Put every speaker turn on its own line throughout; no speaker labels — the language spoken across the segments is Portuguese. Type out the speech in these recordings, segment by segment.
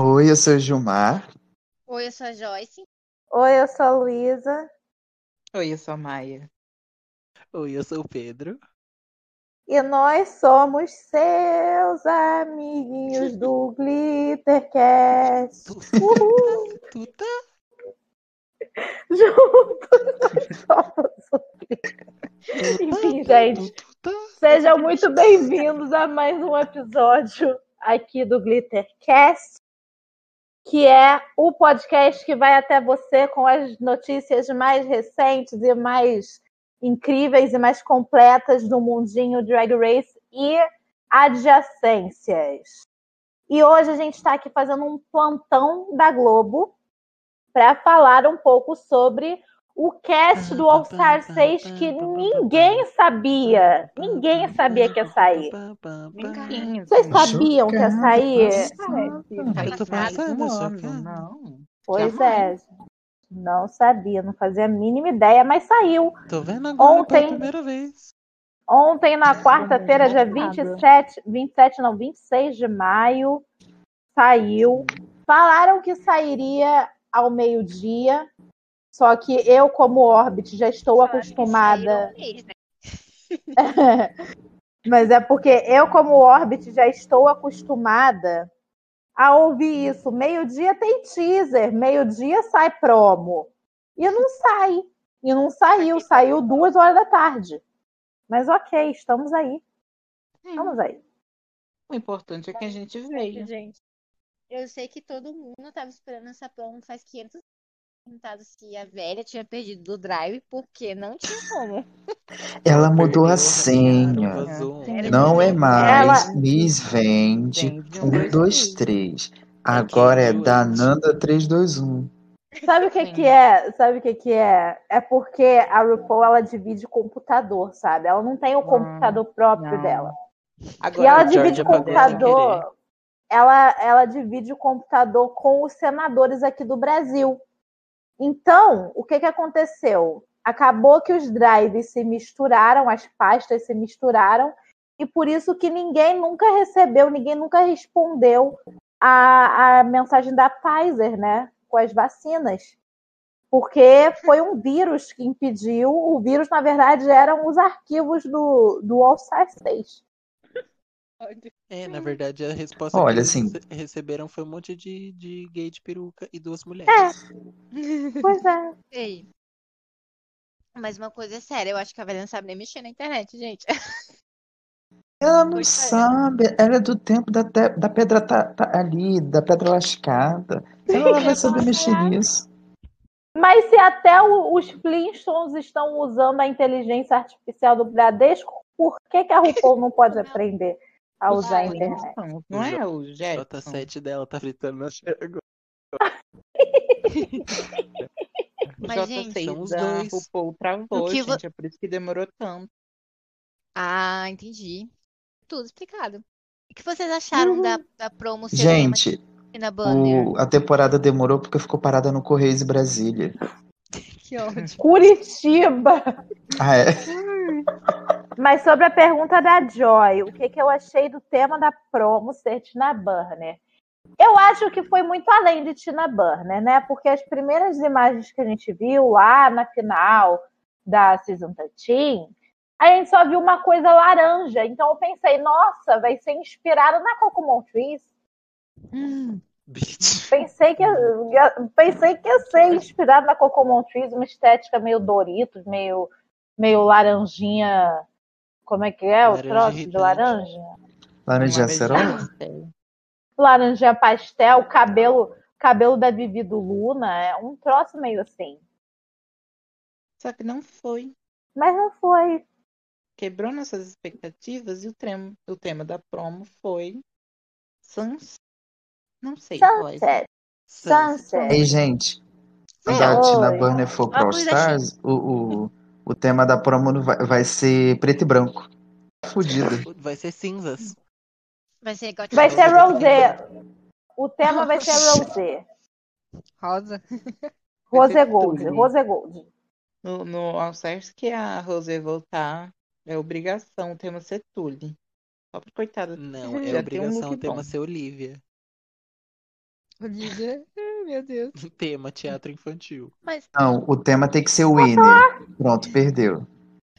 Oi, eu sou o Gilmar.
Oi, eu sou a Joyce.
Oi, eu sou a Luísa.
Oi, eu sou a Maia.
Oi, eu sou o Pedro.
E nós somos seus amiguinhos do Glittercast.
tá?
Uhul!
Tuta. tá?
Juntos somos o Glitter.
tá,
Enfim, gente, sejam muito bem-vindos a mais um episódio aqui do Glittercast, que é o podcast que vai até você com as notícias mais recentes e mais incríveis e mais completas do mundinho Drag Race e adjacências. E hoje a gente está aqui fazendo um plantão da Globo para falar um pouco sobre o cast do All Star 6 que ninguém sabia. Ninguém sabia que ia sair.
Ninguém.
Vocês sabiam que ia sair?
Eu tô passando, chocada.
não.
Pois é. Não sabia, não fazia a mínima ideia, mas saiu.
Tô vendo agora
Ontem-
pela primeira vez.
Ontem, na quarta-feira, dia
Errado.
27, 27, não, 26 de maio, saiu. Falaram que sairia ao meio-dia, só que eu, como Orbit, já estou acostumada.
é
Mas é porque eu, como Orbit, já estou acostumada a ouvir isso. Meio-dia tem teaser, meio-dia sai promo. E não sai. E não saiu, saiu duas horas da tarde. Mas ok, estamos aí. Estamos aí.
O importante é que a gente veio.
Gente, eu sei que todo mundo tava esperando essa promo faz 500 anos, perguntado se a velha tinha perdido do drive, porque não tinha como.
Ela mudou a
Perdeu,
senha.
rasgaram, vazou um.
Não é mais
Ela-
Miss Vende
Gente, um,
um
dois,
dois
três.
três. Agora é
dois.
Dananda 321.
Sabe o que,
Sim.
que é? Sabe o que, que é? É porque a RuPaul ela divide computador, sabe? Ela não tem o computador próprio
Ah, não.
dela.
Agora
E ela
o
divide
George
o
apagou sem querer.
computador. Ela, ela divide o computador com os senadores aqui do Brasil. Então, o que, que aconteceu? Acabou que os drives se misturaram, as pastas se misturaram, e por isso que ninguém nunca recebeu, ninguém nunca respondeu a, a mensagem da Pfizer, né? Com as vacinas. Porque foi um vírus que impediu. O vírus, na verdade, eram os arquivos do, do All Star 6.
É, na verdade, a resposta
Olha,
que eles
assim-
rece- receberam foi um monte de, de gay de peruca e duas
É.
mulheres.
Pois é.
Ei. Mas uma coisa é séria, eu acho que a velha não sabe nem mexer na internet, gente.
Ela não
Pois é.
sabe. Ela é do tempo da, te- da pedra ta- ta- ali, da pedra lascada. Então Ela vai saber mexer nisso.
Mas se até o- os Flintstones estão usando a inteligência artificial do Bradesco, por que, que a RuPaul não pode aprender a usar tá a
Não,
internet?
Não é o Jetson?
J7 dela tá gritando na chegou.
O
Mas, gente,
J6
são os
da
dois.
RuPaul travou,
O que vo-
gente. É por isso que demorou tanto.
Ah, entendi. Tudo explicado. O que vocês acharam da,
Uhum.
da promo ser
Gente,
na banner?
o- a temporada demorou porque ficou parada no Correios de Brasília.
Que ódio.
Curitiba!
Ah, é?
Mas sobre a pergunta da Joy, o que, que eu achei do tema da promo ser Tina Burner? Eu acho que foi muito além de Tina Burner, né? Porque as primeiras imagens que a gente viu lá na final da Season 13, a gente só viu uma coisa laranja. Então eu pensei, nossa, vai ser inspirado na Coco Montrese.
Bitch.
Pensei que, pensei que ia ser inspirado na Cocomon Trees, uma estética meio Doritos, meio, meio laranjinha. Como é que é o
Laranja
troço de
irritante.
laranja?
Laranja
Uma vez já
acerola?
sei.
Laranjinha pastel, cabelo, cabelo da Vivi do Luna, é um troço meio assim.
Só que não foi.
Mas não foi.
Quebrou nossas expectativas e o, trem- o tema da promo foi Sans. Não sei qual é.
Sunset.
E
Sunset.
aí, gente, quando a Tina
Oi.
Burner for
É, Uma
pro All
coisa
Stars, o, o, o tema da promo não vai, vai ser preto e branco. Tá Fudida.
Vai ser cinzas.
Vai ser igual a
Vai ser
Tina
Rosé. O tema vai ser Rosé.
Rosa.
Vai ser
Rosé Gold.
tudo.
Rosé Gold.
No, no All Stars que a Rosé voltar, é obrigação o tema ser Tule. Só pra coitada.
Não, é
Já tem um
obrigação
look
o tema
bom.
ser Olivia.
amiga. Ai, Meu Deus.
Tema teatro infantil.
Mas,
Não, o tema tem que ser o winner. Pronto, perdeu.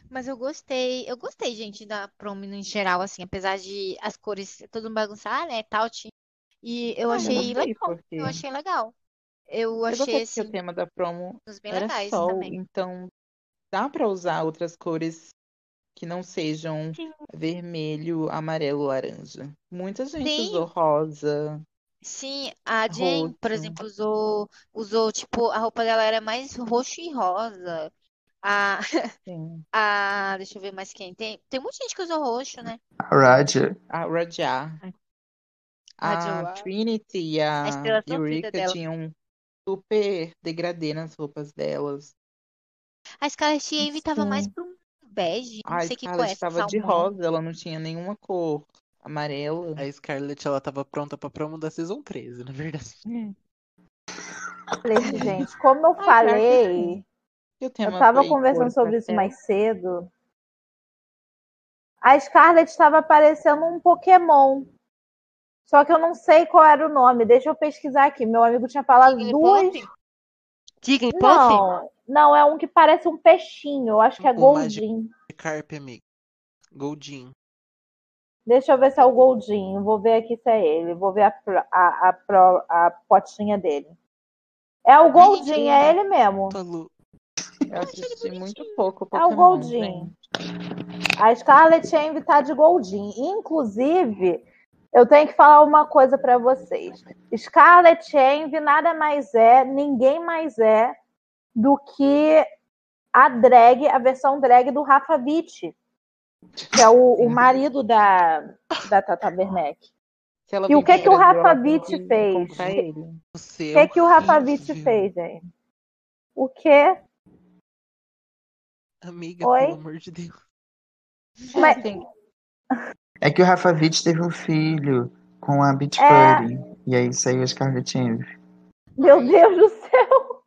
mas eu gostei. Eu gostei, gente, da prom em geral, assim, apesar de as cores tudo bagunçar, né? Tal, tinha. E eu
Ah,
achei
gostei,
legal.
porque-
Eu achei legal. Eu
Eu gostei
achei,
porque
assim,
o tema da promo
uns bem
era
legais
sol,
também.
então dá pra usar outras cores que não sejam
Sim.
vermelho, amarelo, laranja. Muita gente
Sim.
usou rosa.
Sim, a Jane, por
Roxo.
exemplo, usou, usou, tipo, a roupa dela era mais roxo e rosa. A,
Sim.
a, deixa eu ver mais quem tem. Tem muita gente que usou roxo, né?
Roger.
A Raja,
A
a
Jo,
Trinity e
a
a
estrela sofrida
Eureka
dela.
tinham super degradê nas roupas delas.
A Scarlett Envy tava mais
Sim.
para um bege, não
A
sei que cor é
Scarlett
essa,
estava de
salmão.
rosa, ela não tinha nenhuma cor amarela.
A Scarlett, ela tava pronta pra promo da Season 13, na verdade.
É.
Falei isso, gente. Como eu
Ah, claro que
falei,
sim. E o
eu
tema
tava
Play
conversando
Cores
sobre isso
Pastel?
mais cedo. A Scarlett estava parecendo um Pokémon. Só que eu não sei qual era o nome. Deixa eu pesquisar aqui. Meu amigo tinha falado
é
duas.
Jigglypuff? Jigglypuff?
Não, não, é um que parece um peixinho. Eu acho que é
O mágico.
Goldin.
Carpe, amigo. Goldin.
Deixa eu ver se é o Goldin. Vou ver aqui se é ele. Vou ver a, pro- a, a, pro- a potinha dele. É o Goldin, é ele mesmo.
Tá louco.
Eu assisti muito pouco
É o
Pokémon,
Goldin.
gente.
A Scarlett Envy tá de Goldin. Inclusive, eu tenho que falar uma coisa pra vocês. Scarlett Envy nada mais é, ninguém mais é do que a drag, a versão drag do Rafa Witt, que é o, o marido da, da Tata Werneck.
Se ela
E o
vir
que que o
pro Brasil,
Rafa
ela tem
Witt
que
fez?
comprar ele.
Você
O
é
que, que o Rafa
horrível.
Witt fez, gente? O quê?
Amiga,
Oi?
pelo amor de Deus.
Mas-
Tem-
É que o Rafa Witt teve um filho com a Beach
É.
Buddy. E aí saiu a Scarlett Envy.
Meu Deus do céu,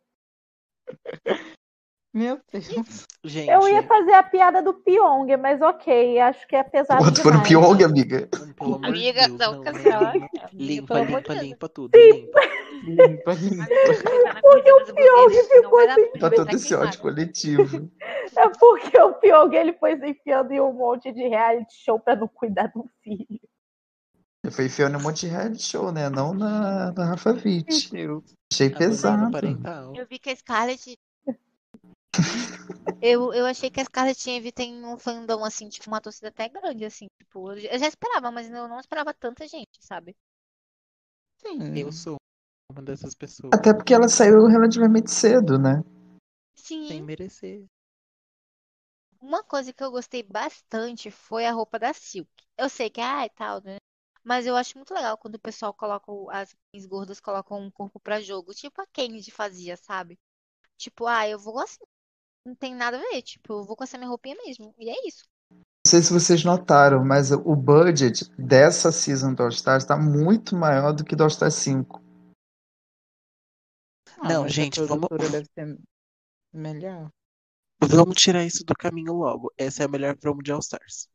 Meu Deus.
Gente,
eu ia fazer a piada do Pyong, mas ok, acho que é pesado
O outro foi no
demais.
Pyong, amiga.
hum, pelo amor de
Amiga,
Deus.
não,
não,
cancela.
não, não. Limpa,
pelo amor de
limpa,
Deus.
limpa tudo. Limpa. Tá
Limpa, limpa.
Porque o pior que ficou assim.
Tá todo esse ódio coletivo.
É porque o Pyong ele foi se enfiando em um monte de reality show pra não cuidar do filho.
Ele Foi enfiando um monte de reality show, né? Não na, na Rafa
Meu
Witt.
Deus.
Achei
Abandono
pesado.
parental.
Eu vi que a Scarlett. Eu, eu achei que a Scarlett Envy tem um fandom, assim, tipo, uma torcida até grande, assim. Tipo, eu já- eu já esperava, mas eu não esperava tanta gente, sabe?
Sim.
Eu sou uma dessas pessoas.
Até porque ela saiu relativamente cedo, né?
Sem
Sim,
merecer.
uma coisa que eu gostei bastante foi a roupa da Silk. Eu sei que, ah, e tal, né? Mas eu acho muito legal quando o pessoal coloca, o- as meninas gordas colocam um corpo pra jogo, tipo a Kennedy fazia, sabe? Tipo, ah, eu vou assim, não tem nada a ver, tipo, eu vou com essa minha roupinha mesmo. E é isso.
Não sei se vocês notaram, mas o budget dessa season do All Stars tá muito maior do que do All Stars 5.
Ah,
Não,
mas a
gente, vamos-
produtora deve ser melhor.
Vamos tirar isso do caminho logo. Essa é a melhor promo de All Stars.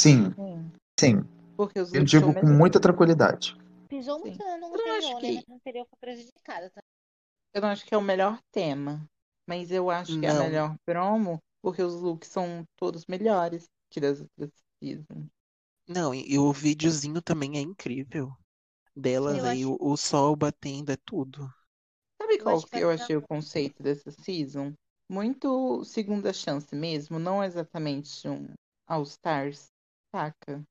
Sim,
Sim.
sim.
Porque os
Eu
looks são
é
digo com
melhores.
muita tranquilidade.
Pisou muito,
Sim.
ela não
Eu não acho
pisou, né?
que-
Mas não teria foi prejudicada, tá?
Eu não acho que é o melhor tema, mas eu acho que é a
Não.
melhor promo, porque os looks são todos melhores que das outras seasons.
Não, e, e o videozinho também é incrível. Delas
Eu
aí,
acho-
o, o sol batendo é tudo.
Sabe
Eu
qual
acho que
que
vai
eu
mudar
achei o conceito dessa season? Muito segunda chance mesmo, não exatamente um All Stars, saca?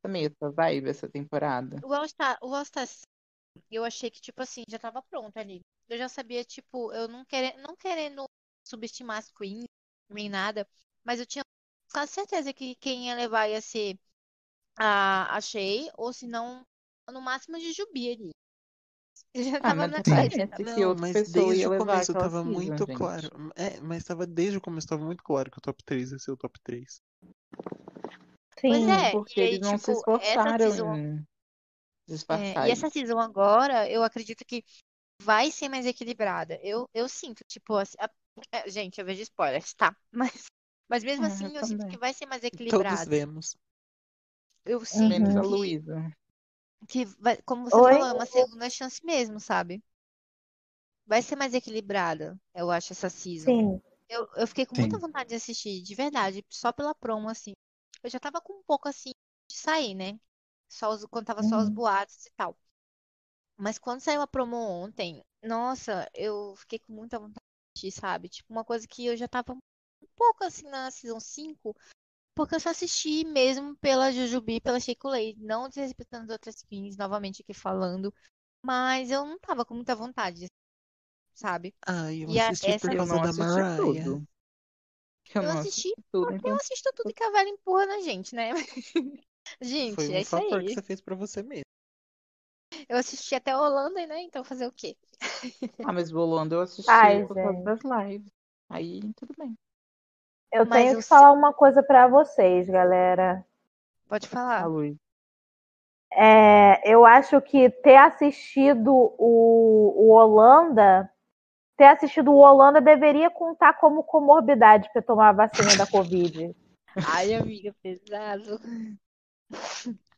Também essa vibe essa temporada.
O All Star, o All Star, eu achei que, tipo assim, já tava pronto ali. Eu já sabia, tipo, eu não, quere, não querendo subestimar as queens, nem nada, mas eu tinha quase certeza que quem ia levar ia ser a, a Shea, ou se não, no máximo de Jubi ali. Eu já
Ah,
tava
mas
na
não
cabeça.
parece que
Não,
outra
mas
pessoa
desde
ia
o
levar
começo
aquela
tava
season,
muito
assim, gente.
claro. É, mas tava desde o começo tava muito claro que o top 3 ia ser o top 3.
Pois
Sim,
é,
porque
e aí,
eles não se
tipo, essa
esforçaram
season
em
É,
disfarçar
e essa
isso.
season agora, eu acredito que vai ser mais equilibrada. Eu, eu sinto, tipo, assim, a- é, gente, eu vejo spoilers, tá? Mas, mas mesmo
Ah, eu
assim, eu sinto
também.
que vai ser mais
Todos
equilibrado.
vemos.
Eu sinto
Menos a
que.
Luísa.
Que vai, como você
Oi?
falou, é uma segunda chance mesmo, sabe? Vai ser mais equilibrada, eu acho, essa season.
Sim.
Eu, eu fiquei com muita
Sim.
vontade de assistir, de verdade, só pela promo, assim. Eu já tava com um pouco assim de sair, né? Só os- quando tava só os
Uhum.
boatos e tal. Mas quando saiu a promo ontem, nossa, eu fiquei com muita vontade de assistir, sabe? Tipo, uma coisa que eu já tava um pouco assim na Season 5, porque eu só assisti mesmo pela Jujubi, pela Sheikulay, não desrespeitando as outras skins, novamente aqui falando, mas eu não tava com muita vontade, sabe?
Ai, eu
E a-
assisti por
essa-
Eu
causa
não
da
assisti
Mariah.
é tudo.
Eu
Eu não
assisti
assisti tudo,
porque eu
então
assisto tudo que a velha empurra na gente, né?
Foi
Gente,
um
é isso
favor que
aí.
você fez pra você mesmo.
Eu assisti até a Holanda, né? Então fazer o quê?
Ah, mas Bolando eu assisti
Ai,
por causa
gente.
das lives. Aí tudo bem.
Eu
Mas
tenho
eu
que
se-
falar uma coisa pra vocês, galera.
Pode falar.
A Luiz.
É, eu acho que ter assistido o, o Holanda, ter assistido o Holanda deveria contar como comorbidade para tomar a vacina da Covid.
Ai, amiga, pesado.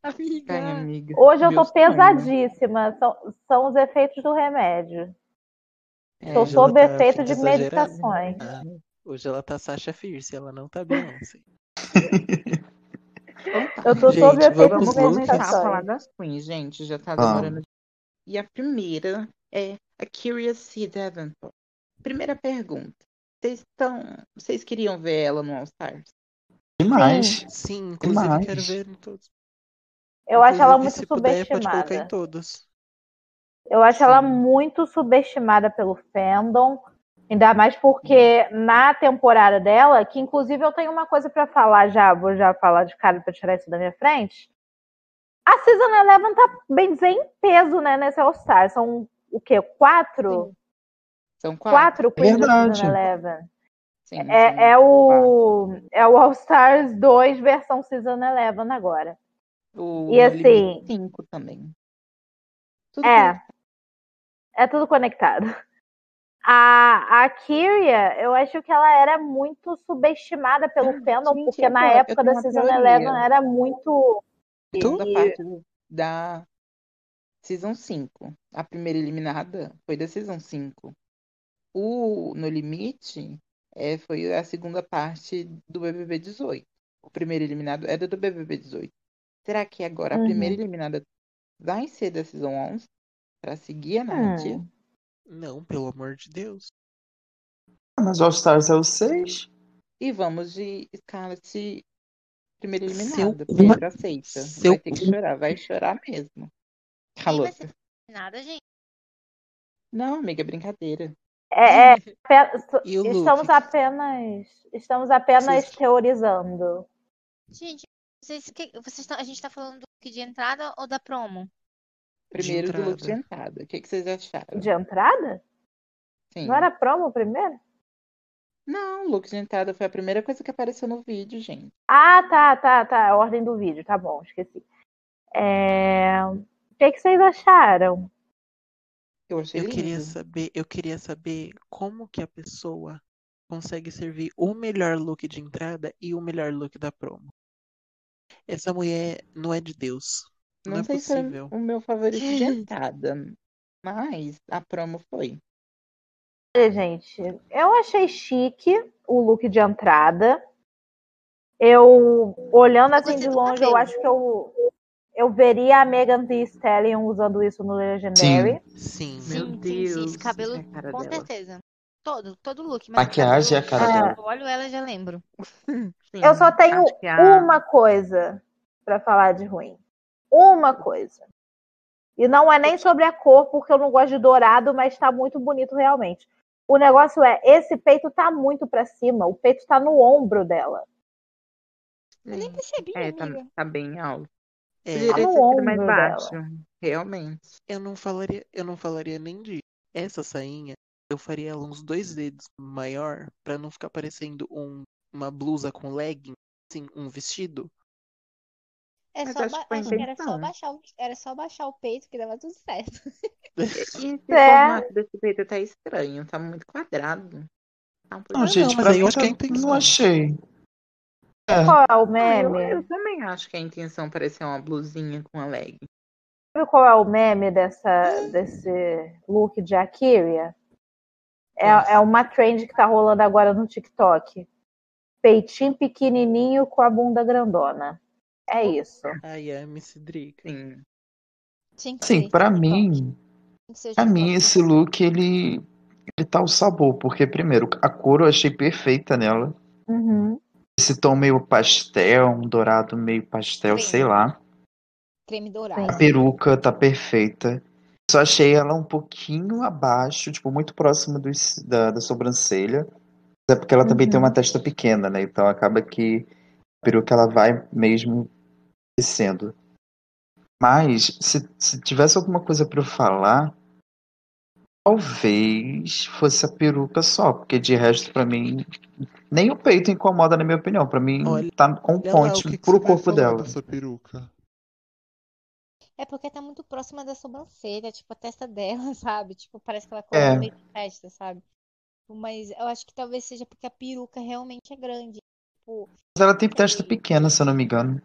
Amiga.
Ai, amiga.
Hoje eu
meu
tô
né?
sonho.
pesadíssima, são, são os efeitos do remédio.
É,
Tô
hoje ela
sob
tá
efeito de
fica exagerada.
medicações.
Ah, hoje ela tá Sasha Fierce, ela não tá Beyoncé.
Então tá.
Eu tô
Gente,
sob efeito
vamos Ah.
de
Vamos começar a falar
medicações.
das queens, gente. Já tá
Vamos.
demorando. E a primeira é a Curious C. Davenport. Primeira pergunta. Vocês estão. Vocês queriam ver ela no All Stars?
Demais.
Sim, inclusive
Demais.
quero ver em todos.
Eu acho ela
Inclusive,
muito
se puder, pode colocar em
subestimada.
todos.
Eu acho ela
Sim.
muito subestimada pelo fandom, ainda mais porque
Uhum.
na temporada dela, que inclusive eu tenho uma coisa pra falar já, vou já falar de cara pra tirar isso da minha frente. A Season Eleven tá bem dizer em peso, né, nesse All Star. São o quê? Quatro?
São
Quatro
quatro?
queens da
Verdade.
Season Eleven.
Sim, são
É, é o é o All Stars 2 versão Season Eleven agora.
O
E assim,
limite cinco também. Tudo
é. É tudo conectado. A, a Kyria, eu acho que ela era muito subestimada pelo fandom,
Ah, gente,
porque na
agora, eu
época
tenho
da
uma
Season
teoria.
Eleven era muito.
A segunda parte do- da Season 5. A primeira eliminada foi da Season 5. O No Limite é, foi a segunda parte do BBB 18. O primeiro eliminado era do BBB 18. Será que agora a
Uhum.
primeira eliminada vai ser da Season 11 para seguir a
É.
narrativa?
Hum.
Não, pelo amor de Deus.
Ah, Mas All Stars é o 6?
E vamos de Scarlett primeira
Seu
eliminada.
cu.
Pedro aceita.
Seu
vai ter que
cu.
chorar, vai chorar mesmo.
Quem
Calou.
vai ser eliminada, tá gente?
Não, amiga, é brincadeira.
É, é, ape- so-
E o
estamos
Luke?
apenas. Estamos apenas
Vocês-
teorizando.
Gente, vocês, que, vocês tão- a gente tá falando do look de entrada ou da promo?
Primeiro do look de
entrada.
entrada. O que, que vocês acharam?
De entrada?
Sim.
Não era promo primeiro?
Não, o look de entrada foi a primeira coisa que apareceu no vídeo, gente.
Ah, tá, tá, tá. A ordem do vídeo, tá bom, esqueci. É, O que, que vocês acharam?
Eu achei
Eu
lindo.
queria saber, eu queria saber como que a pessoa consegue servir o melhor look de entrada e o melhor look da promo. Essa mulher não é de Deus. Não,
Não
é
sei se foi
possível.
o meu favorito de entrada, mas a promo foi.
Olha, gente, eu achei chique o look de entrada. Eu, olhando
Eu
assim de
gostei
tá
do
longe, eu
cabelo.
acho que eu, eu veria a Megan Thee Stallion usando isso no Legendary.
Sim.
Meu
Sim, sim, sim. Esse
Deus,
cabelo,
é a cara
com
dela.
certeza. Todo, todo look, mas o
Maquiagem é
cabelo,
a cara
É.
dela.
eu olho ela e já lembro.
Sim,
Eu só tenho
acho que é a-
uma coisa pra falar de ruim. Uma coisa. E não é nem sobre a cor, porque eu não gosto de dourado, mas tá muito bonito realmente. O negócio é, esse peito tá muito pra cima, o peito tá no ombro dela.
Eu nem percebi,
É, tá,
amiga.
tá bem alto.
É,
Poderia ter
no
sido mais
ombro
baixo, realmente.
eu não falaria, eu não falaria nem de essa sainha. Eu faria ela uns dois dedos maior pra não ficar parecendo um- uma blusa com legging, assim, um vestido.
É
Mas
só,
acho
ba-
que foi a
acho que era só
intenção. né?
baixar o, era só baixar o peito que dava tudo certo.
E esse
É.
formato desse peito tá estranho, tá muito quadrado. Tá
Não,
um
Ah,
pouquinho-
gente,
não, mas
pra
aí eu
mim
acho que é a
tá- não
intenção.
achei. É,
Qual é o
Ah, eu,
meme? né,
eu também acho que a intenção parecia uma blusinha com a leg.
Sabe qual é o meme dessa, desse look de Akiria? É, é uma trend que tá rolando agora no TikTok. Peitinho pequenininho com a bunda grandona. É isso.
Ai, a Miss Drica.
Sim.
Tinha que
Sim,
ser,
pra
TikTok.
mim,
Tem que ser
pra mim
TikTok.
esse look ele, ele tá o sabor, porque primeiro a cor eu achei perfeita nela.
Uhum.
Esse tom meio pastel, um dourado meio pastel,
Sim.
sei lá.
Creme
A
dourado.
peruca tá perfeita. Só achei ela um pouquinho abaixo, tipo, muito próximo dos- da, da sobrancelha. Mas É porque ela também
Uhum.
tem uma testa pequena, né? Então acaba que a peruca ela vai mesmo descendo. Mas, se, se tivesse alguma coisa pra eu falar, talvez fosse a peruca só. Porque de resto, pra mim, nem o peito incomoda, na minha opinião. Pra mim,
Olha-
tá com
olha lá, o
ponte
que que
pro
você vai
corpo
falar
dela.
dessa peruca?
É porque tá muito próxima da sobrancelha, tipo, a testa dela, sabe? Tipo, parece que ela
É.
colocou meio de testa, sabe? Mas eu acho que talvez seja porque a peruca realmente é grande. Tipo,
Mas ela tem testa pequena, se eu não me engano.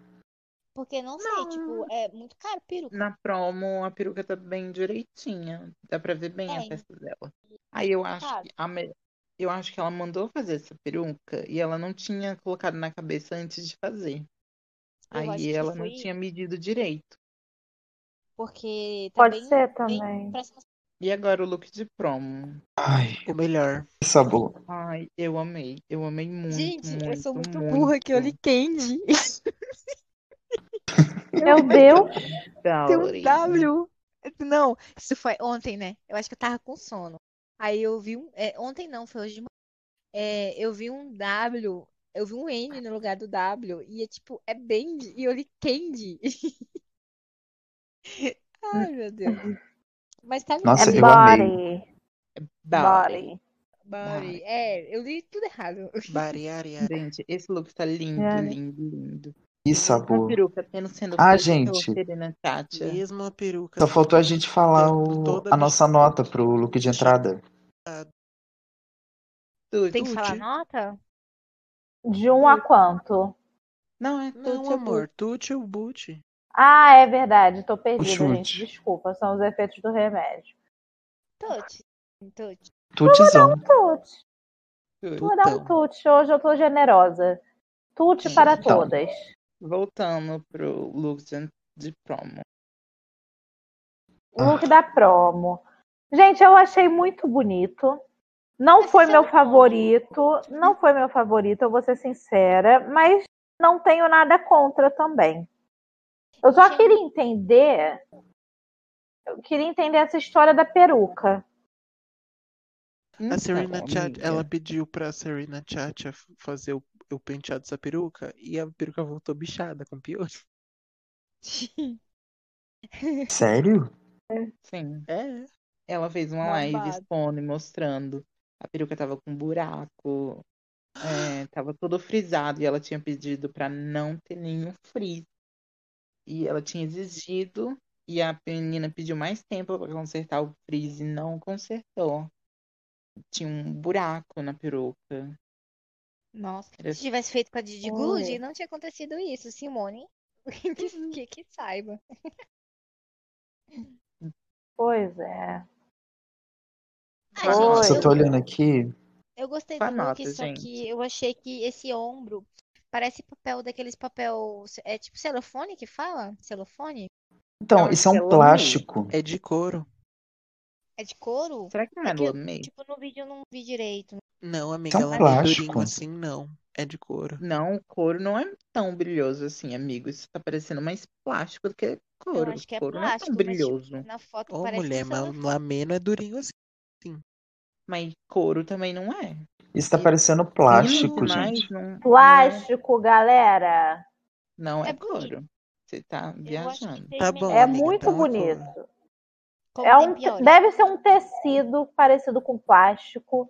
porque não sei, tipo, é muito caro peruca.
Na promo, a peruca tá bem direitinha. Dá pra ver bem a
Bem.
testa dela. Aí eu acho
Sabe?
que a me- eu acho que ela mandou fazer essa peruca e ela não tinha colocado na cabeça antes de fazer.
Eu acho
Aí
que
ela não
foi
tinha medido direito.
porque tá
Pode
bem,
ser
bem
também.
próxima.
E agora o look de promo.
Ai,
O melhor.
que sabor.
Ai, eu amei. Eu amei muito,
Gente, eu sou
muito,
muito burra que eu li
muito.
Candy.
Meu Deus,
Tem
Dauri.
um W. Não, isso foi ontem, né? Eu acho que eu tava com sono. Aí eu vi um. é, ontem não, foi hoje de manhã. É, eu vi um W. Eu vi um N no lugar do W. E é tipo, é Bend. E eu li Candy. Ai, meu Deus. Mas tá
Nossa,
é
lindo.
eu amei.
body,
Dauri.
body.
Body. É, eu li tudo errado.
Bariária.
Gente, esse look tá lindo,
É.
Cara.
lindo, lindo.
Que
Mesmo a
sabor.
peruca tendo sendo
Ah,
feita pela
gente.
Serena Kátia.
Mesmo a peruca
Só faltou a gente falar
Tendo
o-
toda
a nossa
bicha-
nota pro look de entrada.
Tudo.
Tem que falar
Tudo.
nota?
De um a quanto?
Não, é
Não,
tudo,
amor, tute o boot.
Ah, é verdade, tô perdida,
chute.
gente. Desculpa, são os efeitos do remédio.
Tut. Tut.
Tutizão.
Tute,
tudo.
vou dar um
Tutão.
tute. Hoje eu tô generosa. Tute
Sim.
para
Então.
todas.
Voltando pro look de, de promo.
Look da promo. Gente, eu achei muito bonito. Não
Mas
foi
você
meu
não-
favorito, não foi meu favorito, eu vou ser sincera, mas não tenho nada contra também. Eu só
Gente.
queria entender, eu queria entender essa história da peruca.
A
Então,
Serena Chacha,
amiga,
ela pediu pra Serena Chacha f- fazer o, o penteado dessa peruca e a peruca voltou bichada com piolho.
Sério?
sim.
É.
Ela fez uma live
Babado.
expondo, e mostrando. A peruca tava com buraco. é, tava todo frisado. E ela tinha pedido pra não ter nenhum frizz. E ela tinha exigido. E a menina pediu mais tempo pra consertar o frizz e não consertou. Tinha um buraco na peruca.
Nossa.
Era
Se tivesse feito com a Didi
Olha.
Guji, não tinha acontecido isso, Simone. Que, que, que saiba.
Pois é.
Ah,
Fala,
gente,
Nossa,
Nota.
eu
eu,
tô olhando aqui.
eu gostei do
Fala,
look,
nota,
só
gente.
que eu achei que esse ombro parece papel daqueles papel. É tipo celofone que fala? Celofone?
Então,
Eu
isso é
acho
um
que ela amei.
plástico.
É de couro.
É de couro?
Será que não
É
é
que,
lamei?
tipo, no vídeo eu não vi direito.
Não, amiga,
São
ela não é
plástico.
durinho assim, não. É de couro.
Não, o couro não é tão brilhoso assim, amigo. Isso tá parecendo mais plástico do que
Eu
couro.
acho que é
couro não é tão
plástico, mas, tipo,
brilhoso.
na foto
Ô,
parece um
mulher, mas
celofane.
lamé não é durinho assim.
Mas couro também não é.
Isso tá
E-
parecendo
Fino
plástico,
demais,
gente.
não, não,
Plástico, galera.
não
É
é
bonito.
couro. Você tá
Eu acho que
viajando.
tem
Tá
melhor.
bom,
É
amiga,
muito
então é
bonito.
Como
É
tem
um,
pior.
deve ser um tecido parecido com plástico,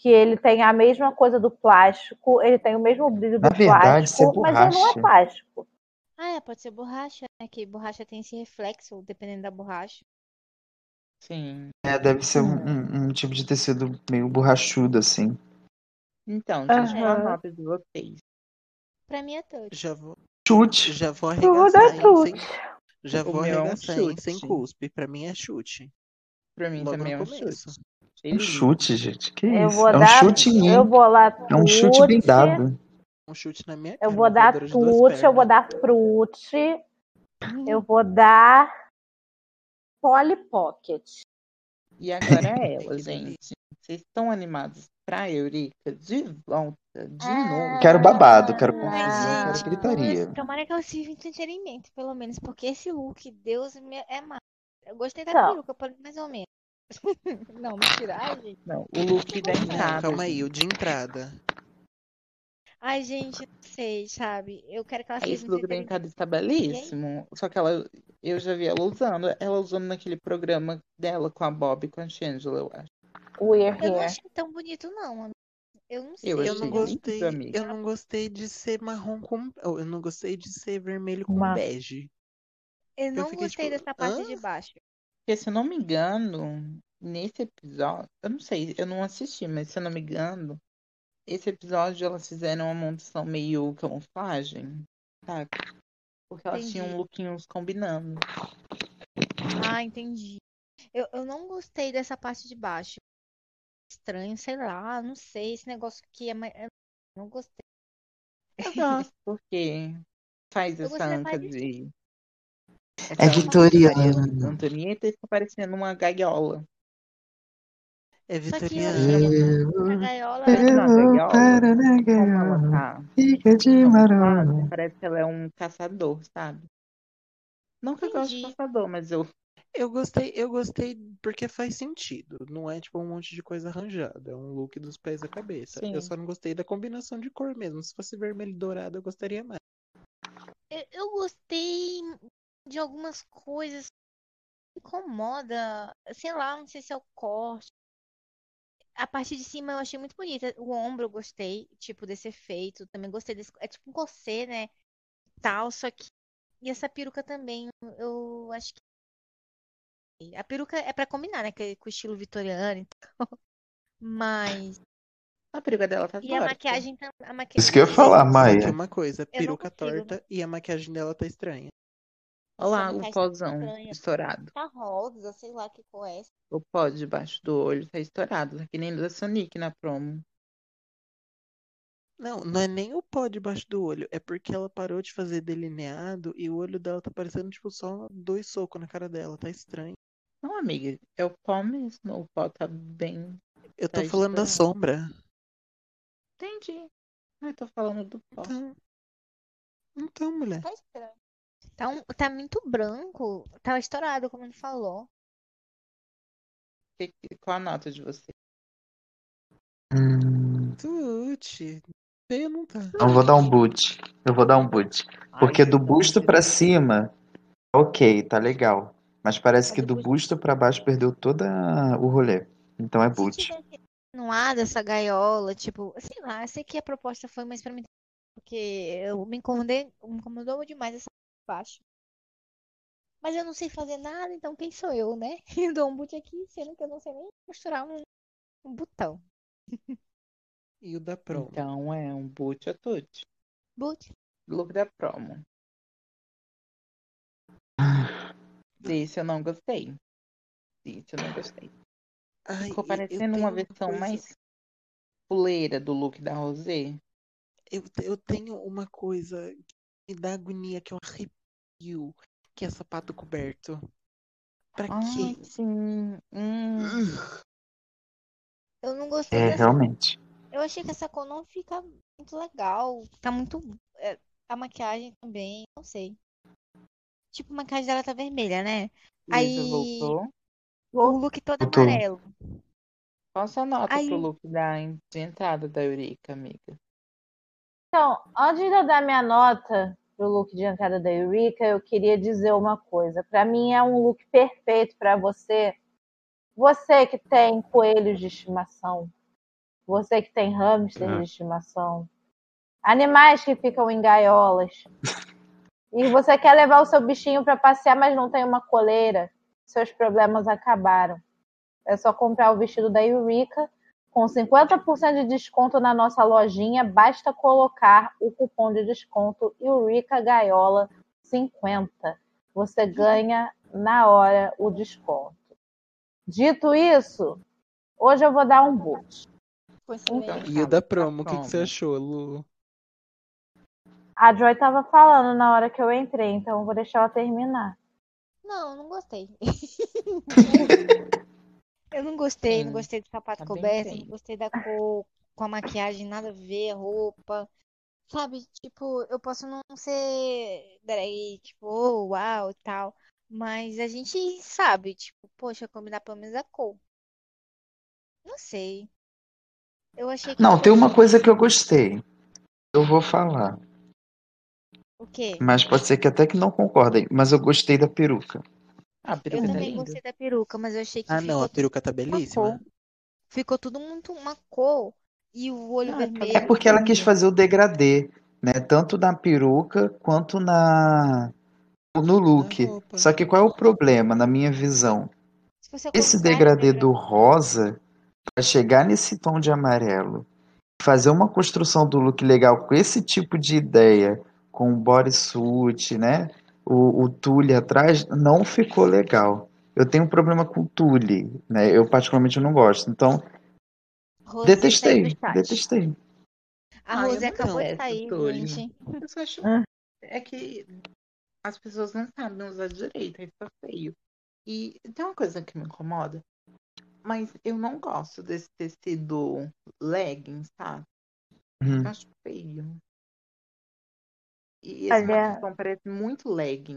que ele tem a mesma coisa do plástico, ele tem o mesmo brilho
Na
do
verdade, isso é
plástico, mas ele não é
borracha.
plástico.
Ah, é, pode ser borracha, né? Que borracha tem esse reflexo, dependendo da borracha.
Sim.
É, deve ser um, um- um tipo de tecido meio borrachudo, assim.
Então, gente, qual a
Aham.
nota de vocês?
Pra mim é touch.
Já vou,
Chute.
já vou
Eu vou
arregaçar,
dar
hein, sem,
tute.
Já
O
vou
meu é um
arregaçar, hein? Sem
chute.
cuspe. Pra mim é chute.
Pra mim
Logo
também é
no
um
começo.
chute.
Um
Ele-
chute, gente. Que
Eu
isso?
vou
É um
dar-
chute em mim.
Eu vou lá.
É um chute bem
tute,
dado.
Um chute na minha
Eu
cara,
vou
uma
dar
voadora de duas
tute, eu vou
pernas.
dar frute, eu vou dar Polly Pocket.
E agora é
Ai,
ela,
que
gente. Vocês estão animados pra Eurica de volta, de
Ah.
novo.
Quero babado, quero
Ai,
confusão,
gente,
quero gritaria.
nossa, tomara que ela sirva de entretenimento, pelo menos, porque esse look, Deus, me- é má. Eu gostei da
Então.
peruca, pelo- mais ou menos. Não, mentira. Ai, gente.
Não, o look da
Não,
Não,
entrada.
calma aí,
gente.
o de entrada.
Ai, gente, não sei, sabe? Eu quero que ela sirva
É Esse
de
look da
entretenimento.
entrada está tá belíssimo. Só que ela, eu já vi ela usando. Ela usando naquele programa dela com a Bob e com a Shangela, eu acho.
We're
Eu não
here.
achei tão bonito, não. amiga. Eu não sei.
Eu
Eu não
achei
gostei,
lindo, amiga.
eu não gostei de ser marrom com, eu não gostei de ser vermelho com
Mas-
bege.
Eu não
fiquei,
gostei
tipo,
dessa parte
hã?
de baixo.
Porque, se eu não me engano, nesse episódio. Eu não sei, eu não assisti, mas se eu não me engano, esse episódio elas fizeram uma montação meio camuflagem, sabe? Porque elas tinham
Entendi.
lookinhos combinando.
Ah, entendi. Eu, eu não gostei dessa parte de baixo. Estranho, sei lá, não sei. Esse negócio aqui é mais. eu Não gostei.
Eu gosto, porque faz
Eu
essa
gostei da
anca
parte de
de.
É
Então,
essa
vitoriana.
Maria Antonieta e fica parecendo uma gaiola.
É
Só que eu
vitoriana.
achei
Eu
a gaiola.
É.
Parece uma
eu
gaiola.
para na
Como ela
gaiola,
tá
fica de
camuflada,
marona.
parece que ela é um caçador, sabe? Não que eu gosto de
Entendi.
caçador, mas eu.
Eu gostei, eu gostei porque faz sentido. Não é tipo um monte de coisa arranjada. É um look dos pés à cabeça. Eu
Sim.
só não gostei da combinação de cor mesmo. Se fosse vermelho e dourado, eu gostaria mais.
Eu, eu gostei de algumas coisas que incomoda. Sei lá, não sei se é o corte. A parte de cima eu achei muito bonita. O ombro eu gostei, tipo, desse efeito. Também gostei desse. É tipo um corset, né? Tal, só que. E essa peruca também, eu acho que. A peruca é pra combinar, né? que- Com o estilo vitoriano. então. Mas.
A peruca dela tá
E a
torta.
maquiagem também. A maquiagem...
Isso que eu ia falar,
Só que é
Maia.
uma coisa,
Eu não
peruca
consigo.
torta e a maquiagem dela tá estranha.
Essa
Olha lá o
maquiagem
pozão
tá estranha.
estourado.
Tá rosa, sei lá que cor é essa.
O pó debaixo do olho tá estourado. Tá que nem da Sonic na promo.
Não, não é nem o pó debaixo do olho, é porque ela parou de fazer delineado e o olho dela tá parecendo, tipo, só dois socos na cara dela, tá estranho.
Não, amiga, é o pó mesmo. O pó tá bem.
Eu
Tá
tô falando da
estourado.
sombra.
Entendi. Eu tô falando do pó.
Então, então, mulher.
Tá estranho. Tá, um... tá muito branco. Tá estourado, como ele falou.
Que- que- Qual a nota de você?
Hum,
Tuti. Feio não tá.
eu vou dar um boot. Eu vou dar um boot. Porque do busto pra
cima.
cima, ok, tá legal. Mas parece
Mas
que
o
do
busto-
busto pra baixo perdeu todo o rolê. Então é
Se
boot.
tivesse atenuado essa gaiola, tipo, sei lá, eu sei que a proposta foi, mas pra mim. Porque eu me incomodei, me incomodou demais essa parte de baixo. Mas eu não sei fazer nada, então quem sou eu, né? Eu dou um boot aqui, sendo que eu não sei nem costurar um, um botão.
E o da promo.
Então é um boot a tute.
Boot.
Look da promo. Desse eu não gostei. Desse eu não gostei.
Ai,
Ficou
e- eu
parecendo uma
tenho
versão
coisa-
mais fuleira do look da Rosé.
Eu, te- eu tenho uma coisa que me dá agonia, que eu arrepio, que é sapato coberto. Pra
Ai,
quê?
sim. Hum.
Eu não gostei
É,
dessa
realmente.
Eu achei que essa cor não fica muito legal. Tá muito. é, a maquiagem também, não sei. Tipo, a maquiagem dela tá vermelha, né?
Lisa
Aí-
voltou.
O look todo
Eu tô-
amarelo.
Qual a sua nota
Aí-
pro look da en- de entrada da Eurica, amiga?
Então, antes de eu dar minha nota pro look de entrada da Eureka, eu queria dizer uma coisa. Para mim é um look perfeito para você. Você que tem coelhos de estimação, você que tem hamsters de estimação, animais que ficam em gaiolas. E você quer levar o seu bichinho para passear, mas não tem uma coleira. Seus problemas acabaram. É só comprar o vestido da Eureka com 50% de desconto na nossa lojinha. Basta colocar o cupom de desconto Eureka Gaiola 50. você ganha na hora o desconto. Dito isso, hoje eu vou dar um boot.
Coincidência.
E o da
tá
promo, o que, que
promo.
você achou, Lu?
A Joy tava falando na hora que eu entrei, então eu vou deixar ela terminar.
Não, não gostei. eu não gostei, não
Hum,
gostei do sapato
tá bem
coberto,
feio.
não gostei da cor, com a maquiagem, nada a ver, roupa. Sabe, tipo, eu posso não ser drag, tipo, oh, uau e tal. Mas a gente sabe, tipo, poxa, combinar pelo menos a cor. Não sei. Eu achei que,
Não,
tipo
tem uma
assim,
coisa que eu gostei. Eu vou falar.
o quê?
Mas pode ser que até que não concordem. Mas eu gostei da peruca.
Ah, a
Eu
peruca tá
também
linda.
gostei da peruca, mas eu achei que
Ah, não,
ficou
a peruca tá
uma
belíssima.
cor. Ficou tudo muito uma cor e o olho
Ah, tá
vermelho.
É porque ela quis
Sim.
fazer o degradê, né? Tanto na peruca quanto na no look.
Na roupa.
Só que qual é o problema, na minha visão?
Se fosse a cor
Esse
do mar,
degradê
lembra?
do rosa, pra chegar nesse tom de amarelo, fazer uma construção do look legal com esse tipo de ideia, com o bodysuit, né? O, o tule atrás, não ficou legal. Eu tenho um problema com tule, né? Eu particularmente não gosto. Então,
Rosé saiu do
detestei,
tá chat.
detestei. Uhum.
A
Ah, eu
Rosé
não
acabou de
gosto,
sair,
Tolho.
gente.
Eu só acho.
Ah.
É que as pessoas não sabem usar direito, aí fica feio. E tem uma coisa que me incomoda, mas eu não gosto desse tecido leggings, tá?
Hum.
Eu acho feio. E esse
Olha-
macacão parece um muito legging.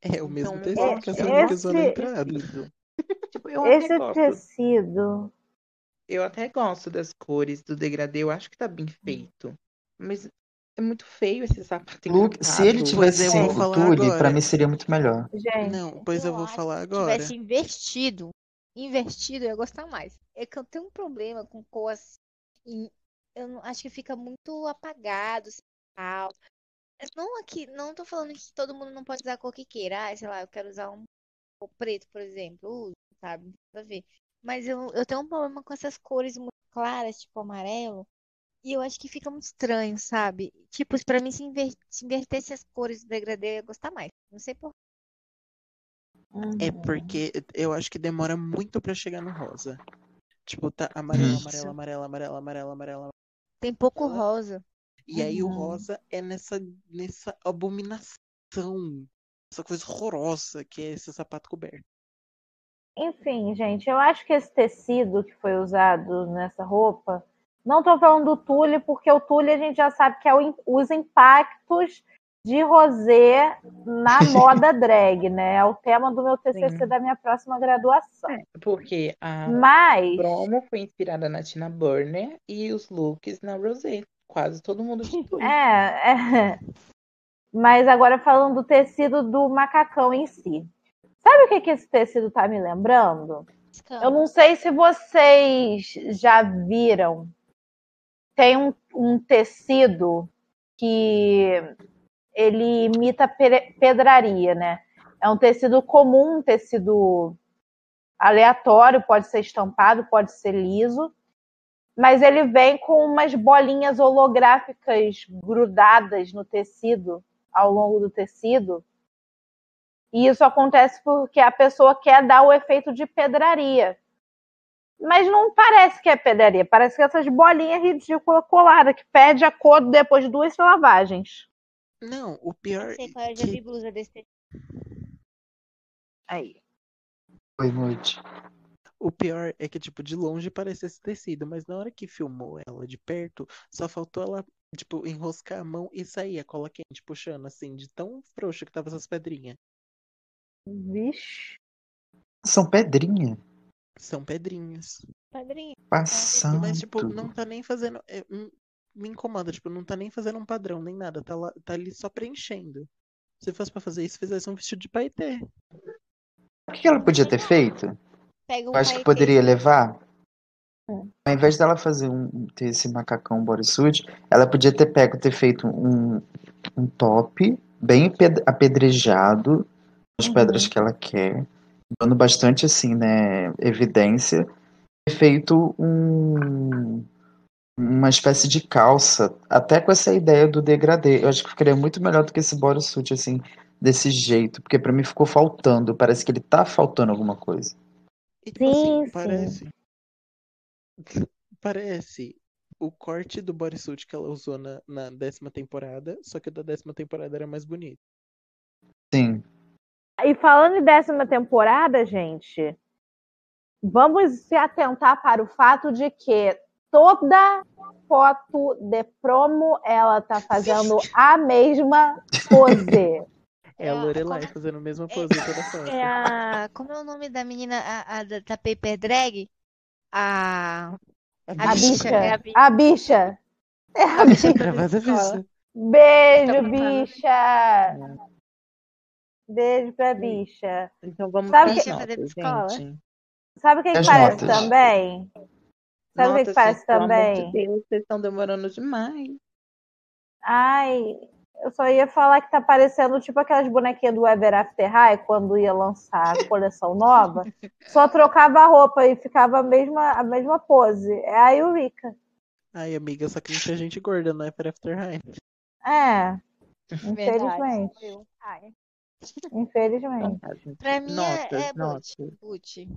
É o mesmo
Então,
tecido que
gosto
a
esse-
Samira usou na
desse
entrada.
tecido. Tipo, eu até
Esse
gosto
tecido.
Eu até gosto das cores do degradê, eu acho que tá bem feito. Mas é muito feio esse sapato
Look,
encantado.
se ele tivesse
eu
vou
sido
falar
tule, pra
agora.
mim seria muito melhor.
Gente,
Não, pois eu vou
acho
falar
que se
agora.
tivesse investido, investido, eu ia gostar mais. É que eu tenho um problema com cor assim. e Eu não- acho que fica muito apagado, assim, tal. Mas Não aqui, não tô falando que todo mundo não pode usar a cor que queira. Ah, sei lá, eu quero usar um cor preto, por exemplo. Uso, sabe? Não tem nada a ver. Mas eu, eu tenho um problema com essas cores muito claras, tipo amarelo. E eu acho que fica muito estranho, sabe? Tipo, pra mim, se, inver... se invertesse as cores do degradê, eu ia gostar mais. Não sei por
É
hum.
porque eu acho que demora muito pra chegar no rosa. Tipo, tá amarelo,
Isso.
amarelo, amarelo, amarelo, amarelo, amarelo.
Tem pouco
Ela-
rosa.
E aí o
Uhum.
rosa é nessa, nessa abominação, essa coisa horrorosa que é esse sapato coberto.
Enfim, gente, eu acho que esse tecido que foi usado nessa roupa, não tô falando do tule, porque o tule a gente já sabe que é o im- os impactos de rosé na moda drag, né? É o tema do meu TCC
Sim.
da minha próxima graduação.
É, Porque a
Mas
promo foi inspirada na Tina Burner e os looks na Rosé. Quase todo mundo de tule.
É, é. Mas agora falando do tecido do macacão em si. Sabe o que, que esse tecido tá me lembrando?
Então.
Eu não sei se vocês já viram. Tem um, um tecido que ele imita pere- pedraria, né? É um tecido comum, um tecido aleatório, pode ser estampado, pode ser liso, mas ele vem com umas bolinhas holográficas grudadas no tecido, ao longo do tecido. E isso acontece porque a pessoa quer dar o efeito de pedraria. Mas não parece que é pedraria, parece que essas bolinhas ridículas coladas, que perde a cor depois de duas lavagens.
Não, o
Eu
pior
sei qual é,
é
eu já
que
vi blusa desse tecido.
Aí.
Foi noite.
O pior é que, tipo, de longe parece esse tecido, mas na hora que filmou ela de perto, só faltou ela, tipo, enroscar a mão e sair a cola quente, puxando, assim, de tão frouxa que tava essas pedrinhas.
Vixe.
São pedrinha,
São pedrinhas.
Padrinho.
passando.
É, Mas, tipo, não tá nem fazendo. é, hum, me incomoda, tipo, não tá nem fazendo um padrão, nem nada. Tá, lá, tá ali só preenchendo. Se fosse pra fazer isso, fizesse um vestido de paetê.
O que ela podia ter
Legal.
feito?
Pega um
Eu acho que
paetê.
poderia levar.
Hum.
Ao invés dela fazer um, ter esse macacão bodysuit, ela podia ter pego, ter feito um, um top bem aped- apedrejado, as
Uhum.
pedras que ela quer, dando bastante, assim, né, evidência, ter feito um, uma espécie de calça, até com essa ideia do degradê. Eu acho que ficaria muito melhor do que esse bodysuit, assim, desse jeito, porque pra mim ficou faltando, parece que ele tá faltando alguma coisa.
E, tipo assim,
Sim, sim.
parece. Parece o corte do bodysuit que ela usou na, na décima temporada, só que o da décima temporada era mais bonito.
Sim.
E falando em décima temporada, gente, vamos se atentar para o fato de que toda foto de promo ela tá fazendo a mesma pose.
É
É,
a Lorelai
como-
fazendo a mesma
é-
pose toda foto.
É a. Como é o nome da menina a, a da, da Paper Drag? A.
A
bicha,
bicha,
é a bicha.
a bicha. É
Ah,
a bicha.
tá
Travada vista.
Beijo,
Então,
bicha. Beijo pra bicha.
Então vamos
Sabe
para as
que-
notas,
Deixa eu fazer
gente.
Sabe o que, que
As
parece
notas.
também? Sabe o que que
Notas,
parece
gente, pelo amor de
também?
Deus, vocês estão demorando demais.
Ai, eu só ia falar que tá parecendo tipo aquelas bonequinhas do Ever After High quando ia lançar a coleção nova. Só trocava a roupa e ficava a mesma, a mesma pose. É a Eureka.
Ai, amiga, só que não tinha gente gorda, não é para After High.
É,
Verdade,
infelizmente.
sou eu. Ai.
Infelizmente.
Tá, gente.
Pra mim é-
notas,
é
notas.
Boot.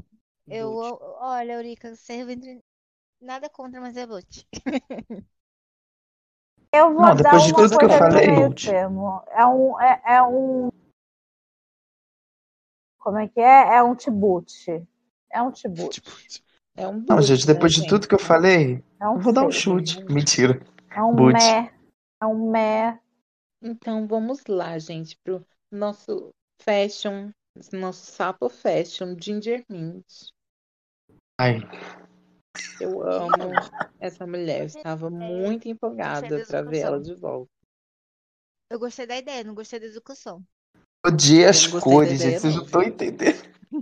Eu,
Boot.
olha, Eurica, você vende nada contra, mas é boot.
Eu vou
Não,
dar
depois de
uma
tudo que eu
coisa
falei-
do meio termo. É um, é, é um. Como é que é? É um tibute. É um tibute.
Tipo,
É um
Não,
boot,
gente, depois
né,
de tudo que eu falei,
É um
eu vou dar um
feio.
chute. Mentira.
É um
Boot.
mé. É um mé.
Então vamos lá, gente, pro nosso fashion, nosso sapo fashion, Ginger Mint.
Ai,
Eu amo essa mulher, eu estava
é
muito
gostei
empolgada
dessa
para ver ela
canção.
de volta.
Eu gostei da ideia, não gostei da execução.
odiei as
não gostei da
cores,
ideia,
gente. Vocês
não.
não estão entendendo.
Ah,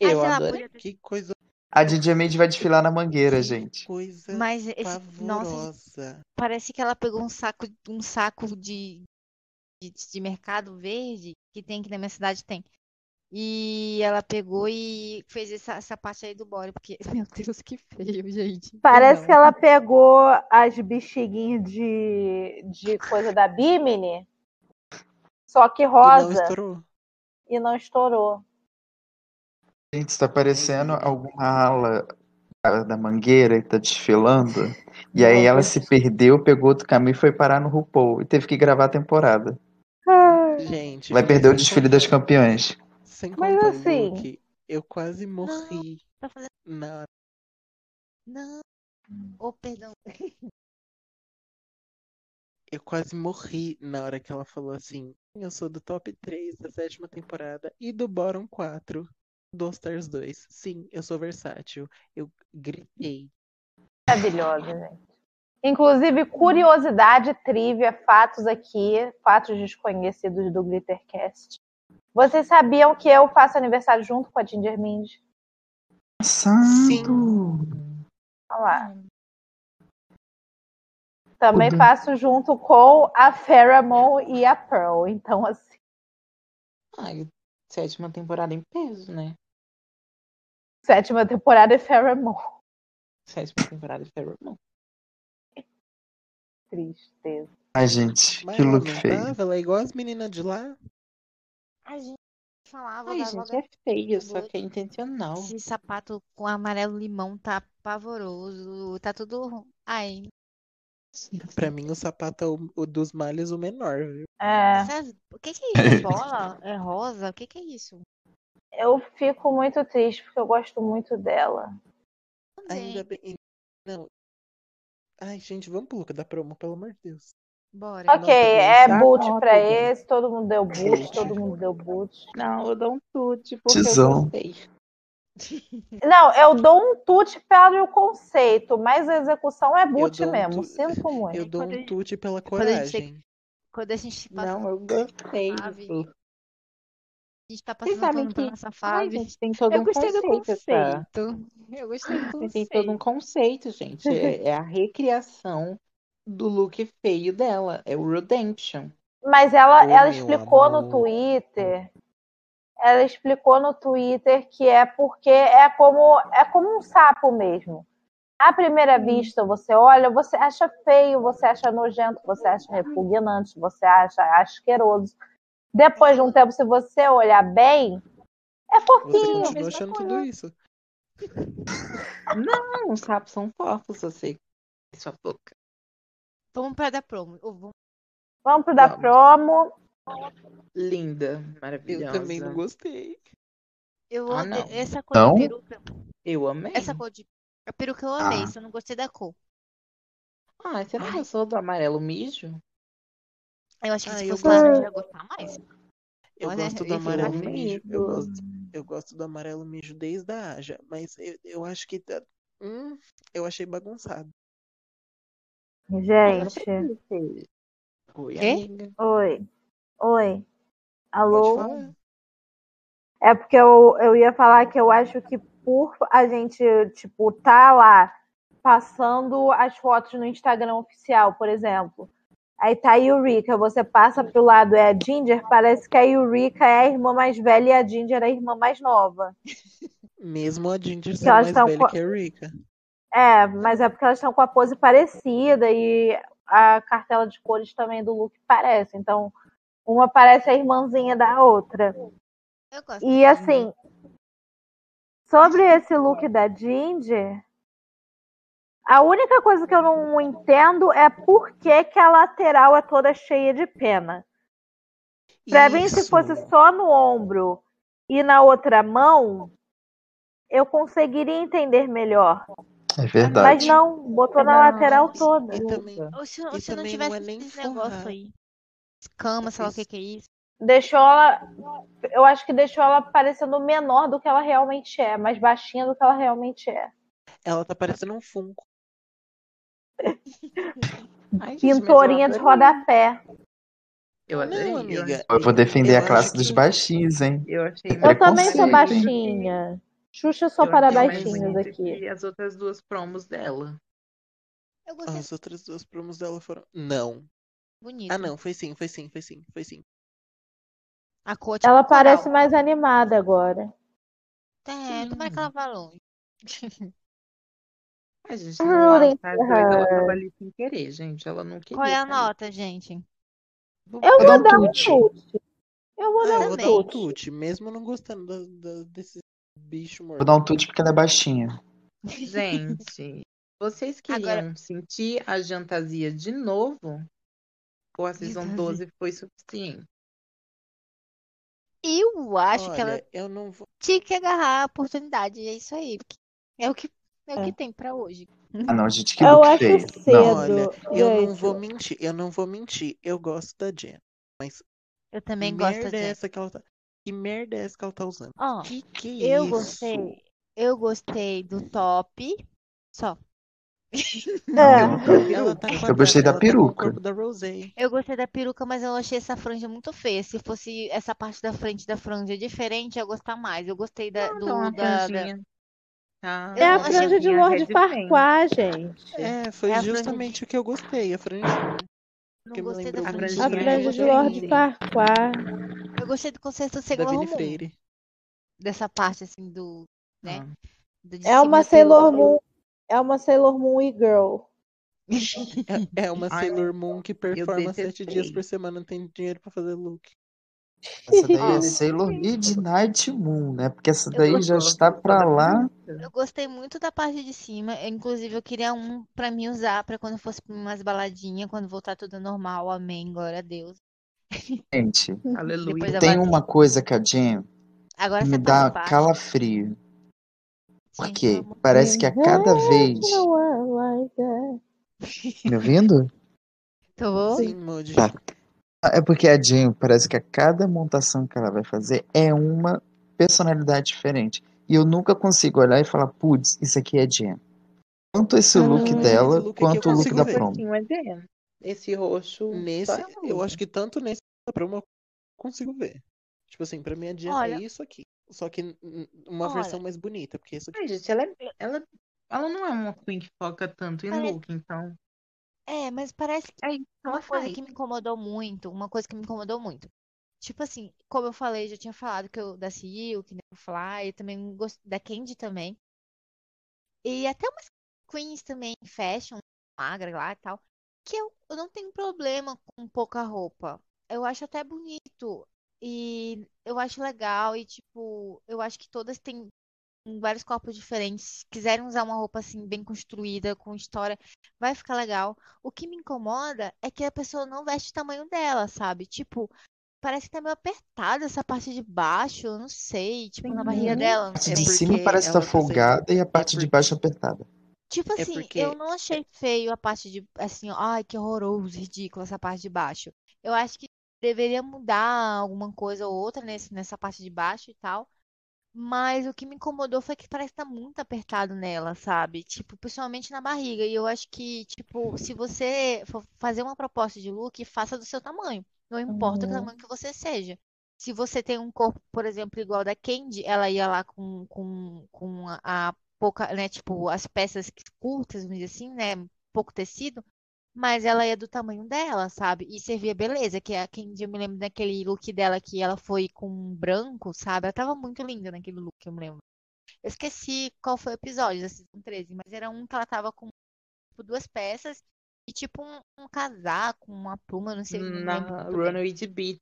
Eu
sei lá,
adorei.
podia ter-
que coisa,
A DJ Made vai desfilar na mangueira,
que
gente.
coisa
Mas esse, nossa,
pavorosa.
parece que ela pegou um saco, um saco de, de, de mercado verde que tem aqui na minha cidade tem. E ela pegou e fez essa, essa parte aí do body, porque, meu Deus, que feio, gente.
Parece
Não.
que ela pegou as bexiguinhas de, de coisa da Bimini, só que
E não
rosa,
estourou.
e não estourou.
Gente, está parecendo alguma ala da- da mangueira que tá desfilando. E aí
Meu
ela
Deus.
se perdeu, pegou outro caminho e foi parar no RuPaul. E teve que gravar a temporada. Ah.
Gente,
Vai
mas
perder o
sem
desfile
contar-
das campeãs.
Sem
Mas
contar
assim-
o look, eu quase morri
Tá fazendo-
na hora.
Não. Oh, perdão.
Eu quase morri na hora que ela falou assim: Eu sou do top 3 da sétima temporada e do bottom 4 do All Stars 2. Sim, eu sou versátil. Eu gritei.
Maravilhosa, gente. Inclusive, curiosidade, trivia, fatos aqui, fatos desconhecidos do Glittercast. Vocês sabiam que eu faço aniversário junto com a Ginger Mind?
Passado!
Olha lá. Também faço junto com a Pheromone e a Pearl. Então, assim,
Ai, sétima temporada em peso, né?
sétima temporada é Pheromone.
Sétima temporada de Pheromone.
Tristeza.
Ai, gente,
Mas
que
ela
look
não
feio.
tava, ela é igual as meninas de lá.
A gente falava
Ai,
da
gente,
Logan-
é feio, só
Boot.
que é intencional.
Esse sapato com amarelo limão tá pavoroso. Tá tudo. ru- Ai,
Pra mim, o sapato é o, o dos malhas o menor, viu?
É.
essas- o que que é isso? É bola? É rosa? O que que é isso?
Eu fico muito triste porque eu gosto muito dela.
Ainda
Também.
bem. Não. Ai, gente, vamos pro look da promo, pelo amor de Deus.
Bora.
Ok,
Nossa,
é
dá
boot
nota,
pra
gente.
esse, todo mundo deu boot,
Boot.
todo mundo deu boot.
Não, eu dou um tute porque eu
Tesão.
gostei.
Não, eu dou um tute pelo conceito, mas a execução é boot
dou um
mesmo,
tu-
sinto muito.
Eu dou
quando
um
ele-
tute pela
quando ele chega-
coragem.
Quando a gente passa,
Não, eu gostei.
Fave.
do-
a gente tá
Vocês
passando
sabem
pano
que
pra nossa
ai,
fave.
gente, tem todo
Eu
um
gostei do
conceito, essa.
conceito. Eu gostei do
Tem,
conceito.
tem todo um conceito, gente. É, é a recriação do look feio dela. É o Redemption.
Mas ela,
Ô,
ela
meu
explicou no
um amor.
Twitter, ela explicou no Twitter que é porque é como é como um sapo mesmo. À primeira
Hum.
vista, você olha, você acha feio, você acha nojento, você acha repugnante, você acha asqueroso. Depois de um tempo, se você olhar bem, é
Você
fofinho.
continua achando tudo isso.
Ah, os sapos são fofos, você. Sua boca.
Vamos pra dar promo. Ou vamos-
Vamos pro da
Vamos.
promo.
Linda,
Eu
maravilhosa.
também não gostei.
Eu
Ah,
odeio
não.
essa cor
Não?
de peruca.
Eu amei.
Essa cor de a peruca eu amei,
Ah.
só não gostei da cor.
Ah, você não
Ai.
gostou do amarelo mijo?
Eu acho que se
Ah, eu
fosse laranja
gosto.
eu ia gostar mais.
Eu
Olha,
gosto do
esse
amarelo
lacre.
mijo. Eu gosto, eu gosto do amarelo mijo desde a Aja, mas eu, eu acho que tá- hum, eu achei bagunçado.
Eu
Gente,
sei que você- Oi,
Quê?
amiga.
oi. Oi.
Pode
Alô?
falar.
É porque eu, eu ia falar que eu acho que por a gente, tipo, tá lá passando as fotos no Instagram oficial, por exemplo. Aí tá a Eureka, você passa pro lado, é a Ginger, parece que a Eureka é a irmã mais velha e a Ginger é a irmã mais nova.
Mesmo a Ginger sendo
elas
mais
tão
velha
co-
que a Rika.
É, mas é porque elas estão com a pose parecida e a cartela de cores também do look parece. Então, uma parece a irmãzinha da outra.
Eu gosto.
E assim, sobre esse look da Ginger, a única coisa que eu não entendo é por que, que a lateral é toda cheia de pena. Pra mim, se
Isso.
fosse só no ombro e na outra mão, eu conseguiria entender melhor.
É
Mas
verdade.
não, botou na
Não,
lateral
não.
toda.
E É também,
Ou se, ou
e
se não
também não é
tivesse
nem
esse negócio
forrar.
aí. Escama, sei lá o que que é isso.
Deixou ela. Eu acho que deixou ela parecendo menor do que ela realmente é, mais baixinha do que ela realmente é.
ela tá parecendo um funko.
Ai, gente, mas eu
Pintorinha de
adorei.
rodapé.
Eu adorei.
Não,
eu
amiga.
Eu vou defender
Eu
a classe
acho
dos
que-
baixinhos, hein?
Eu achei
Eu também
mais
Preconceito,
sou
hein?
baixinha. Xuxa só
eu
para
achei mais
baixinhos
bonita
aqui.
que as outras duas promos dela.
Eu gostei
As outras duas promos dela foram. Não.
bonito.
Ah, não, foi sim, foi sim, foi sim, foi sim.
A cor é tipo
Ela
coral.
parece mais animada agora.
É, tomara que ela vá longe.
A gente não ela tá
Uhum.
doida, ela tava ali sem querer, gente. Ela não queria.
Qual é a
tá ali.
nota, gente?
Vou
Eu
dar
vou
um
dar um
tute.
tute. Eu vou
Ah,
dar
eu
um
vou dar um
Também.
tute.
tute, mesmo não gostando da- da- desse bicho
Vou
morto.
dar um tute porque ela é baixinha.
Gente, vocês
Agora-
queriam sentir a jantasia de novo? Ou a Season
Jantasia.
12 foi suficiente?
Eu acho que ela
Olha, eu não vou.
tinha que agarrar a oportunidade. É isso aí. É o que, é o
É.
que tem pra hoje.
Ah, não, gente, que
Eu
look
acho
feio. Não.
cedo,
Olha,
gente.
eu não vou mentir, eu não vou mentir. Eu gosto da Jen. Mas
Eu também gosto,
merda é
gente.
essa que ela tá. Que merda é essa que ela tá usando?
Ó,
Que que é
eu
isso?
gostei. Eu gostei do top. Só.
Não, eu não
É.
quero.
Ela tá com a
Eu gostei
cara-
da
ela tá com o
peruca.
corpo da Rosé.
Eu gostei da peruca, mas eu achei essa franja muito feia. Se fosse essa parte da frente da franja diferente, eu ia gostar mais. Eu gostei da,
Ah,
do,
tá uma
da, da-
franjinha. Tá
Eu
É a
né? não achei
franja de Lorde Farquaad, gente.
É, foi
É a franja
justamente o que eu gostei, a franjinha.
Não
Que me
gostei da
lembrou muito
A
A
franjinha eu
franja de
gostei.
Lorde
Evangeline,
Farquaad.
Eu gostei do conceito do
da
Sailor
Vini
Moon.
Freire.
Dessa parte, assim, do. Né?
Ah.
do- de
É
cima
uma
da peruca.
Sailor Moon. É uma Sailor Moon e girl.
É, é uma
Ai,
Sailor Moon que performa sete dias
detestei.
por semana, não tem dinheiro pra fazer look.
Essa daí
Ah,
é Sailor Midnight Moon, né? Porque essa
Eu
daí já
gosto
está
só
pra
da
lá.
peruca.
Eu gostei muito da parte de cima. Eu, inclusive, eu queria um pra mim usar pra quando eu fosse pra umas baladinhas, quando voltar tudo normal. Amém, glória a Deus.
Gente,
Aleluia.
Depois da
tem
balinha.
uma coisa que a Jen
Agora
que me
essa parte
dá
de baixo.
calafrio.
Gente, pelo
Porque
amor de
parece que a cada
Ah,
vez.
No one like that.
Me ouvindo?
Tô.
Sim, Moody.
Tá. É porque a Jen parece que a cada montação que ela vai fazer é uma personalidade diferente. E eu nunca consigo olhar e falar, putz, isso aqui é Jen. Tanto esse
Ah,
look
não,
dela
esse look aqui eu
quanto o look
consigo
da
ver.
promo.
um
Roxinho é dele. Esse
Hum.
roxo
Tá
só
Nesse,
ela
eu
usa.
acho que tanto nesse promo eu consigo ver. Tipo assim, pra mim a Jen
Olha.
é isso aqui. Só que n- n- uma
Olha.
versão mais bonita, porque isso aqui.
Ai, gente, ela, é- ela, ela não é uma queen que foca tanto em
Parece-
look, então.
É, mas parece que
É isso que ela
uma coisa
faz.
que me incomodou muito, uma coisa que me incomodou muito. Tipo assim, como eu falei, já tinha falado que eu da Seal, que nem o Fly, eu também gosto da Candy também. E até umas queens também fashion, magra lá e tal, que eu, eu não tenho problema com pouca roupa. Eu acho até bonito. E eu acho legal, e tipo, eu acho que todas têm vários corpos diferentes. Se quiserem usar uma roupa assim, bem construída, com história, vai ficar legal. O que me incomoda é que a pessoa não veste o tamanho dela, sabe? Tipo, parece que tá meio apertada essa parte de baixo, eu não sei, tipo, na barriga
Uhum.
dela, É não
A parte
sei.
de
porque
cima parece estar
ela tá sem-
folgada e a parte de
porque-
baixo apertada.
Tipo
É
assim,
porque-
eu não achei feio a parte de, assim, ó, ai, que horroroso, ridículo essa parte de baixo. Eu acho que deveria mudar alguma coisa ou outra nesse, nessa parte de baixo e tal. Mas o que me incomodou foi que parece que tá muito apertado nela, sabe? Tipo, principalmente na barriga. E eu acho que, tipo, se você for fazer uma proposta de look, faça do seu tamanho. Não importa o
Uhum.
tamanho que você seja. Se você tem um corpo, por exemplo, igual da Candy, ela ia lá com, com, com a, a pouca, né? Tipo, as peças curtas, vamos dizer assim, né? Pouco tecido. Mas ela é do tamanho dela, sabe? E servia beleza, que a Candy, eu me lembro daquele look dela que ela foi com um branco, sabe? Ela tava muito linda naquele look, eu me lembro. Eu esqueci qual foi o episódio da Season 13, mas era um que ela tava com tipo, duas peças e tipo um, um casaco, uma pluma, não sei, não lembro
Na
muito bem.
Runaway de Beat.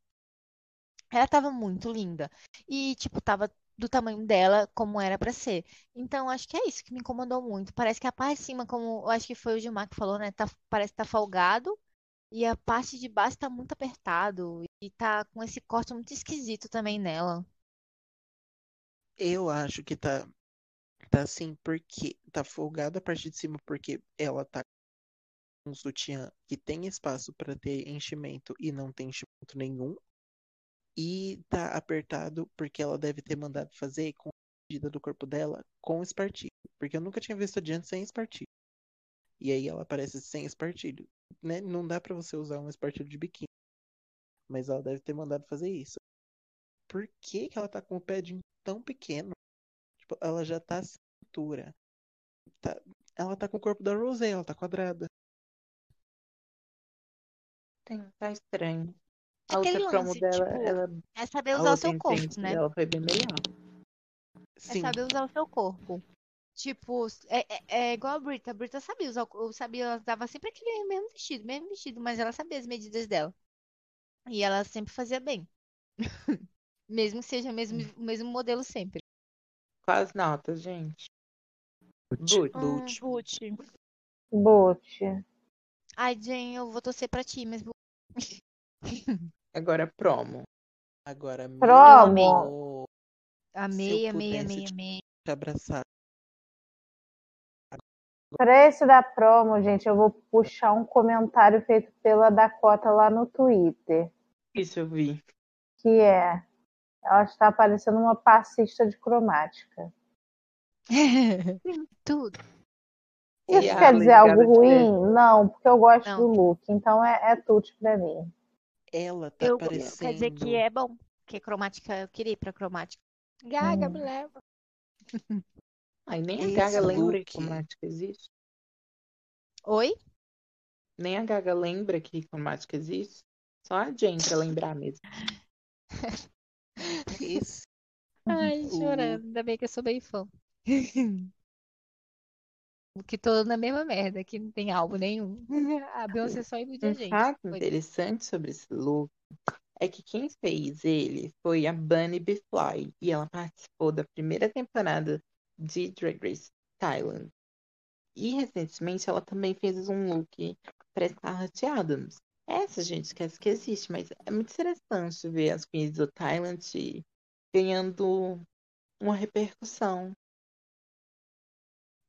Ela tava muito linda. E, tipo, tava do tamanho dela, como era pra ser. Então, acho que é isso que me incomodou muito. Parece que a parte de cima, como eu acho que foi o Gilmar que falou, né? Tá, parece que tá folgado. E a parte de baixo tá muito apertado. E tá com esse corte muito esquisito também nela.
Eu acho que tá, tá assim, porque tá folgado a parte de cima, porque ela tá com um sutiã que tem espaço pra ter enchimento e não tem enchimento nenhum. E tá apertado porque ela deve ter mandado fazer com a medida do corpo dela com espartilho. Porque eu nunca tinha visto a Jen sem espartilho. E aí ela aparece sem espartilho. Né? Não dá pra você usar um espartilho de biquíni. Mas ela deve ter mandado fazer isso. Por que que ela tá com o pé de um tão pequeno? Tipo, ela já tá sem cintura. Tá- Ela tá com o corpo da Rosé, ela tá quadrada.
Tem, tá estranho.
É
A outra
aquele
promo
lance,
dela,
tipo,
ela,
é saber
a
usar o
outra
seu corpo,
intento
né?
dela foi bem melhor.
É
Sim,
saber usar o seu corpo. Tipo, é, é, é igual a Brita. A Brita sabia usar, o co- eu sabia, ela usava sempre aquele mesmo vestido, mesmo vestido, mas ela sabia as medidas dela. E ela sempre fazia bem. Mesmo que seja o mesmo, o mesmo modelo sempre.
Quais notas, gente?
Boot.
tipo,
Boot.
um
Boot.
Boot.
Boot.
Ai, Jen, eu vou torcer pra ti, mas.
Agora promo.
Agora, meu
Promo.
amor,
Amei, amei,
pudesse tipo,
amei,
te-
amei.
te abraçar.
Preço da promo, gente, eu vou puxar um comentário feito pela Dakota lá no Twitter,
Isso eu vi.
que é ela está parecendo uma passista de cromática.
Tudo.
E
Isso
a
quer
Lady
dizer algo
Gaga de
ruim? Não, porque eu gosto
Não.
do look, então é, é tudo pra mim.
Ela tá
Eu, eu- quer dizer que
parecendo.
é bom. Porque cromática, eu queria ir pra cromática. Gaga, me
Hum.
leva.
Ai, nem a
Esse
Gaga lembra
look.
que cromática existe.
Oi?
Nem a Gaga lembra que cromática existe. Só a Jen pra lembrar mesmo.
Esse
Ai,
O-
chorando. Ainda bem que eu sou bem fã. Que tô na mesma merda, que não tem álbum nenhum. A Beyoncé só iludia a
Um
gente.
fato
Foi-
interessante sobre esse look é que quem fez ele foi a Bunny B. Fly. E ela participou da primeira temporada de Drag Race Thailand. E recentemente ela também fez um look para Scarlett Adams. Essa gente esquece que existe, mas é muito interessante ver as queens do Thailand ganhando uma repercussão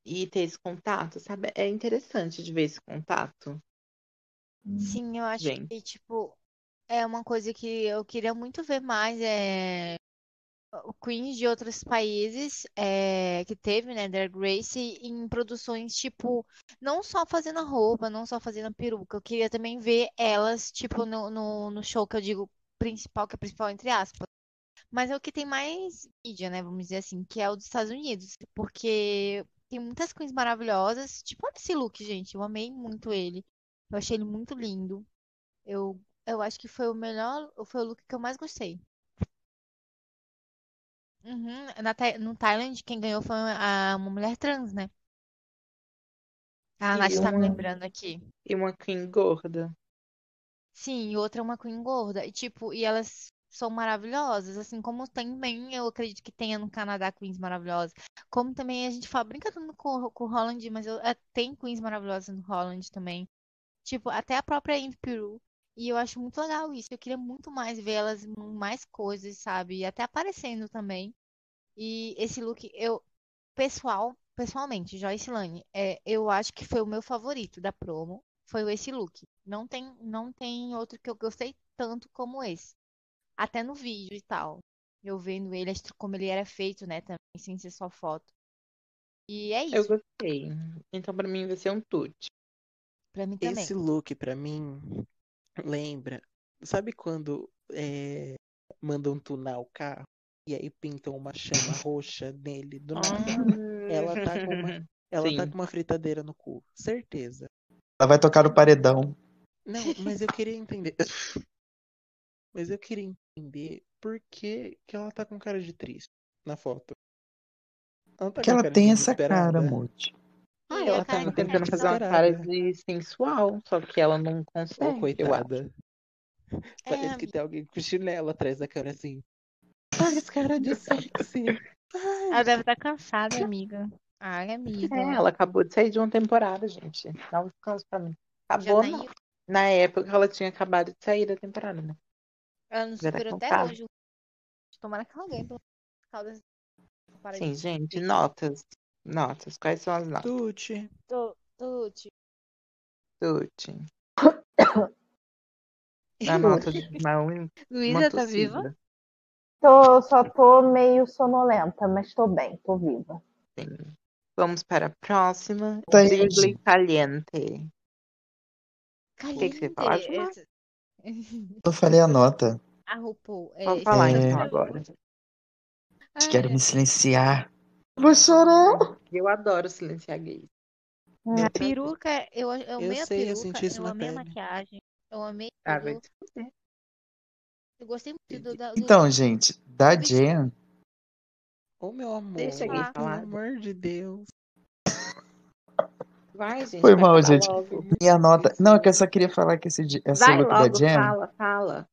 e ter esse contato, sabe? É interessante de ver esse contato,
Sim, eu acho
gente.
que, tipo, é uma coisa que eu queria muito ver mais. É... o Queens de outros países é, que teve, né, Drag Race em produções, tipo, não só fazendo a roupa, não só fazendo a peruca. Eu queria também ver elas, tipo, no, no, no show que eu digo principal, que é principal entre aspas. Mas é o que tem mais mídia, né, vamos dizer assim, que é o dos Estados Unidos. Porque tem muitas queens maravilhosas. Tipo, olha esse look, gente. Eu amei muito ele. Eu achei ele muito lindo. Eu, eu acho que foi o melhor, foi o look que eu mais gostei. Uhum. Na, Thai- no Thailand, quem ganhou foi a, uma mulher trans, né? A
E
Nath tá me
uma,
lembrando aqui.
e uma queen gorda.
Sim, e outra é uma queen gorda. E tipo, e elas são maravilhosas, assim como também eu acredito que tenha no Canadá queens maravilhosas, como também a gente fala brincando com, com o Holland, mas eu, é, tem queens maravilhosas no Holland também, tipo, até a própria Anne Peru, e eu acho muito legal isso, eu queria muito mais vê-las em mais coisas, sabe, e até aparecendo também, e esse look, eu, pessoal, pessoalmente, Joyce Lane, é, eu acho que foi o meu favorito da promo, foi esse look. Não tem, não tem outro que eu gostei tanto como esse. Até no vídeo e tal. Eu vendo ele, como ele era feito, né, também, sem ser só foto. E é
Eu
isso,
gostei. Então, pra mim, vai ser um tute.
pra mim também.
Esse look, pra mim, lembra. Sabe quando é, mandam tunar o carro e aí pintam uma chama roxa nele do nada?
Ah.
Ela tá com uma, ela tá
Sim.
com uma fritadeira no cu, certeza.
Ela vai tocar no paredão.
Não, mas eu queria entender. Mas eu queria entender por que que ela tá com cara de triste na foto. Ela não tá
Porque
com
ela
cara
tem
de
essa cara,
desesperada.
Mote.
Ah,
E
ela
a cara
tava
de cara
tentando
de
fazer uma
desesperada.
cara de sensual, só que ela não
Ô,
consegue, eu acho.
coitada. Parece que
É, amiga.
tem alguém com chinelo atrás da câmera assim. Faz cara de sexy.
Ela deve estar cansada, amiga. Ai, amiga.
É, ela acabou de sair de uma temporada, gente. Dá um descanso pra mim.
Já
Acabou,
nem-
não. Na época, ela tinha acabado de sair da temporada, né?
Ela não
Já tá
superou até
cansada.
hoje. Tomara que ela ganhe pelo causa dessa para
Sim,
de
gente, notas. Notas. Quais são as notas?
Tucci.
tu- Tuti.
Tute. Dá nota de uma, um- uma
Luísa tá viva?
tossida.
Tô, só tô meio sonolenta, mas tô bem, tô viva.
Sim. Vamos para a próxima.
Tá aí,
Drigley
gente.
Caliente.
Caliente.
que que você ia falar, Gilmar?
essa-
Eu falei a nota.
A RuPaul. É,
Vamos
esse Ah,
falar
é
É.
então
maravilhoso.
agora. Ah,
Eles querem
é.
Ai,
me silenciar. Vou chorar.
Eu adoro silenciar gays.
É, A
Meu Deus.
peruca, eu, eu amei a
sei, eu
peruca,
senti isso
eu
na
amei a
pele.
maquiagem, eu amei
Ah,
tudo.
vai se fuder.
Eu gostei muito do, da- do,
Então, gente, da
do vestido.
Jen,
Ô, meu amor.
Deixa alguém
Pelo
falar.
amor de Deus.
Vai, gente.
foi
vai
mal,
falar
gente.
Logo.
Minha tá nota. Não, é que eu só queria falar que esse, di- esse
Vai
look da
logo,
Jen,
fala, fala.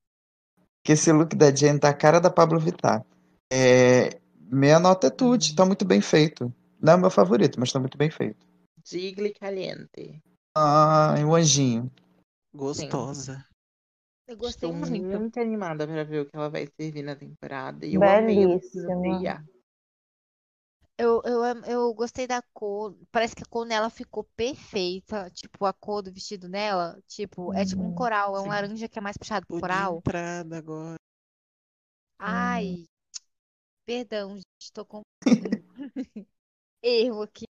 que esse look da Jen tá a cara da Pablo Vittar. É, minha nota é Tutti, tá muito bem feito. Não é o meu favorito, mas tá muito bem feito.
Digle Caliente.
Ah, e o anjinho.
Gostosa.
Eu gostei
Estou
muito.
muito animada para ver o que ela vai servir na temporada. E eu
Belíssima.
amei eu amei.
Eu, eu, am- eu gostei da cor. Parece que a cor nela ficou perfeita. Tipo, a cor do vestido dela. Tipo, é tipo um
Uhum,
coral. É um
sim.
laranja que é mais puxado pro
Podia
coral.
entrada agora.
Ai, perdão, gente. Tô com um erro aqui.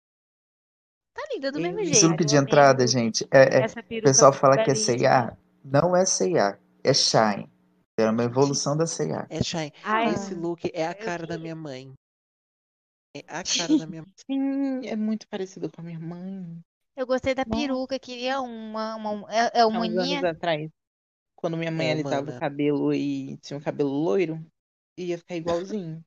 Tá linda do mesmo
Erro.
Esse
jeito.
look
Eu
de
amei
entrada,
tudo.
gente, é, é-
Essa
o
peruca
pessoal
ficou
fala que é
belíssima.
C&A. Não é C&A, é Shine. É uma evolução da C&A.
É Shine.
Ai,
Esse look é a
eu
cara da
queria.
minha mãe. É a cara da minha mãe.
Sim, é muito parecido com a minha mãe.
Eu gostei da
Nossa. Tá
peruca. Queria uma. uma é, é
Há
uma
uns anos
aninha?
atrás, quando minha mãe
É,
alisava o
humana.
cabelo e tinha um cabelo loiro, ia ficar igualzinho.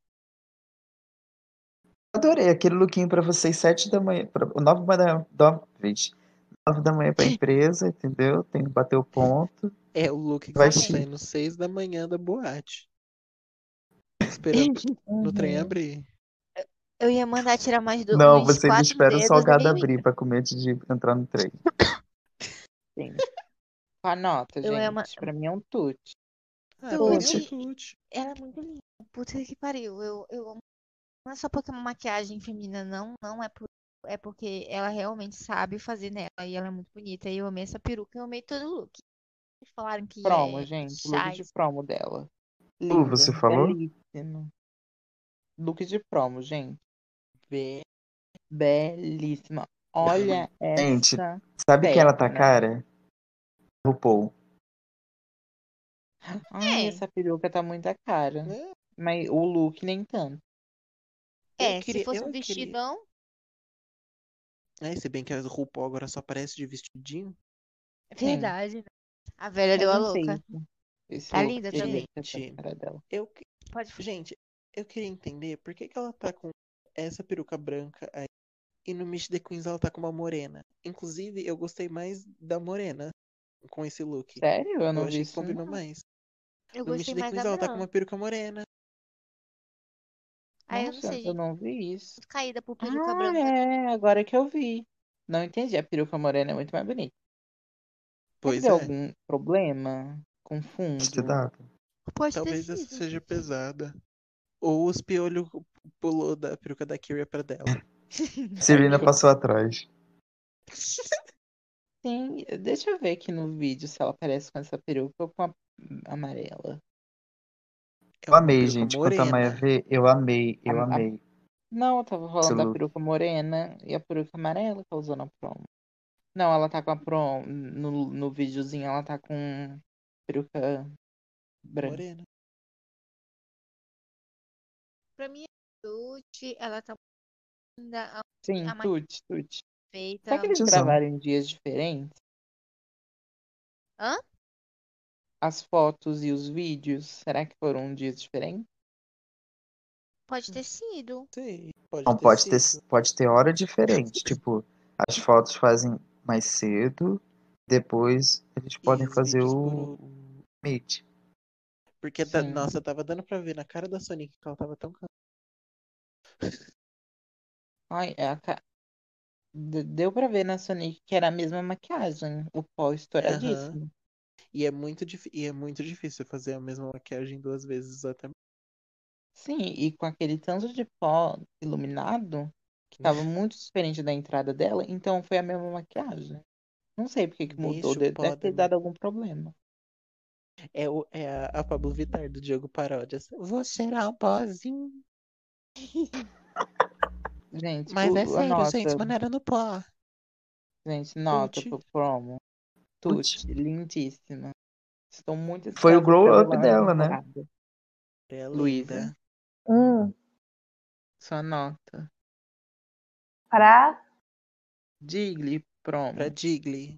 Adorei aquele lookinho pra vocês, sete da manhã, pra, nove da manhã, nove, gente, nove da manhã pra empresa, entendeu? Tem que bater o ponto.
É o look que
Vai
você
chique.
sai no 6 da manhã da boate. Esperando no trem abrir.
Eu ia mandar tirar mais do,
Não,
uns
vocês
quatro
esperam o
dedos um e
salgado
eu ia.
abrir pra comer antes de entrar no trem.
Sim. Com a nota,
Eu ia ma-
gente. Pra mim é um tute.
Ah,
Tudo.
pra mim é um tute.
Ela é muito linda. Puta que pariu. Eu, eu amo. Não é só porque é uma maquiagem feminina, não. Não é por... é porque ela realmente sabe fazer nela. E ela é muito bonita. E eu amei essa peruca. Eu amei todo o look. Eles Falaram que
Promo,
é
gente. Look de
chás.
promo dela.
Lu,
Lindo.
você falou?
Belíssimo. Look de promo, gente.
Vê.
Belíssima. Olha
Gente,
essa
Sabe quem ela tá
perna.
cara?
Uhum.
RuPaul.
Ai,
É.
essa peruca tá muito a cara.
Hum.
né?
Mas o look nem tanto.
Eu
É, se
queria,
fosse um
eu queria.
vestidão.
É, se bem que a RuPaul agora só aparece de vestidinho.
Sim,
Verdade, né? A velha
mas
deu a
não sei.
louca.
isso. Esse
Tá
look
linda também.
perfeito essa
Gente,
cara dela.
eu, que-
Pode falar.
gente, eu queria entender por que que ela tá com essa peruca branca aí. E no Meet the Queens ela tá com uma morena. Inclusive, eu gostei mais da morena com esse look.
Sério? É, Eu
Eu
não vi
achei que
isso.
combinou
Não.
mais.
Eu
No
gostei
Meet the
mais
Queens,
da
ela tá com
Bran.
uma peruca morena.
Aí Ah, eu não
Nossa,
sei,
eu
gente.
não vi isso.
Muito caída por peruca
né? Ah,
branca.
é, agora que eu vi. Não entendi, a peruca morena é muito mais bonita.
Pois
Teve
é, tá
algum problema com fundo?
CW.
Pode ter
talvez essa
sido.
seja pesada. Ou os piolhos pulou da peruca da Kyria pra dela.
Serena
Amigo.
passou atrás.
Sim, eh, deixa eu ver aqui no vídeo se ela aparece com essa peruca ou com a hum, amarela.
É
Eu
uma
amei,
peruca
gente. Quanto a Maia
morena.
vê, eu amei, eu
A- a-
amei.
Não, eu tava falando
Esse
da
look.
peruca morena e a peruca amarela que ela usou na prom. Não, ela tá com a prom. No, no videozinho ela tá com peruca branca.
Morena.
Pra mim, a Dude, ela tá muito linda,
Sim,
a mais
tute, tute.
feita.
Será que eles
Tiozão.
gravaram em dias diferentes?
Hã?
As fotos e os vídeos, será que foram em dias diferentes?
Pode ter sido.
Sim, pode
Não,
ter
pode ter,
sido.
pode ter hora diferente. Tipo, as fotos fazem mais cedo, depois eles podem
os
fazer
vídeos por
o o meet.
Porque, tá-
Sim.
nossa, tava dando pra ver na cara da Sonic que ela tava tão cansada.
Ai, é a ca- de- Deu pra ver na Sonic que era a mesma maquiagem, o pó estouradíssimo.
E é muito, dif- e é muito difícil fazer a mesma maquiagem duas vezes até.
Sim, e com aquele tanto de pó iluminado, que tava muito diferente da entrada dela, então foi a mesma maquiagem. Não sei por que que mudou,
Deixa o
de-
pó
deve
da
ter dado algum problema.
É, o, é a, a Pablo Vittar do Diogo Paródias. Vou cheirar um pozinho.
Gente,
Mas é
o- a
sério, gente,
nota,
maneira no pó.
gente, nota
Tute.
pro promo.
Tute.
Tuti, lindíssima. Estou muito
Foi o
ansiosa
grow
pela
up
nova
dela, né?
temporada.
É
Luísa,
linda.
Hum,
sua nota.
pra
Digli,
Pra
promo.
Digli.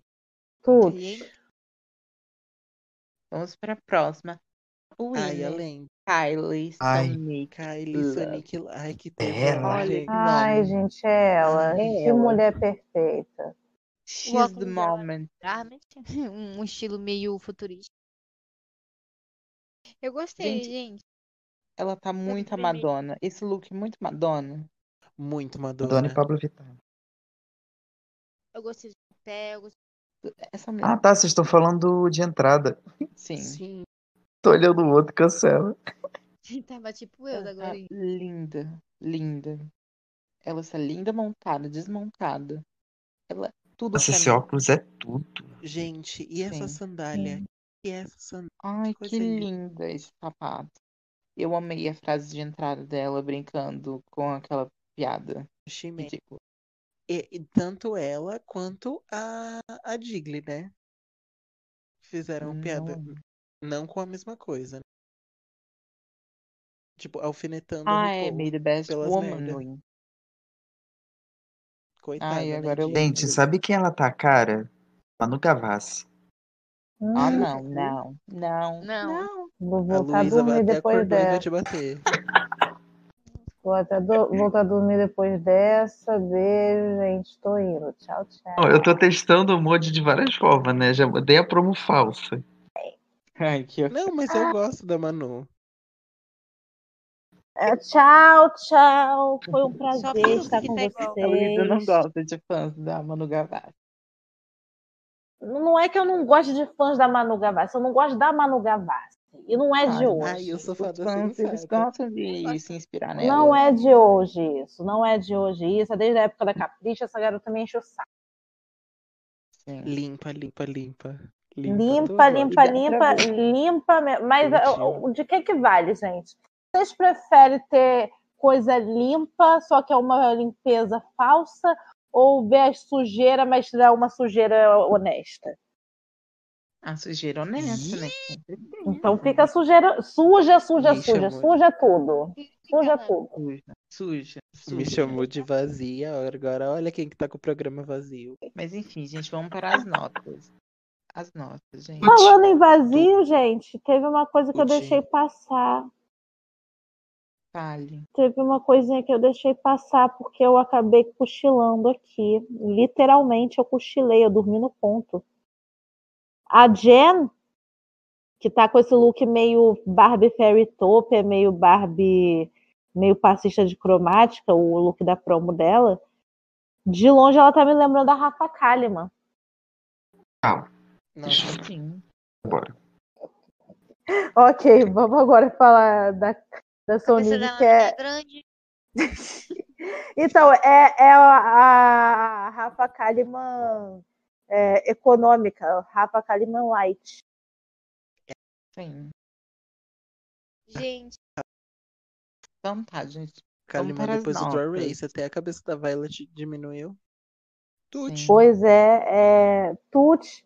tudo.
E, hein?
Vamos para a próxima.
Ai,
Winner,
além.
Kylie,
Ai.
Sonic.
Kylie,
Love.
Sonic. Ai,
É,
que terror,
Ela.
Olha que
gente.
Ai,
nome.
gente, é ela.
É
Que
ela.
mulher perfeita.
O
She's the
óculos dela
moment.
Garment, Tá, um estilo meio futurista. Eu gostei,
Gente,
gente.
ela tá
Desse
muito a
primeiro.
Madonna. Esse look é muito Madonna.
Muito
Madonna é e
Madonna.
Pablo Vittar.
Eu gostei do papel, eu gostei
Essa mulher,
Ah, tá. Vocês estão falando de entrada.
sim.
Sim.
Tô olhando o outro, cancela.
de tava tipo eu da
Ela tá
Glorinha.
linda, linda. Ela está linda montada, desmontada. Ela, tudo
Nossa,
pra
esse
mim.
óculos é tudo.
Gente, e essa
Sim.
sandália?
Sim.
E essa sandália? Que
Ai, que
coisa linda.
linda esse sapato. Eu amei a frase de entrada dela brincando com aquela piada Tipo,
Chimé.
ridícula.
E, e tanto ela quanto a, a Digli, né? Fizeram É piada.
Não.
Não com a mesma coisa, né? Tipo, alfinetando o
Ah, é,
RuPaul
May the Best
pelas
Woman
merda.
win. Ai,
Coitada, né,
agora eu
Digli?
Gente, sabe quem ela tá, cara? Manu Gavassi.
Ah,
Hum,
não, não,
Não.
não, não.
vou
A
voltar a
Luísa vai
dormir
até
tá depois
acordar e vai
dessa.
te bater.
Vou até do- voltar a dormir depois dessa. Beijo, gente. Tô indo. Tchau, tchau.
Ó, Eu tô testando o mod de várias formas, né? Já mandei a promo falsa.
Ai, que
Não, mas eu gosto da Manu.
É, tchau, tchau. Foi um
Só
prazer
peruca
estar
que
com
tá igual.
A Luísa não
vocês.
gosta de fãs da Manu Gavassi.
Não é que eu não gosto de fãs da Manu Gavassi. Eu não gosto da Manu Gavassi. E não é de
Ai,
Ai,
hoje.
eu sou fã
os
da
fãs, eles
Sensata.
gostam de se inspirar
Não
nela.
é de hoje isso. Não é de hoje isso. É desde a época da Capricha, essa garota me enche o saco.
Sim.
Limpa, limpa, limpa. Limpa, tô
Limpa,
amando.
limpa,
Dá pra
limpa,
ver.
limpa. mesmo. Mas
Bonitinho.
ó, ó, de que que vale, gente? Vocês preferem ter coisa limpa, só que é uma limpeza falsa, ou ver a sujeira, mas é uma sujeira honesta?
A Ah, sujeira honesta, né? Com
Uhum.
Então
certeza.
fica sujeira, suja, suja,
Me
suja,
chamou,
suja tudo.
Fica
Suja
lá.
tudo.
Suja, suja,
me
suja.
chamou de vazia. Agora olha quem que tá com o programa vazio.
Mas enfim, gente, vamos para as notas. As notas, gente.
Tuti,
Falando em
Uhum.
vazio, gente, teve uma coisa que eu
tuti.
deixei passar.
Fale.
Teve uma coisinha que eu deixei passar porque eu acabei cochilando aqui. Literalmente, eu cochilei, eu dormi no ponto. A Jen que tá com esse look meio Barbie Fairy Topia, meio Barbie, meio passista de cromática, o look da promo dela. De longe ela tá me lembrando da Rafa Kalimann.
Nossa, sim.
Bora.
Ok, vamos agora falar da, da Sony,
Cabeça dela
que é
tá grande.
Então, é, é a, a Rafa Kalimann é, econômica, Rafa Kalimann light.
Sim.
Gente,
Então tá, gente.
Kalima,
para as
depois do Draw
notas.
Race, até a cabeça da Violet diminuiu. Tudo.
Sim.
Pois é, é tut.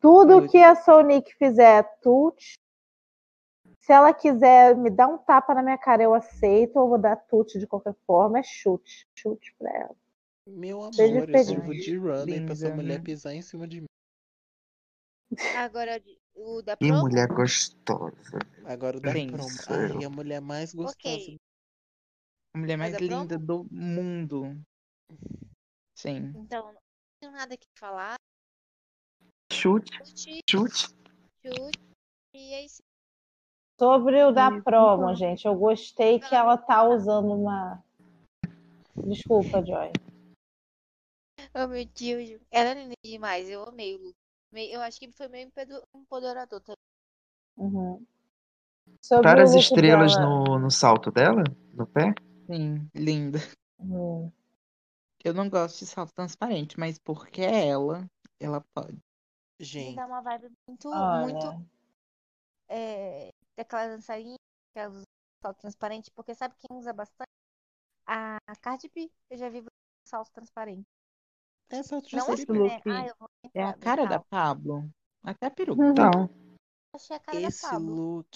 Tudo
Tut.
que a Sonic fizer, tut. Se ela quiser me dar um tapa na minha cara, eu aceito. Eu vou dar tut de qualquer forma. É chute. Chute pra ela.
Meu amor,
Seja
eu
feliz.
sirvo de runner pra essa
Linda,
mulher
né?
pisar em cima de mim.
agora o da
Que
promo.
mulher gostosa.
Agora o da
Sim.
promo. Ai, a mulher mais gostosa.
Ok.
A mulher
Mas
mais
é bom?
linda
um
do mundo. Sim.
Então, não tenho nada que falar.
Chute,
Chute,
chute.
chute. E é isso.
Sobre o da
Uhum.
Isso,
promo,
então.
gente, eu gostei que ela tá usando uma. Desculpa, Joy.
Oh, meu Deus. Ela é linda demais. Eu amei o look. Amei- Eu acho que foi meio um empedo- empoderador também.
Uhum. Sobre
Para
o
as
look
estrelas
dela-
no, no salto dela? No pé?
Sim, linda.
Uhum.
Eu não gosto de salto transparente, mas porque é ela, ela pode.
Me
Gente,
dá uma vibe muito, muito
Olha,
é, daquela dançarina que ela usa salto transparente, porque sabe quem usa bastante? A Cardi B. Eu já vi usando salto transparente.
essa outra
Não
Esse
assim,
seria
look
né? Ah, eu vou
é a
tentar,
cara da
legal.
Pablo. Até a peruca.
Hum,
Não.
Achei a cara da
Esse
Pablo.
look,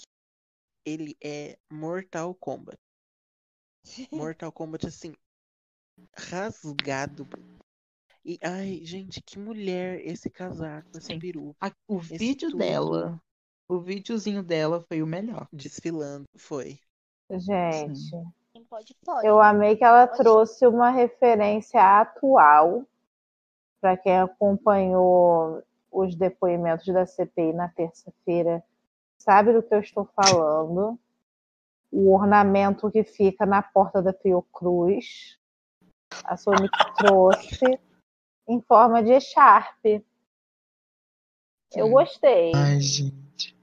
ele é Mortal Kombat. Mortal Kombat, assim, rasgado. E, ai, gente, que mulher esse casaco, essa
Sim.
peruca,
A- o
Esse
vídeo
tudo.
dela, o videozinho dela foi o melhor.
desfilando. Foi.
É. gente.
Quem pode, pode. Ah,
Eu amei que ela trouxe uma referência atual para quem acompanhou os depoimentos da CPI na terça-feira. Sabe do que eu estou falando? O ornamento que fica na porta da Fiocruz, a Sonic trouxe em forma de echarpe. Eu
Sim.
gostei.
Ai, gente.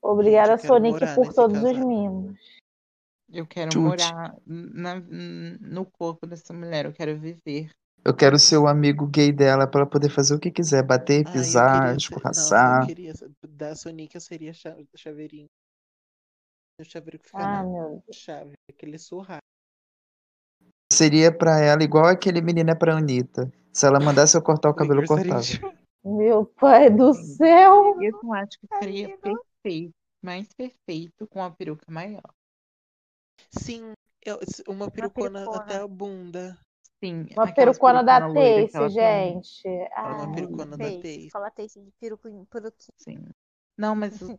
Obrigada,
Gente, eu quero
Sonic,
morar
por
nesse
todos os
casaco.
mimos.
Eu quero
Chute.
morar na- no corpo dessa mulher, eu quero viver.
Eu quero ser o amigo gay dela pra ela poder fazer o que quiser. Bater,
Ai, eu
pisar,
queria ser. Nossa, eu
escorraçar.
queria ser. Da Sonic eu seria cha- chaveirinho. O chaveiro que fica
Ah,
na
meu Deus.
chave, aquele surra.
Seria pra ela igual aquele menino é pra Anitta. Se ela mandasse eu cortar o cabelo, eu cortava.
Meu pai do céu!
Eu não acho que seria
Lindo.
perfeito, mais perfeito com a peruca maior.
Sim, eu- s- uma perucona
perucona.
até a bunda.
Sim,
Uma
aquelas
perucona da
perucona loira que
Tace,
ela tem.
gente. Ah,
Uma
Ai,
perucona da
Taste,
Taste.
escola taste de peruquinho, peruquinho.
Sim. Não, mas
Uhum.
o-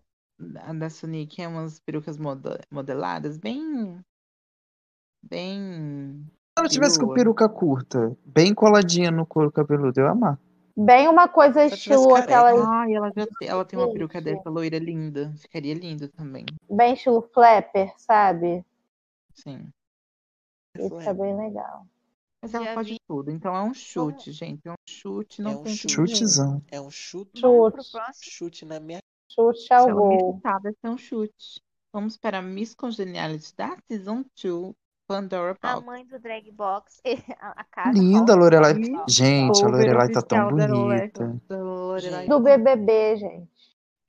a da Sonic é umas perucas mode- modeladas, bem. Bem.
Se ela tivesse com
perua.
peruca curta, bem coladinha no couro cabeludo, eu ia amar.
Bem uma coisa
Só tivesse
estilo
careca.
aquela,
Ai, Ah, ela já te- ela tem uma peruca
Gente.
dessa loira linda. Ficaria linda também.
bem estilo flapper, sabe?
Sim.
Isso é bem legal.
Mas ela
Já
pode
vi.
tudo. Então é um chute,
Vamos-
gente. É um chute,
É
não
um
tem o que
chute.
dizer.
Chutezão.
É um chute,
Vamos pro
Chute.
próximo. é
chute na minha.
Chute ao
Se ela é me
gol.
chutar, vai ser um chute. Vamos para a Miss Congeniality da Season 2, Pandora
A
Box.
mãe do drag box, a, a casa
Linda a Lorelai.
E
Gente, a
cover
Lorelai tá tão
oficial da é Lore-
bonita.
da Lorelai.
Gente.
Do BBB, gente.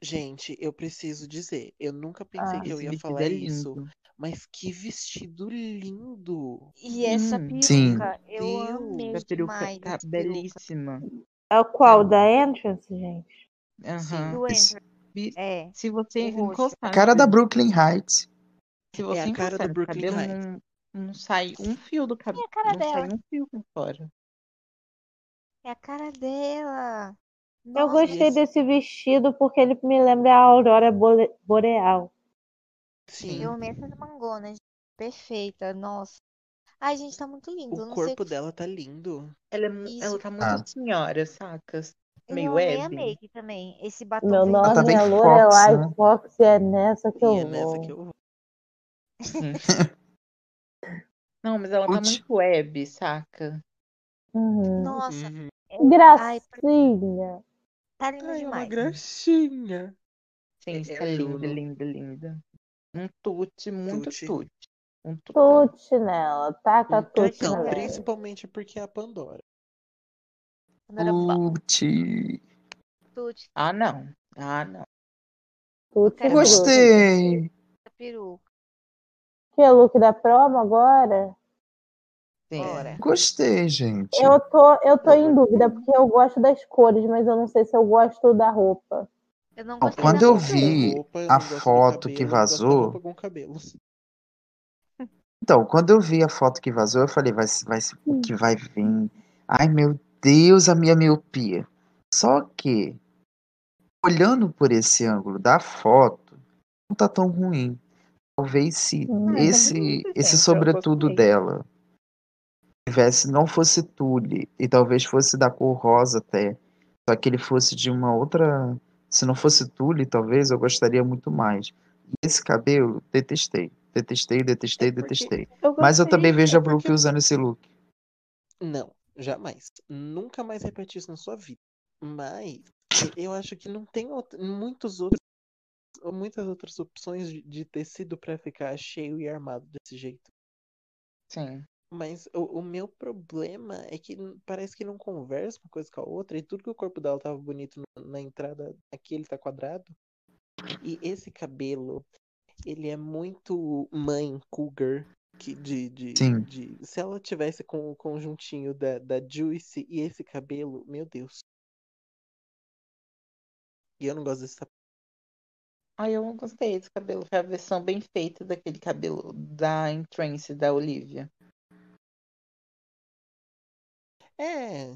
Gente, eu preciso dizer, eu nunca pensei
Ah.
que eu
Esse
ia
vestido
falar
é
isso,
lindo.
mas que vestido lindo!
E essa
Hum, Sim.
Sim.
peruca, eu amei
Essa
Deus,
peruca
demais
tá
essa peruca.
belíssima.
É o qual? Da Entrance, gente?
Aham.
Do
Isso.
Andrew,
Vi-
é.
Se você
O roxo.
encostar
Cara
nesse
da Brooklyn Heights.
Se
É
você
a cara do
encostar no
Brooklyn
cabelo,
Heights.
não, não sai um fio do
É
cabelo.
a cara
Não sai
dela.
um fio pra fora.
É a cara dela.
Eu
Nossa,
E
gostei
esse-
desse vestido porque ele me lembra a Aurora Bore- Boreal.
Sim,
eu amei essas mangonas. gente. Perfeita, nossa. Ai, gente, tá muito lindo.
o
Eu não sei o
corpo
que
dela tá lindo.
Ela, é mu-
isso.
ela tá muito
Ah.
senhora, sacas?
E eu
Meio
amei a
web.
make também. Esse
Meu
batom
tá
nome
bem
é
Fox,
Lorelai
né?
Fox e é nessa
Tá
que eu
E é nessa
vou.
que eu vou.
Não, mas ela tá
Putz.
muito web, saca?
Uhum.
Nossa, é,
Uhum.
ai,
Gracinha.
tá lindo
Ai, é uma
demais.
graxinha.
Sim,
É,
está
eu
linda,
juro.
linda, linda. Um tute, muito
Tute.
tute. Um tutão.
Tute nela.
Tá
Taca
Então,
tute
Não,
Tadinha.
nela.
principalmente porque é a Pandora.
Pandora
Hum.
Box,
Putz.
tute,
Ah, não. Ah, não.
Tute
Eu
Groove.
Gostei.
peruca.
Que é o look da promo agora?
Sim.
Bora.
Gostei, gente.
Eu tô,
Tá
eu tô em dúvida, porque eu gosto das cores, mas eu não sei se eu gosto da roupa.
Eu não
Não,
gostei
quando
da
eu
roupa.
vi
Da roupa, eu
a
não gosto do
foto que
cabelo, eu não gosto da
vazou-
roupa com cabelo.
Então, quando eu vi a foto que vazou, eu falei, vai, se- vai, se- o que vai vir? Ai, meu Deus, a minha miopia. Só que, olhando por esse ângulo da foto, não tá tão ruim. Talvez se
Hum.
é
Ah, tá
esse,
bonito,
esse
gente, eu
sobretudo
gostei.
dela tivesse, não fosse tule, e talvez fosse da cor rosa até, só que ele fosse de uma outra. Se não fosse tule, talvez eu gostaria muito mais. E esse cabelo, detestei. Detestei, detestei,
É porque- é
detestei.
Eu
Mas eu também
gostei. é
vejo a
porque-
Brooke usando esse look.
Não, jamais. Nunca mais repete isso na sua vida. Mas eu acho que não tem out- muitos outros, ou muitas outras opções de, de tecido pra ficar cheio e armado desse jeito.
Sim.
Mas o, o meu problema é que n- parece que não conversa uma coisa com a outra e tudo que o corpo dela tava bonito no- na entrada, aqui ele tá quadrado. E esse cabelo, ele é muito mãe cougar. Que de, de,
Sim.
de- se ela tivesse com o conjuntinho da, da Juicy e esse cabelo, meu Deus. E eu não gosto desse cabelo.
Ai, eu gostei desse cabelo. Foi a versão bem feita daquele cabelo da Entrance da Olivia.
É,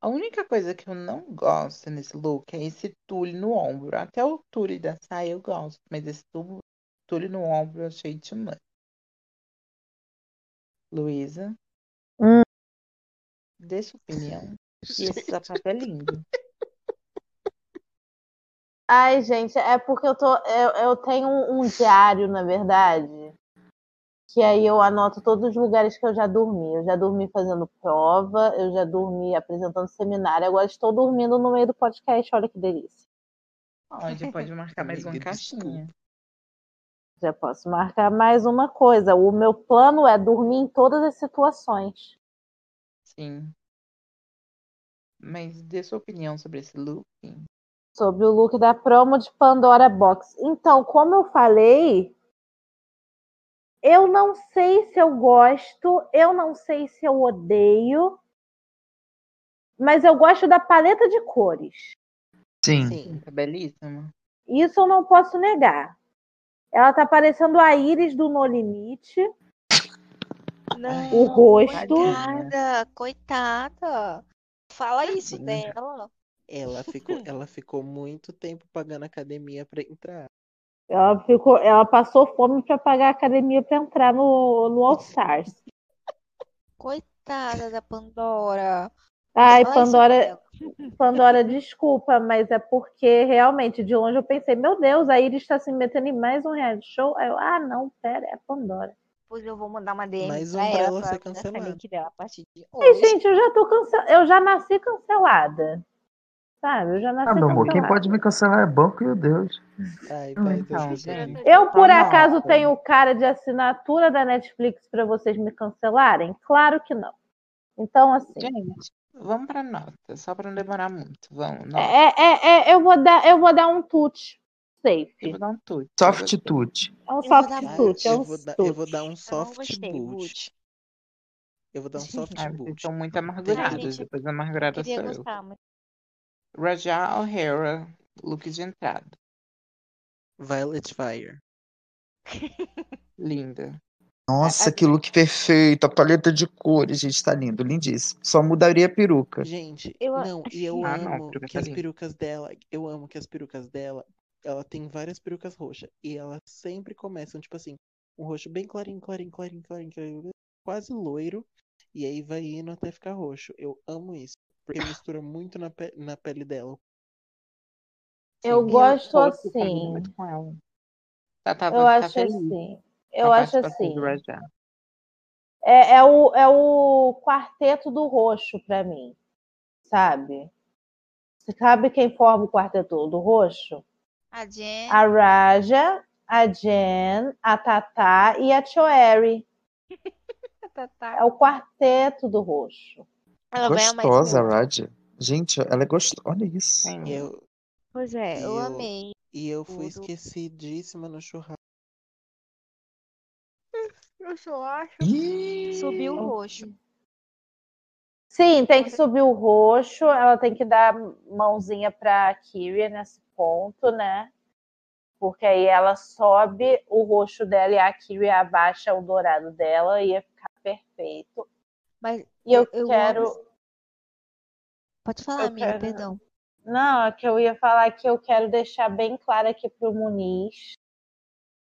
A única coisa que eu não gosto nesse look é esse tule no ombro. Até o tule da saia eu gosto, mas esse tu- tule no ombro eu achei demais. Luísa,
Hum.
dê sua opinião. E esse sapato é lindo.
Ai, gente, é porque eu tô. Eu, eu tenho um, um diário, na verdade. Que aí eu anoto todos os lugares que eu já dormi. Eu já dormi fazendo prova, eu já dormi apresentando seminário, agora estou dormindo no meio do podcast, olha que delícia.
Pode, pode marcar mais uma
Amiga,
caixinha.
Já posso marcar mais uma coisa. O meu plano é dormir em todas as situações.
Sim. Mas dê sua opinião sobre esse look.
Sobre o look da promo de Pandora Box. Então, como eu falei, eu não sei se eu gosto, eu não sei se eu odeio, mas eu gosto da paleta de cores.
Sim.
sim.
Tá belíssima.
Isso eu não posso negar. Ela tá parecendo a Iris do No Limite.
Não,
O rosto.
coitada, coitada. Fala isso
Tadinha.
dela.
Ela ficou, ela ficou muito tempo pagando academia pra entrar.
Ela, ficou, ela passou fome pra pagar a academia pra entrar no, no All Stars.
Coitada da Pandora. Fala
Ai,
isso
Pandora,
dela.
Pandora, desculpa, mas é porque realmente de longe eu pensei, meu Deus, a Iris está se metendo em mais um reality show. Aí eu, ah, não, pera, é Pandora.
Depois eu vou mandar uma DM
Mais
pra
um pra
ela,
ela
pra ela tirar
ser
é essa
cancelada.
link dela a partir de
Ai,
hoje.
gente, eu já tô cancel... eu já nasci cancelada. Sabe? Eu já nasci
Ah, meu amor, quem
cancelada.
pode me cancelar é banco, meu Deus.
Ai,
Hum,
vai,
então,
Deus,
gente.
Deus.
Eu, por
Só
acaso,
nota.
tenho cara de assinatura da Netflix pra vocês me cancelarem? Claro que não. Então, assim,
Gente, vamos pra nota. Só pra não demorar muito. Vamos,
é,
nota.
é- é- eu, vou dar, eu vou dar um tute
Eu
safe.
vou dar um tute. eu
Soft
gostei.
tute.
É um
Eu vou dar
soft
Ah,
tute, é
eu
um
vou dar, eu
tute.
vou dar um
Eu não
soft
gostei,
boot.
Boot.
Eu vou dar um soft
Ah, vocês
boot.
estão muito
Ai,
amargurados.
gente,
Depois da amargurada
Queria
sou eu.
gostar, mas
Raja O'Hara, look de entrada.
Violet Fire.
Linda.
Nossa, que look perfeito. A paleta de cores, gente, tá lindo, lindíssimo. Só mudaria a peruca.
Gente,
Eu a-
não, e eu
Ah, não, a
amo
peruca
que
tá
as
linda.
perucas dela, eu amo que as perucas dela, ela tem várias perucas roxas, e elas sempre começam, tipo assim, um roxo bem clarinho, clarinho, clarinho, clarinho, clarinho, quase loiro, E aí vai indo até ficar roxo. Eu amo isso. Porque mistura muito na, pe- na pele dela.
Eu
Sim.
gosto
gosto, eu
assim.
caminho muito com ela. Tá, tá,
Eu
tá
acho
feliz
assim.
com a
Eu acho
participação
assim.
do Rajá.
É, é o, é o quarteto do roxo pra mim, sabe? Você sabe quem forma o quarteto do roxo?
A Jen.
A Raja, a Jen, a Tatá e a Choeri.
tá, tá.
É o quarteto do roxo.
Ela vai amar isso
Gostosa, a
muito.
Raja. Gente, ela é gostosa. Olha isso.
E
Sim.
eu,
Pois é, eu
Eu-
amei.
e eu fui
Tudo.
esquecidíssima no churrasco.
Eu só acho.
Ih,
Subiu o roxo.
Sim, tem que subir o roxo, ela tem que dar mãozinha pra Kyria nesse ponto, né? Porque aí ela sobe o roxo dela e a Kyria abaixa o dourado dela e ia ficar perfeito.
Mas
E eu,
Eu- eu
quero.
amo- pode falar,
Eu
amiga,
quero-
perdão.
Não, é que eu ia falar que eu quero deixar bem claro aqui pro Muniz,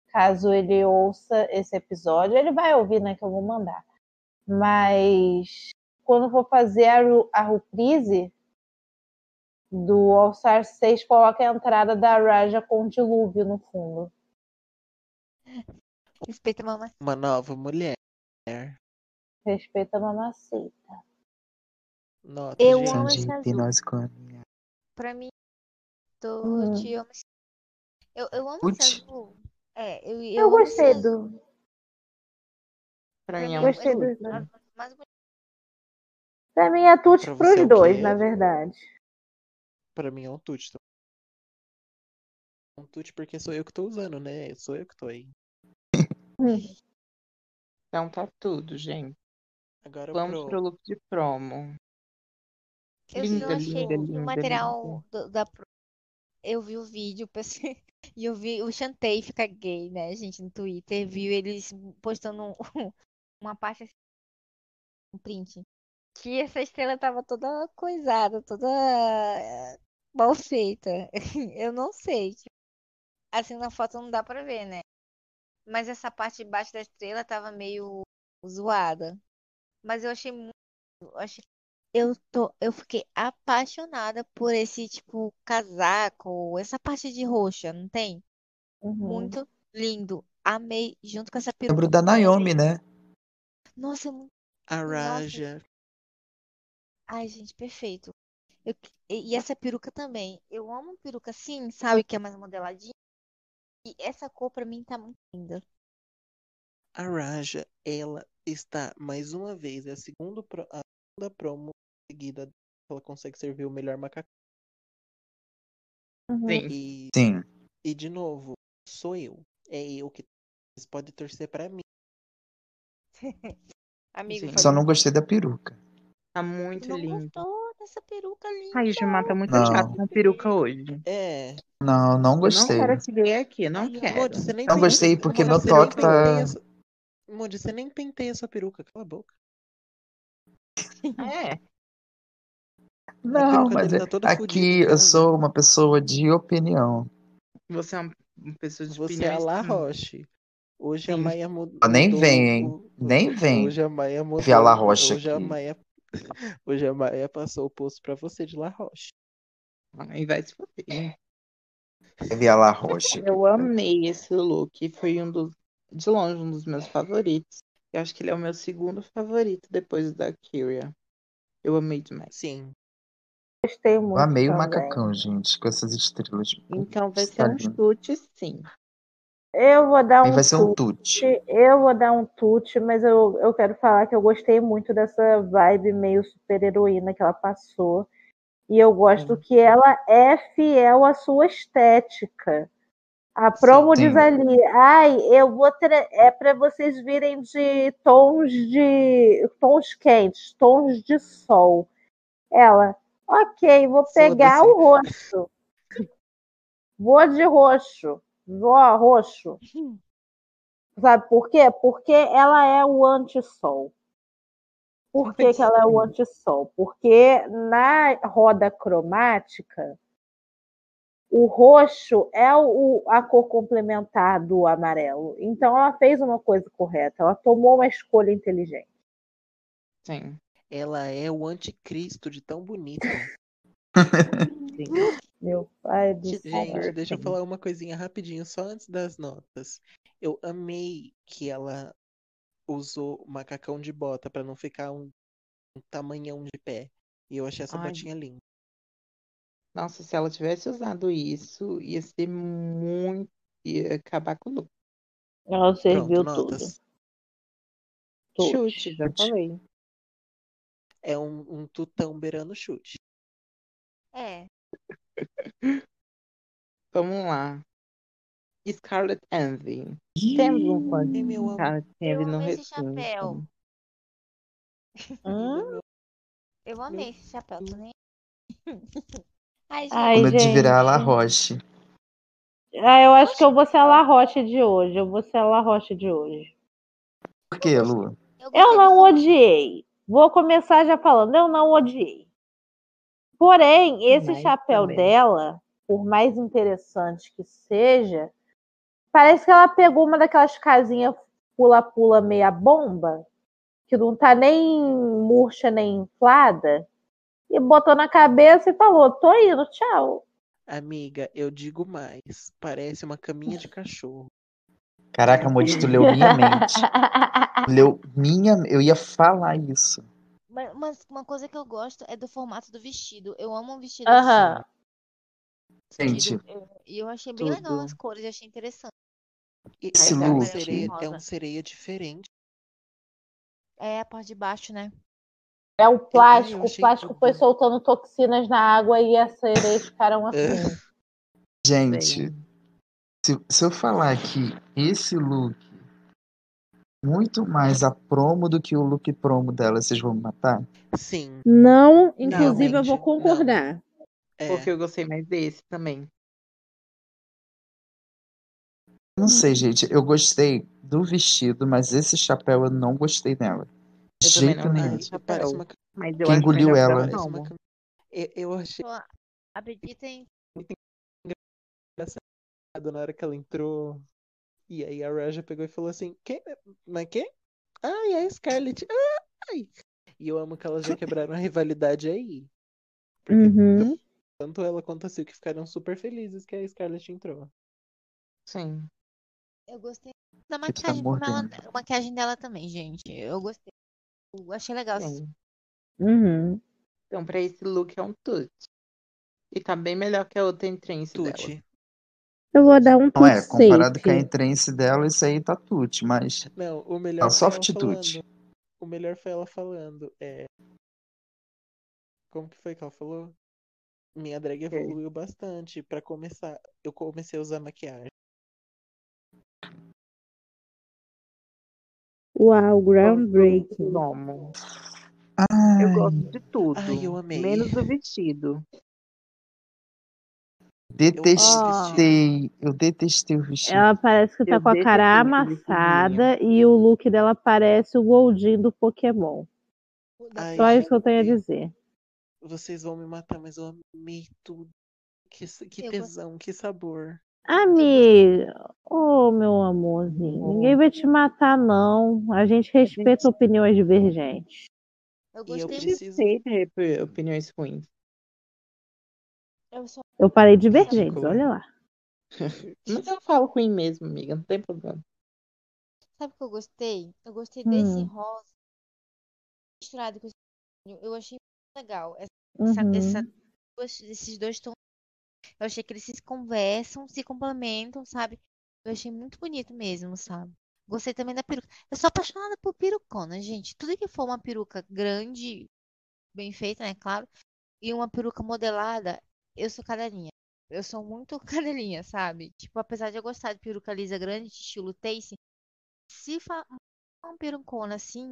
caso ele ouça esse episódio, ele vai ouvir, né, que eu vou mandar. Mas quando for fazer a, ru- a reprise do All Star 6, coloca a entrada da Raja com o dilúvio no fundo.
Respeita a mamãe.
Uma nova mulher.
Respeita a mamacita.
Nota,
Eu
gente.
amo
Sandy,
esse azul.
hipnose com a minha.
Pra mim, tô, eu
Uhum.
te amo. esse- Eu, eu amo esse
Putz.
azul. É, eu, eu,
Eu
amo esse
gostei
azul.
do.
Pra
Pra
mim
mim,
é um
Gostei
ele-
do.
tudo.
a- mais bonito.
Pra mim é tudo
Pra você é
pros
o
dois,
quê?
na verdade.
Pra mim é um tute. também. Um tute porque sou eu que tô usando, né? Sou eu que tô aí.
Então tá tudo, gente.
Agora
Vamos
pro...
pro look de promo.
Eu
Linda,
só achei
linda,
o
linda,
material
linda.
do- da pro- Eu vi o vídeo, pensei- e eu vi o Chantei fica gay, né, gente, no
Uhum.
Twitter. Viu eles postando um- uma parte assim, um print. Que essa estrela tava toda coisada, toda eh, mal feita. Eu não sei. tipo, assim, na foto não dá pra ver, né? Mas essa parte de baixo da estrela tava meio zoada. Mas eu achei muito. Eu, achei... eu, tô... eu fiquei apaixonada por esse, tipo, casaco, essa parte de roxa, não tem?
Uhum.
Muito lindo. Amei, junto com essa
Hum. Lembro
peruca.
da Naomi, né?
Nossa, é muito.
A
Nossa.
Raja.
Ai, gente, perfeito. Eu que- E e essa peruca também. Eu amo peruca assim, sabe? Que é mais modeladinha. E essa cor pra mim tá muito linda.
A Raja, ela está, mais uma vez, é a segunda, pro- a segunda promo seguida que ela consegue servir o melhor macaco.
Uhum.
Sim.
E,
Sim.
e, de novo, sou eu. É eu que... Vocês podem torcer pra mim.
Amigo,
Gente,
Só
falei.
não gostei da peruca.
Tá
Tu
muito
não
lindo.
gostou dessa peruca linda?
Ai, Gilmar, tá muito
Não.
chato com peruca hoje.
É...
Não, não
Não
gostei.
quero te ver aqui, não
Ai, eu-
Modi,
quero.
você nem
Não
pen-
gostei porque
Modi,
meu
você nem
toque
penteia...
tá.
su- Modi, você nem penteia sua peruca. Cala a boca.
É,
A
Não,
peruca
mas
dele
é-
tá toda fodida,
aqui
não
eu
tá usando.
sou uma pessoa de opinião.
você é uma uma pessoa de
Você é a
opiniões.
La
hum,
Roche. Hoje a
Sim.
Maia mu-
Ó, nem
mudou
vem, hein?
o. o-
Nem vem.
Hoje a Maia
Vi a La
mudou. né?
Rocha
Hoje a
aqui.
Maia. Hoje a Maia passou o posto pra você de La Roche.
Ai, vai se foder. né?
Vi a La Rocha.
Eu amei esse look. Foi um dos, de longe, um dos meus favoritos. Eu acho que ele é o meu segundo favorito depois da Kyria. Eu amei demais.
Sim.
Gostei
Eu
muito
amei o
também.
macacão, gente, com essas estrelas.
Então vai
Putz,
ser
tá
um
lindo.
chute, sim.
Eu vou dar
Aí
um
vai ser
tu.
um tute.
Eu vou dar um tute, mas eu, eu quero falar que eu gostei muito dessa vibe meio super-heroína que ela passou. E eu gosto
Hum.
Sim.
que ela é fiel à sua estética. A promo
Sim.
diz ali, ai, eu vou tra- é para vocês virem de tons de tons quentes, tons de sol. Ela, ok, vou pegar
Foda-se.
o roxo, vou de roxo, vou a roxo. Sabe por quê? Porque ela é o antissol. Por que, que ela é o antissol? Porque na roda cromática, o roxo é o, a cor complementar do amarelo. Então ela fez uma coisa correta, ela tomou uma escolha inteligente.
Sim.
Ela é o anticristo de tão bonita.
Meu pai do
Gente,
céu.
deixa eu falar uma coisinha rapidinho, só antes das notas. Eu amei que ela usou macacão de bota pra não ficar um, um tamanhão de pé. E eu achei essa
Ai.
botinha linda.
Nossa, se ela tivesse usado isso, ia ser muito. ia acabar com o look.
Ela
Pronto,
serviu tudo.
notas.
tudo.
Chute, já
Chute.
falei.
É um, um tutão beirando chute.
É.
Vamos lá. Scarlet Envy. Temos um fã de
Ai, meu amor.
Scarlet Envy
Eu
no
amo esse
recinto.
chapéu.
Hum?
Eu amei esse chapéu, tô nem. Ai, gente.
Ai,
Com medo é de
gente.
virar a La Roche.
Ah, eu acho que eu vou ser a La Roche de hoje. Eu vou ser a La Roche de hoje.
Por quê, Lu?
Eu,
Eu
gostei
não
desse-
odiei. Vou começar já falando. Eu não odiei. Porém, esse
Mas
chapéu
também.
dela, por mais interessante que seja, parece que ela pegou uma daquelas casinhas pula-pula meia bomba, que não tá nem murcha nem inflada, e botou na cabeça e falou: tô indo, tchau.
Amiga, eu digo mais. Parece uma caminha de cachorro.
Caraca, amor, tu leu minha mente. Tu Leu minha. Eu ia falar isso.
Mas, mas uma coisa que eu gosto é do formato do vestido. Eu amo um vestido assim.
Aham.
Gente,
vestido, eu- E eu, achei bem legal
Tudo.
as cores, eu achei interessante.
E
Esse
é, um
look.
sereia, é um
Rosa.
sereia diferente.
É a parte de baixo, né?
É o
Eu-
plástico,
eu
o
achei
plástico
tudo.
foi soltando toxinas na água e as sereias ficaram
É.
assim.
Gente, se, se eu falar que esse look, muito mais a promo do que o look promo dela, vocês vão me matar?
Sim,
Não,
inclusive eu vou Realmente, não. concordar.
concordar.
é.
Porque eu gostei mais desse também.
Não
Uhum.
sei, gente. Eu gostei do vestido, mas esse chapéu eu não gostei dela. De
Eu também
jeito
não né?
nenhum.
gostei.
Ai, parece uma,
Mas eu
Quem
acho
engoliu
melhor
ela? né?
pra
parece uma
promo.
cam- eu, eu achei
Então, a- acreditem.
engraçado na hora que ela entrou. E aí a Raja pegou e falou assim: Quê? Mas quê? Ai, é a Scarlett. Ai! E eu amo que elas já quebraram a rivalidade aí. Porque
Uhum.
tanto ela quanto a Silk ficaram super felizes que a Scarlett entrou.
Sim.
Eu gostei da
que tu tá
maquiagem como ela,
mordendo.
a maquiagem dela também, gente. Eu gostei. Eu achei legal.
Sim.
Uhum.
Então, pra esse look é um tut. E tá bem melhor que a outra entrance dela.
Tuti.
Eu vou dar
Não
um
é,
tut
comparado com a
safe.
entrense dela, isso aí tá tute, mas
Não, o
tá
melhor foi ela
soft tute.
falando. O melhor foi ela falando. É. Como que foi que ela falou? Minha drag
Ok.
evoluiu bastante. Pra começar, eu comecei a usar maquiagem.
Uau,
Vamos
groundbreaking.
pro Domo. Eu gosto
Ai,
de tudo.
Ai, eu amei.
Menos do vestido.
Ó,
detestei. Eu detestei o vestido.
ela parece que tá
Eu
com a
deixo
cara
assim, aquele
amassada e o look dela parece o Goldin do Pokémon.
Da
Ai,
Só isso que eu tenho a
gente.
dizer.
Vocês vão me matar, mas eu amei tudo. Que, s- que
Eu
tesão, que sabor.
Amiga, ô meu amorzinho, ninguém vai te matar, não. A gente respeita opiniões divergentes.
Eu
E eu
gostei.
Gente,
preciso.
sei ter op- opiniões ruins.
Eu só
Eu parei
Ridículo.
divergentes, olha lá.
Mas eu falo ruim mesmo, amiga. Não tem problema.
Sabe o que eu gostei? Eu gostei desse
Hum.
rosa misturado com esse vermelho. Eu achei muito legal. Essa, essa, essa-
Uhum.
duas- esses dois tons. Eu achei que eles se conversam, se complementam, sabe? Eu achei muito bonito mesmo, sabe? Gostei também da peruca. Eu sou apaixonada por perucona, gente. Tudo que for uma peruca grande, bem feita, né? Claro. E uma peruca modelada, eu sou cadelinha. Eu sou muito cadelinha, sabe? Tipo, apesar de eu gostar de peruca lisa grande, estilo Tacy, se fa uma perucona assim,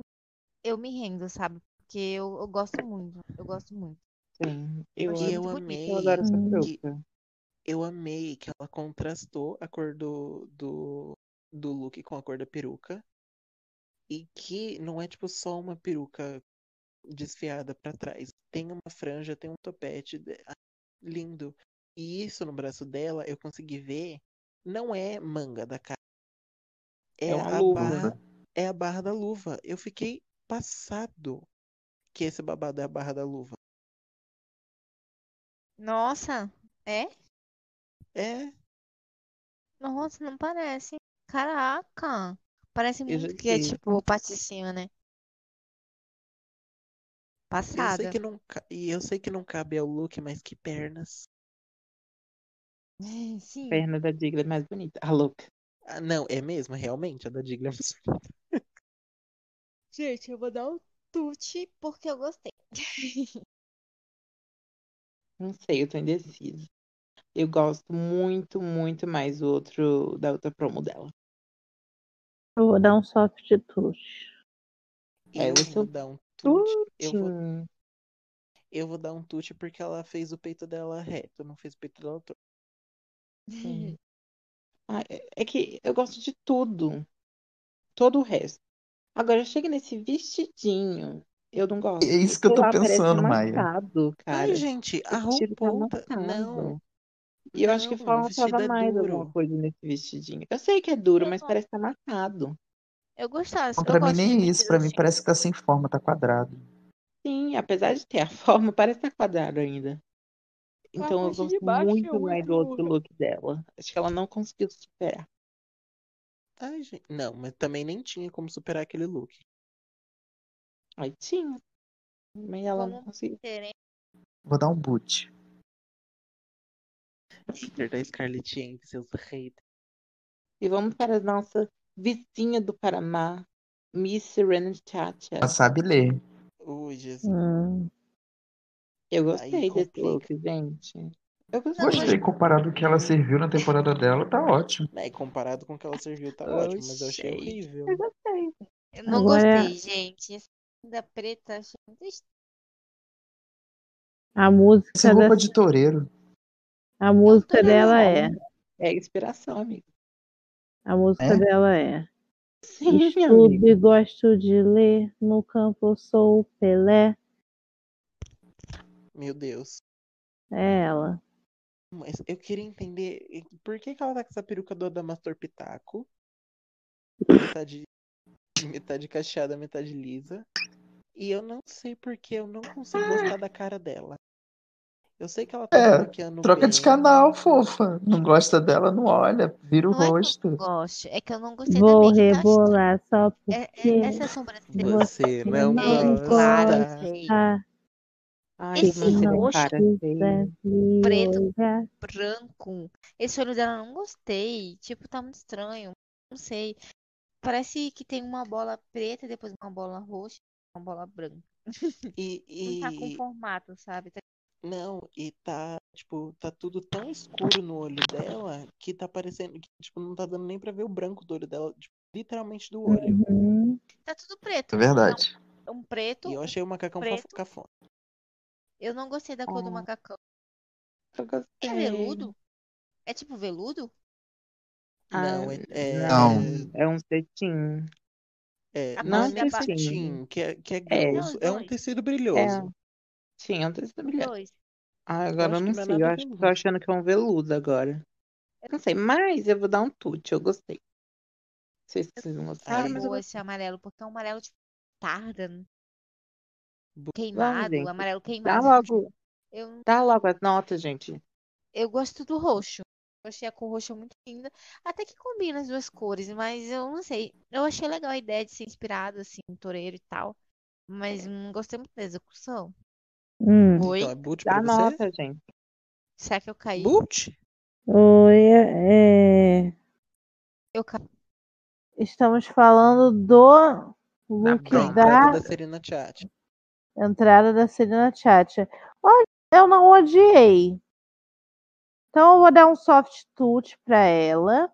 eu me rendo, sabe? Porque eu, eu gosto muito, eu gosto muito.
Sim.
Eu
Eu
achei
E
amo.
eu
muito bonito.
Eu
amei.
adoro essa
Hum.
peruca.
Eu amei que ela contrastou a cor do, do, do look com a cor da peruca. E que não é tipo só uma peruca desfiada pra trás. Tem uma franja, tem um topete. de- ah, Lindo. E isso no braço dela eu consegui ver. Não é manga da cara. É
É uma
a
luva.
barra, é a barra da luva. Eu fiquei passado. que esse babado é a barra da luva.
Nossa, é?
É,
Nossa, não parece. Caraca. Parece
Eu já
muito que é
vi.
tipo a parte de cima, né?
eu sei
Passada.
que não, ca- e eu sei que não cabe ao look, mas que pernas.
Sim.
Perna da Digla é mais bonita. A louca.
Ah, não, é mesmo, realmente, a da Digla é mais bonita.
Gente, eu vou dar um tute porque eu gostei.
Não sei, eu tô indecisa. Eu gosto muito, muito mais do outro, da outra promo dela.
Eu vou dar um soft de tush.
É,
Eu
você-
vou dar um tute, eu vou,
Sim.
eu vou dar um tute porque ela fez o peito dela reto, não fez o peito dela torto.
Sim. É. Ah, é- é que eu gosto de tudo. Todo o resto. Agora chega nesse vestidinho. Eu não gosto.
É isso que eu tô
Ela parece
pensando, Maia.
amassado, cara.
Ai, gente, a
O vestido tá
RuPaul tá...
amassado.
Não,
E eu acho que
não, o
faltava
vestido é
mais alguma
duro.
coisa nesse vestidinho. Eu sei que é duro,
Eu
mas
go-
parece que tá amassado.
Eu gostava,
Não,
eu
pra mim
gosto de
nem isso,
vestidos
pra mim
assim.
parece que tá sem forma, tá quadrado.
Sim, apesar de ter a forma, parece que tá quadrado ainda.
A
Então eu
parte Tá de
gosto
baixo é
muito mais do
muito-
outro look dela. Acho que ela não conseguiu superar.
Ai, gente, não, mas também nem tinha como superar aquele look.
Aí tinha, mas ela não
Vamos
conseguiu.
ver, hein?
Vou dar um boot.
Hater da Scarlett Young, seus haters.
E vamos para a nossa vizinha do Paraná, Miss Renchacha.
É.
Ela sabe ler.
Ui, Jesus.
Hum.
Eu
Aí
gostei desse
complica.
look, gente. Eu
Não, É, mas-
gostei.
Gostei, comparado com o que ela serviu na temporada dela, tá ótimo.
Né, comparado com o que ela serviu, tá
Eu
ótimo, mas eu achei
achei.
horrível.
Eu gostei.
Eu não
Agora-
gostei, gente. Essa da preta, achei muito estranho.
A música,
Essa roupa
é
da-
de toureiro.
a música
adorei.
dela é.
É inspiração, amigo.
A música
É?
dela é.
Sim, minha amiga.
Estudo e gosto de ler. No campo eu sou o Pelé.
Meu Deus.
É ela.
Mas eu queria entender eh, por que que ela tá com essa peruca do Adamastor Pitaco? Metade, metade cacheada, metade lisa. E eu não sei porque eu não consigo gostar da cara dela. Eu sei que ela tá
É,
se maquiando
Troca de
bem.
canal, fofa. Não gosta dela, não olha. Vira o
Não é que eu não
rosto.
gosto, é que eu não gostei da
Vou
make, tá?
rebolar só porque
É- é- essa sobrancelha
Você não
é
não
claro,
gosta.
feio.
tá
Ai,
Esse
mas ele é um
rosto né?
cara feio.
me
preto.
olhar.
branco. Esse olho dela eu não gostei. Tipo, tá muito estranho. Não sei. Parece que tem uma bola preta e depois uma bola roxa e uma bola branca.
E,
Não tá com
e-
formato, sabe? Tá-
Não, e tá, tipo, tá tudo tão escuro no olho dela que tá parecendo que, tipo, não tá dando nem pra ver o branco do olho dela, tipo, literalmente do olho.
Uhum.
Tá, tudo preto.
É verdade.
Tá um, um preto.
E eu
um-
achei o macacão
preto.
fofo- cafona.
Eu não gostei da cor do
Hum.
Ah,
macacão.
eu
É
gostei.
veludo? É tipo veludo?
Não,
Ah,
é, é,
Não.
É um cetim.
é-
A
não
parte
é
da
nem
ba...
cetim, que é, que é
É.
grosso,
Não,
é um
dois.
tecido
É,
brilhoso.
sim, é um tecido brilhante.
Dois.
Ah,
Eu
agora
acho
eu
que
não
não é
sei. Eu
nada
acho que tô
veludo.
achando que é um veludo agora. Não sei, mas eu vou dar um tute. Eu gostei. Não sei se vocês não gostaram,
Ai.
É, mas eu
Boa
gostei.
esse amarelo, porque é um amarelo tipo tarda, né?
Bu-
Vamos,
queimado,
gente.
amarelo
Dá
queimado.
logo,
Eu
dá logo as notas, gente.
Eu gosto do roxo. Eu achei a cor roxa muito linda. Até que combina as duas cores, mas eu não sei. Eu achei legal a ideia de ser inspirado, assim, em toureiro e tal. Mas não gostei muito da execução.
Hum.
Oi?
Então, é boot pra
Dá
você?
nota, gente.
Será que eu caí?
Boot?
Oi, é...
Eu caí.
Estamos falando
Tá
do look
Da
Entrada
da
da Serena Chat.
entrada da Serena Tchatcha. Olha, eu não odiei. Então eu vou dar um soft touch pra ela.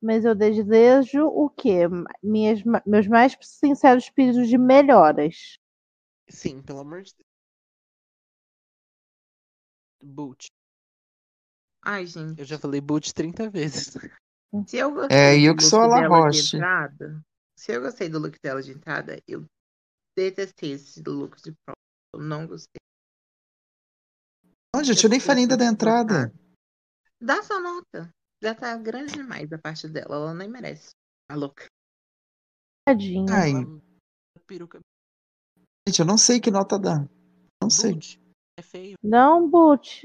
Mas eu desejo o quê? Minhas, ma- meus mais sinceros pedidos de melhoras.
Sim, pelo amor de Deus. Boot.
Ai, gente.
Eu já falei boot 30 vezes.
Se eu
É,
gostei
e
do
eu que sou a
look
La
dela de
Roche.
entrada, se eu gostei do look dela de entrada, eu detestei esse look de prova. Eu não gostei.
Não, gente, eu nem falei ainda da
Notado.
entrada.
Dá sua nota. Já tá grande demais a parte dela. Ela nem merece. A louca.
Tadinha.
Ai,
Peruca
Gente, eu não sei que nota dá. Não sei.
Boot. É feio.
Não, Boot.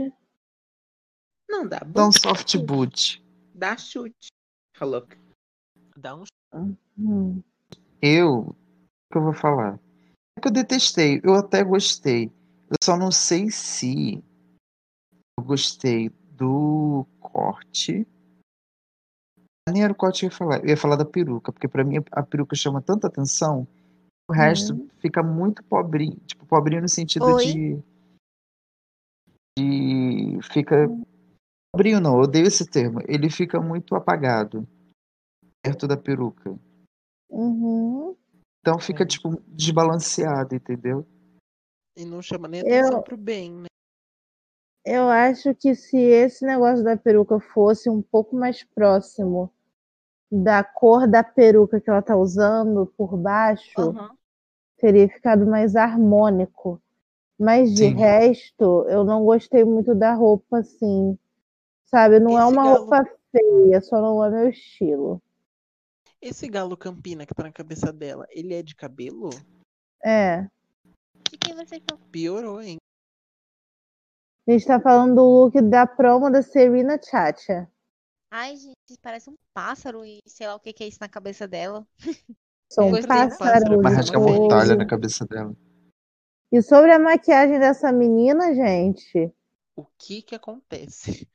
Não dá
Dá um
boot,
soft boot.
dá chute. Falou.
Dá um.
Hum.
Eu, o que eu vou falar? É que eu detestei, eu até gostei. Eu só não sei se eu gostei do corte. Nem era o corte que eu ia falar. Eu ia falar da peruca, porque pra mim a peruca chama tanta atenção. O resto fica muito pobrinho. Tipo, pobrinho no sentido
Oi?
de. De. Fica. Pobrinho não, eu odeio esse termo. Ele fica muito apagado. Perto da peruca.
Uhum.
Então fica,
É.
tipo, desbalanceado, entendeu?
E não chama nem
Eu-
atenção pro bem, né?
Eu acho que se esse negócio da peruca fosse um pouco mais próximo da cor da peruca que ela tá usando por baixo,
Aham.
teria ficado mais harmônico. Mas de
Sim.
resto, eu não gostei muito da roupa assim. Sabe, não é
Esse
uma
galo-
roupa feia, só não é meu estilo.
Esse galo campina que tá na cabeça dela, ele é de cabelo?
É.
De quem vocês estão
Piorou, hein?
A gente tá falando do look da promo da Serena Chacha.
Ai, gente, parece um pássaro e sei lá o que que é isso na cabeça dela.
São
Sempre tem um pássaro
pássaros.
Uma
Pois é,
rascamontalha
mas-
na cabeça dela.
E sobre a maquiagem dessa menina, gente.
O que que acontece?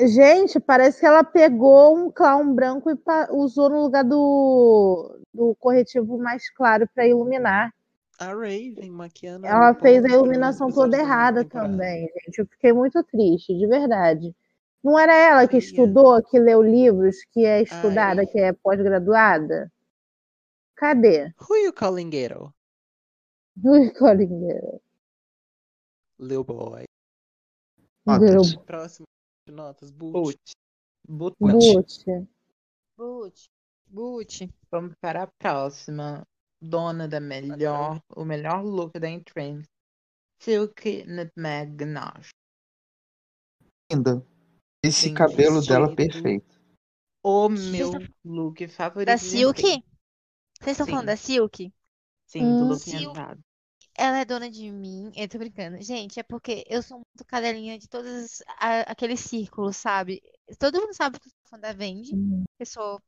Gente, parece que ela pegou um clown branco e pa- usou no lugar do, do corretivo mais claro para iluminar.
A Raven maquiando.
Ela
o
fez a
povo pro
iluminação toda
episódio da nova
errada
temporada.
também, gente. Eu fiquei muito triste, de verdade. Não era ela que
Feia.
estudou, que leu livros, que é estudada,
Ai.
que é pós-graduada? Cadê?
Who you calling oh? ghetto?
Ui, Coringa.
Lil Boy.
Notas.
Próximo. Notas. Boot.
Boot. Boot.
Boot.
Boot. Boot.
Vamos para a próxima. Dona da melhor, o melhor look da Entrance. Silk Nutmeg Ganache.
Linda. Esse
Gente,
cabelo
esse
dela
jeito.
perfeito.
O meu look favorito.
Da
de
Silk?
Entrance.
Vocês estão
Sim.
falando da Silk?
Sim, do
Hum.
look
Silk.
andado.
Ela é dona de mim. Eu tô brincando. Gente, é porque eu sou muito cadelinha de todos as- a- aqueles círculos, sabe? Todo mundo sabe que eu sou fã da Vendi.
Uhum.
Eu sou.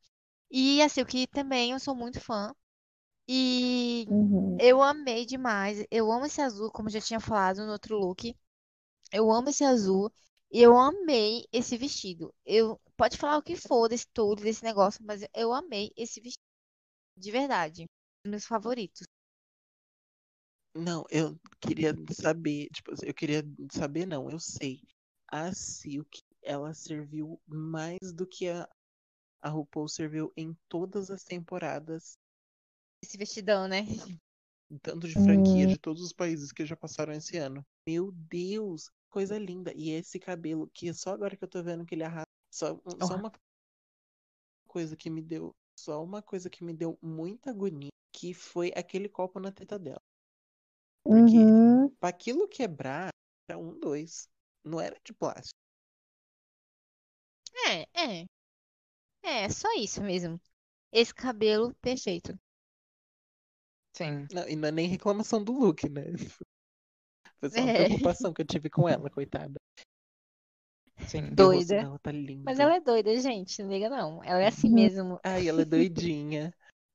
E a Silk também, eu sou muito fã. E
Uhum.
eu amei demais. Eu amo esse azul, como eu já tinha falado no outro look. Eu amo esse azul. E eu amei esse vestido. Eu pode falar o que for desse todo, desse negócio, mas eu amei esse vestido. De verdade. Um dos meus favoritos.
Não, eu queria saber. Tipo, eu queria saber, não, eu sei. A Silk, ela serviu mais do que a, a RuPaul serviu em todas as temporadas,
Esse vestidão, né?
um tanto de
Hum.
franquia de todos os países que já passaram esse ano. Meu Deus, coisa linda. E esse cabelo, que é só agora que eu tô vendo que ele arrasa. Só, um- só
Ó.
uma coisa que me deu. Só uma coisa que me deu muita agonia, que foi aquele copo na teta dela. Porque
Uhum.
pra aquilo quebrar, era um, dois. Não era de plástico.
É, é. É, só isso mesmo. Esse cabelo perfeito.
Sim.
Não, e não é nem reclamação do look, né? Foi só uma
É.
preocupação que eu tive com ela, coitada.
Sim.
E o rosto
Doida.
dela tá lindo.
Mas ela é doida, gente. Não liga, não. Ela é assim
Uhum.
mesmo.
Ai, ela é doidinha.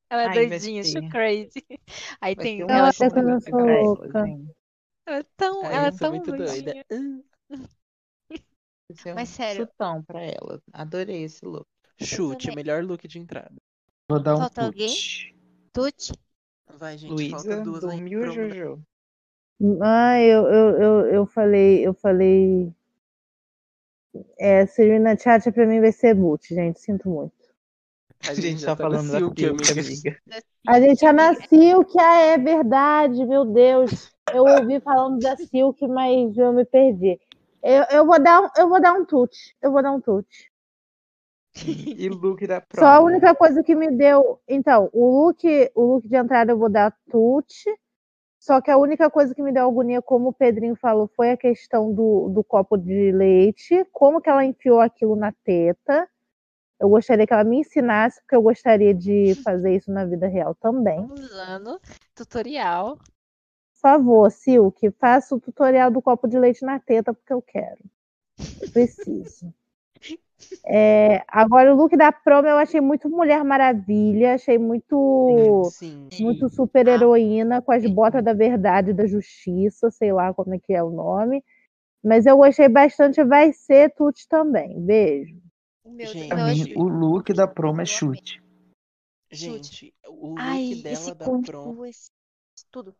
Ela é
Ai, vai
doidinha,
ser-
she's crazy. Aí
Vai
tem
ser um
ela
Olha
com
como
encontro
eu
dessa
sou tá louca.
assim.
Ela é tão,
Ai,
ela é
eu sou
tão
muito doida.
doidinha.
Hum.
Vai ser
Mas
um
sério,
chutão pra ela. Adorei esse look.
Chute,
também.
melhor look de entrada.
Vou dar um
Falta alguém?
put.
Tuti?
Vai, gente, falta
Luísa,
duas ainda.
dormiu,
pra uma-
Jojo?
Ah, eu, eu, eu, eu falei, eu falei. É, Serena Chacha pra mim vai ser boot, gente. Sinto muito.
A
A
gente
gente
já
tá
tá na
falando da
Silk,
Silk,
amiga.
amiga.
A gente já
Amiga,
nasceu que ah, é verdade, meu Deus. Eu ouvi falando da Silk, mas eu me perdi. Eu, eu vou dar um, eu vou dar um tute. Eu vou dar um tute.
E look da
Só a
promo.
única coisa que me deu, então, o look, o look de entrada eu vou dar tute. Só que a única coisa que me deu agonia, como o Pedrinho falou, foi a questão do, do copo de leite, como que ela enfiou aquilo na teta. Eu gostaria que ela me ensinasse, porque eu gostaria de fazer isso na vida real também.
Usando tutorial.
Por favor, Silk, faça o tutorial do copo de leite na teta, porque eu quero. Eu preciso. É, agora, o look da promo eu achei muito Mulher Maravilha, achei muito,
Sim.
muito super heroína, com as botas da verdade, da justiça, sei lá como é que é o nome. Mas eu gostei bastante, vai ser Tuti também. Beijo.
O meu
Gente,
Deus,
Pra
eu
mim,
achei-
É, o look da promo é
Eu amei.
chute.
Gente, o look
Ai,
dela
esse
da
conto,
prom.
esse tudo.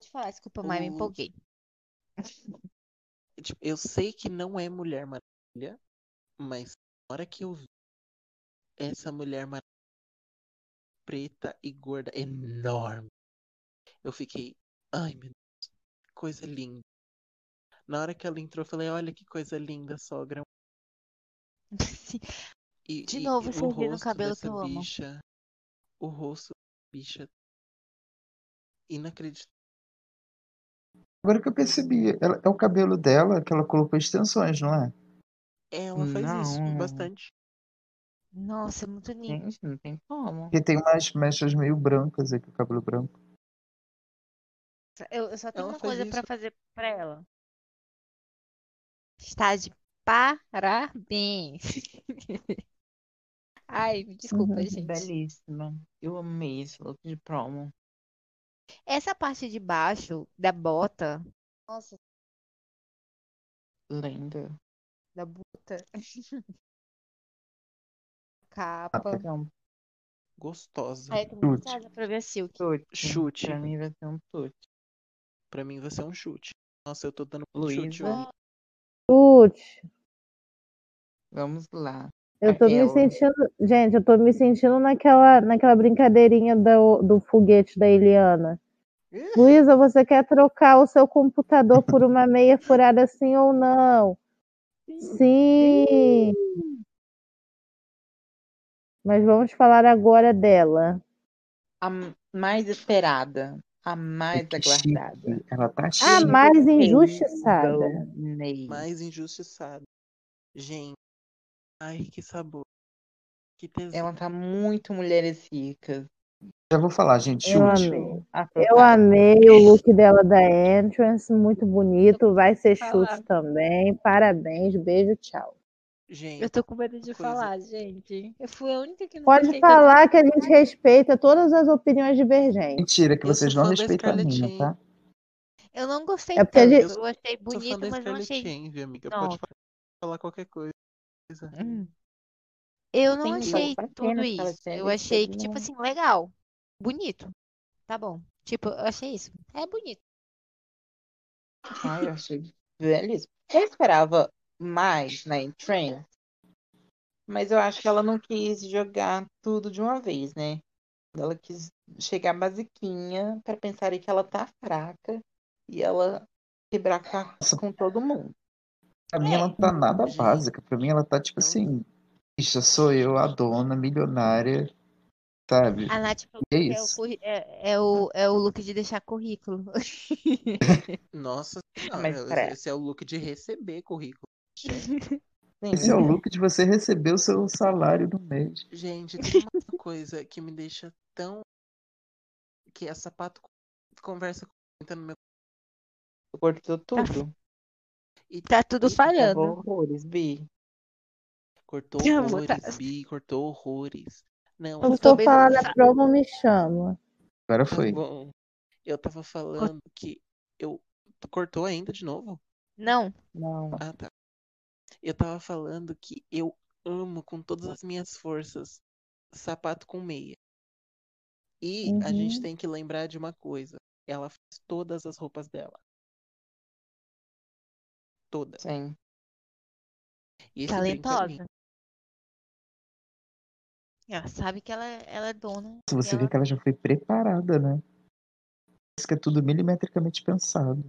Pode falar, desculpa, mas me
O-
empolguei.
Tipo, eu sei que não é Mulher Maravilha, mas na hora que eu vi essa Mulher Maravilha preta e gorda enorme, eu fiquei, ai meu Deus, que coisa linda. Na hora que ela entrou, eu falei, olha que coisa linda, sogra. E,
De
e-
novo,
e o
servindo o
rosto
cabelo
dessa
que eu amo.
bicha, o rosto da bicha, inacreditável.
Agora que eu percebi, ela- é o cabelo dela que ela colocou extensões, não é?
Ela faz isso
Não.
bastante.
Nossa, é muito lindo.
Gente, não tem como.
Porque tem umas mechas meio brancas aqui, o cabelo branco.
Eu, eu só tenho
Ela
uma
faz
coisa pra
isso.
fazer pra ela. Está de parabéns. Ai, me
Uhum.
desculpa, gente.
Belíssima. Eu amei esse look de promo.
Essa parte de baixo da bota. Nossa,
Linda.
da bota.
Ah,
Capa. É,
Então,
Gostosa.
Ai, eu tô muito
Chute.
ansiosa pra ver a Silk.
tute.
Chute.
Pra mim vai ser um tute.
Pra mim vai ser um chute. Nossa, eu tô dando um chute
Luísa,
Ah,
hoje.
Tuti,
vamos lá.
eu tô me
Ela.
sentindo. Gente, eu tô me sentindo naquela, naquela brincadeirinha do, do foguete da Eliana. Luísa, você quer trocar o seu computador por uma meia furada sim ou não? Sim! Mas vamos falar agora dela.
A mais esperada. A mais
Que
aguardada.
chique. Ela tá
A
chique.
mais injustiçada.
Ney.
Mais injustiçado. Gente. Ai, que sabor. Que
É
tesão.
Ela tá muito mulheres ricas. tá
Já vou falar, gente.
Eu
Chute.
amei. Eu
Afrodite.
amei o look dela da Entrance, muito bonito. Vai ser chute
falar.
também. Parabéns, beijo, tchau.
Gente,
Eu tô com medo de
coisa.
falar, gente. Eu fui a única que não
Pode
gostei tanto.
falar que a gente respeita todas as opiniões divergentes.
Mentira, que
Eu
vocês
sou
não
fã da
respeitam a
Scarlett
minha,
Johansson.
tá?
Eu não gostei
É porque a
tanto.
gente-
Eu achei
Sou fã
bonito, mas
da
não
Scarlett
achei.
Envy, amiga.
Não.
Pode fa- falar qualquer coisa.
Né?
Hum.
Eu não
Tem
achei
jogo
tudo
bacana que ela
isso.
tinha
Eu achei que,
visto,
tipo
né?
assim, legal. Bonito. Tá bom. Tipo, eu achei isso. É bonito.
Ai, eu achei belíssimo. Eu esperava mais na Entrain, mas eu acho que ela não quis jogar tudo de uma vez, né? Ela quis chegar basiquinha para pensar que ela tá fraca e ela quebrar com, a-
Nossa,
com todo mundo.
pra mim ela não tá nada
Gente.
básica. Pra mim ela tá tipo
Não.
assim. Bicha, sou eu, a dona, milionária, sabe?
A Nath falou
É
que é o,
isso.
curri- é, é o, é o look de deixar currículo.
Nossa
Mas
senhora,
pra...
esse é o look de receber currículo.
Esse é o
Sim,
look de você receber o seu salário do mês.
Gente, tem uma coisa que me deixa tão. Que é sapato co- conversa com muita no meu.
cortou tudo.
E
Tá tudo
Ixi,
Tava
falhando.
horrores, Bi.
cortou
Não, vou tá-
horrores, Bi, cortou horrores. Não,
Quando
eu
for
tava
bem
falar da
falando-
promo, me chama.
Agora
Tá
foi.
bom. Eu tava falando que. Eu. Tu cortou ainda de novo?
Não.
Não.
Ah, tá. Eu tava falando que eu amo com todas as minhas forças sapato com meia. E a gente
Uhum.
tem que lembrar de uma coisa. Ela faz todas as roupas dela. Todas.
Sim.
E esse brinco é lindo.
Talentosa. Ela sabe que ela, ela é dona.
Se
E
Você vê
ela...
que ela já foi preparada, né? Isso que é tudo milimetricamente pensado.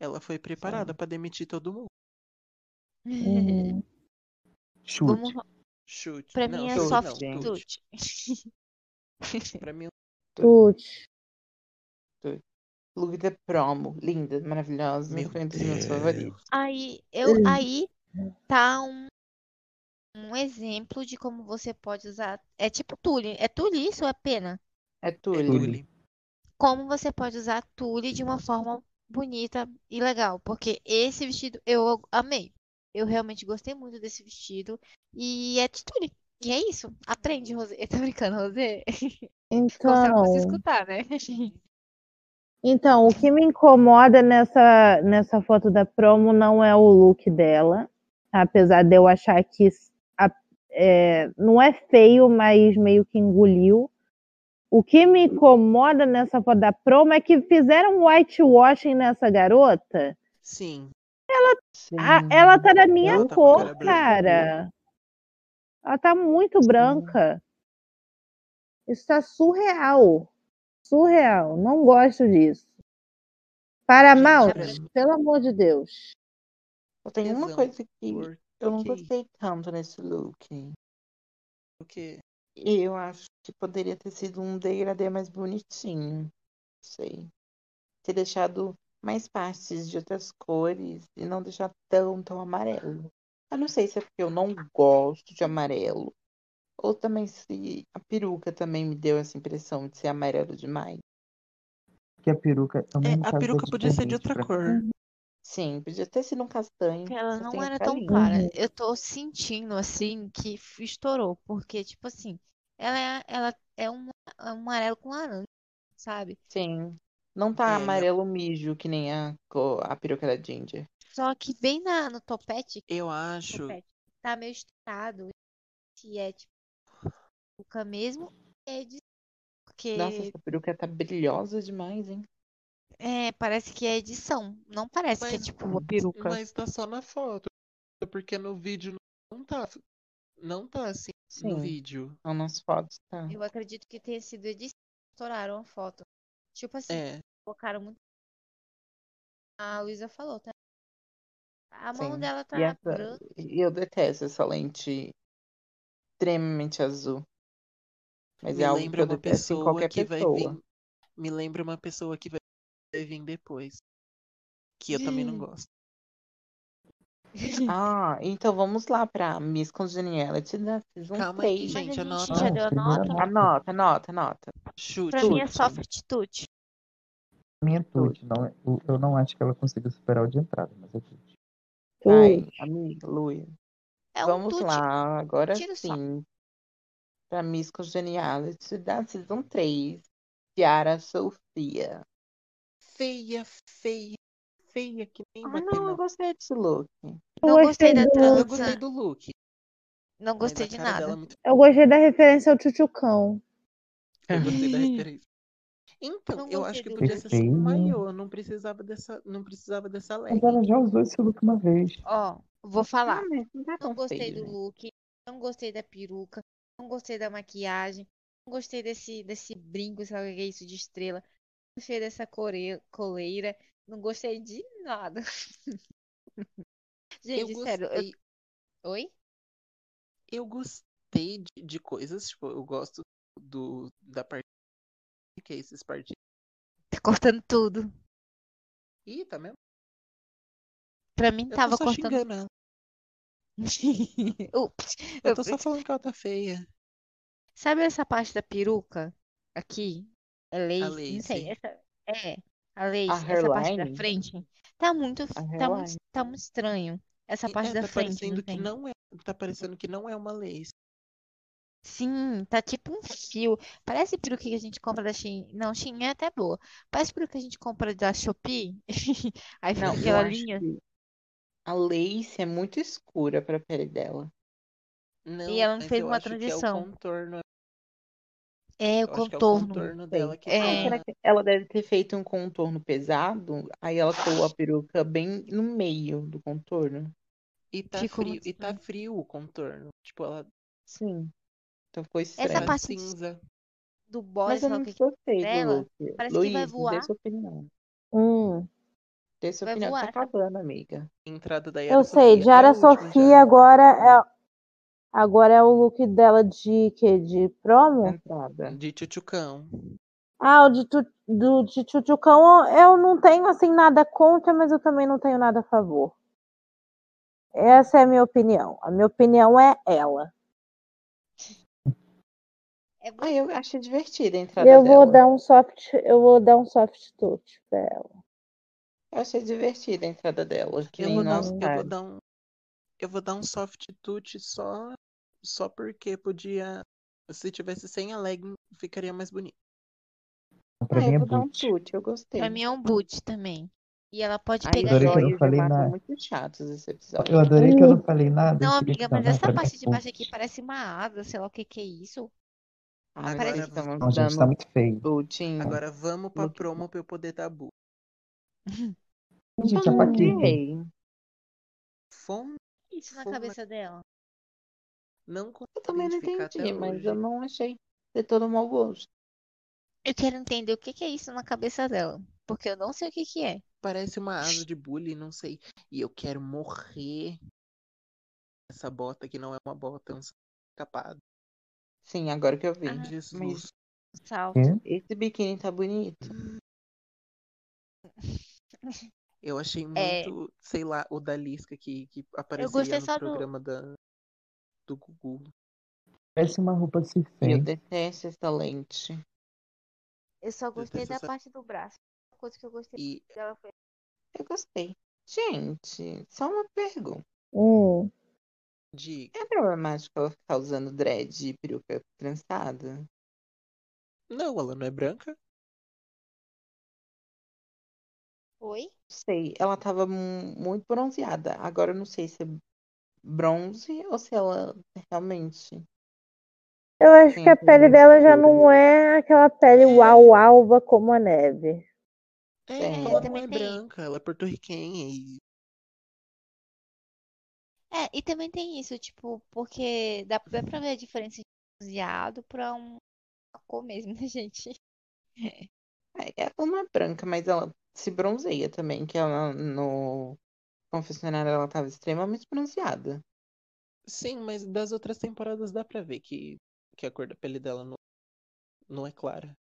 Ela foi preparada pra demitir todo mundo.
Uhum.
Chute.
Vamos.
Chute.
Pra
Não,
mim é
chute
soft
soft
não.
gente.
Tute.
touch.
Pra mim, é um
Tuti.
Look da promo. Linda, maravilhosa.
meu
Foi um dos meus favoritos.
Deus.
Aí, eu, aí tá um um exemplo de como você pode usar. É tipo tule. É tule isso ou é pena?
É
É
tule.
tule.
Como você pode usar tule de uma forma bonita e legal. Porque esse vestido eu amei. Eu realmente gostei muito desse vestido. E é de tule. E é isso. Aprende, Rosé. Tá brincando, Rosé? Gostava pra se
Então,
escutar, né?
então, o que me incomoda nessa, nessa foto da promo não é o look dela. Apesar de eu achar que a- é, não é feio, mas meio que engoliu. O que me incomoda nessa foto da promo é que fizeram whitewashing nessa garota.
Sim.
Ah,
A-
é,
ela tá da
Ela
minha
tá com a
cor,
cara branca.
cara. Ela tá muito branca. Isso tá surreal. Surreal. Não gosto disso. Paramount,
Gente,
pelo amor de Deus.
Tem uma
Tesão,
coisa que
Por
eu não
quê?
gostei tanto nesse look.
Porque
Eu acho que poderia ter sido um degradê mais bonitinho. Não sei. Ter deixado mais partes de outras cores e não deixar tão, tão amarelo. Eu não sei se é porque eu não gosto de amarelo. Ou também se a peruca também me deu essa impressão de ser amarelo demais.
Que a peruca também
É,
não
a
fazia
peruca podia ser de
diferença pra-
outra cor.
Sim, podia ter sido um castanho.
Ela não
Castanho
era
fica
tão
lindo.
clara. Eu tô sentindo, assim, que f- estourou. Porque, tipo assim, ela é, ela é um, é um amarelo com laranja, sabe?
Sim. Não tá
É, não.
amarelo mijo, que nem a, co- a peruca da Ginger.
Só que bem na, no topete,
Eu acho.
topete, tá meio estourado. Que é, tipo, peruca mesmo. É de...
Nossa,
Porque
essa peruca tá brilhosa demais, hein?
é, parece que é edição. Não parece que é,
Mas-
tipo, uma peruca.
Mas tá só na foto. Porque no vídeo não tá. Não tá assim no
Sim,
vídeo.
não nas fotos, tá.
Eu acredito que tenha sido edição. Estouraram a foto. Tipo assim,
É.
colocaram muito... A Luísa falou, tá? A mão
Sim.
dela
E
tá
essa-
branca.
e eu detesto essa lente extremamente azul. Mas
Me
é algo que
lembra
eu
uma
detesto em
pessoa
qualquer
que vai vir.
pessoa.
Me lembra uma pessoa que vai vai vir depois. Que eu também não gosto.
Ah, então vamos lá pra Miss Congeniality da Season
Calma aí,
3.
Mas a
gente.
gente
Anota.
já
Não,
deu a
primeira
nota?
nota,
Anota, anota, anota.
Pra mim é
Chute.
só
Chute.
fortitude.
minha tude. Não, é- eu, eu não acho que ela conseguiu superar o de entrada, mas é tude.
Vai,
Ui.
amiga, Luia.
Então,
É um
Vamos
tude.
lá, agora
Tira o som.
sim, pra Miss Congeniality da Season 3. Tiara Sofia.
Feia, feia, feia, que nem
Ah, não, eu
batenão.
gostei desse look.
Não
Eu
gostei da
gostei do-
Eu
trança.
gostei do look,
Não
mas
gostei
a
de
cara dela
nada.
é muito.
Eu gostei da referência ao Tchutchucão.
Eu gostei da referência. Então,
Não
eu
gostei
acho que
do
podia
look.
ser só um
Perfeito.
maiô, não precisava dessa, não precisava dessa
Mas
legging.
ela já usou esse look uma vez.
Ó, vou
Ah,
falar.
mas não tá
Não
tão
gostei
feio,
do
né?
look. Não gostei da peruca. Não gostei da maquiagem. Não gostei desse, desse brinco, sei lá o que é isso, de estrela. Não gostei dessa core- coleira. Não gostei de nada.
Eu
Gente, sério. eu-
gostei,
Oi?
eu gostei de, de coisas, tipo, eu gosto do da parte que é esses partidos.
Tá cortando tudo.
Ih, tá mesmo?
Pra mim
Eu tô
tava
só
cortando.
xingando ela.
Ups.
Eu tô só falando que ela tá feia.
Sabe essa parte da peruca? Aqui? É
A
lace? Não sei.
Lacey.
Essa... É, a
A
lace. Essa parte da
hairline?
frente. Tá muito,
A
tá muito,
hairline.
tá muito estranho. Essa
E
parte
é,
da
tá
frente, não
parecendo que
tem?
não é, tá parecendo que não é uma Lacey.
Sim, tá tipo um fio. Parece peruca que a gente compra da Shein. Não, Shein é até boa. Parece peruca que a gente compra da Shopee. Aí fica
Não, eu
aquela
acho
linha.
que a lace é muito escura pra pele dela.
E
Não,
ela não
mas
fez
eu
uma
acho que é o
transição.
contorno,
É, o
eu acho que é o
contorno.
contorno
Sei.
dela que
Ai,
tá
É.
será que ela deve ter feito um contorno pesado? Aí ela colou a peruca bem no meio do contorno.
E tá
Ficou
frio,
muito
e tá
estranho.
frio o contorno. Tipo, ela
Sim. Então ficou
Essa
tá
estranho.
parte do,
cinza.
do body,
Mas
sei
eu
lá o
não
que que é
gostei do
dela, parece que
look.
vai
Luiz, dê
voar.
sua opinião.
Hum.
Dê sua
Vai
opinião, que tá
voar, sabe?
acabando, amiga.
Entrada da Yara
Eu sei,
Sofia. É a
Diara
última,
Sofia
Yara.
agora é, agora é o look dela de quê? De
É.
A
promo?
entrada.
De tchutchucão.
Ah, o de, tu, do, de Tchutchucão eu não tenho assim nada contra, mas eu também não tenho nada a favor.
Essa é a minha opinião. A minha opinião é ela.
É
Ah,
gostoso.
eu achei divertida a entrada
é
Eu vou
dela.
dar um soft, eu vou dar um soft touch pra ela.
Eu achei divertida a entrada dela, que
Eu
nem
vou, dar
nós,
um, eu vou dar um. Eu vou dar um soft touch só, só porque podia. Se tivesse sem a leg, ficaria mais bonito.
Pra
Ah,
mim
eu
é
vou dar um
boot.
chute, eu gostei.
Pra mim é um boot também. E ela pode
Ai,
pegar
Adorei que eu
joia.
não
joias e
falei
mato
nada.
muito chatos esse episódio.
Eu adorei que eu não falei nada.
Não,
eu queria
amiga,
falar,
mas essa
pra mim é
parte de baixo aqui
boot.
parece uma asa, sei lá o que que é isso.
Ah,
Parece-
vocês estão
Não, gente, tá
dando
muito feio.
boot
Agora vamos pra
Muito
promo pra eu poder dar bu.
Gente, é
não
paquível.
criei.
Fome
Isso na
Fuma-
cabeça dela.
não consigo
Eu também não
identificar até
entendi, mas
hoje.
eu não achei de todo mau gosto.
Eu quero entender o que que é isso na cabeça dela. Porque eu não sei o que que é.
Parece uma asa de bullying, não sei. E eu quero morrer. Essa bota que não é uma bota, é um escapado.
Sim, agora que eu vi.
Ah,
Jesus.
salto.
Quê?
Esse biquíni tá bonito.
Eu achei
É,
muito, sei lá, o da Lisca que, que
gostei
aparecia no
só do-
programa da, do Gugu.
Parece uma roupa
E eu
circense.
detesto essa lente.
eu só gostei da
essa-
parte do braço. A coisa que eu gostei
E
dela foi.
Eu gostei. Gente, só uma pergunta.
Hum.
de.
É problemático ela ficar usando dread e peruca trançada?
Não, ela não é branca?
Oi?
Não sei. Ela tava mu- muito bronzeada. Agora eu não sei se é bronze ou se ela realmente
Eu acho
tem
que a
essa
pele dela já
mistura.
não é aquela pele uau alva como a neve.
É,
Tem.
ela não
também
é
tem isso.
branca, ela é porto-riquenha e
É, e também tem isso, tipo, porque dá dá pra ver a diferença de bronzeado pra um a cor mesmo, né, gente?
É, Ela não é branca, mas ela se bronzeia também, que ela no confessionário ela tava extremamente bronzeada.
Sim, mas das outras temporadas dá pra ver que, que a cor da pele dela não, não é clara.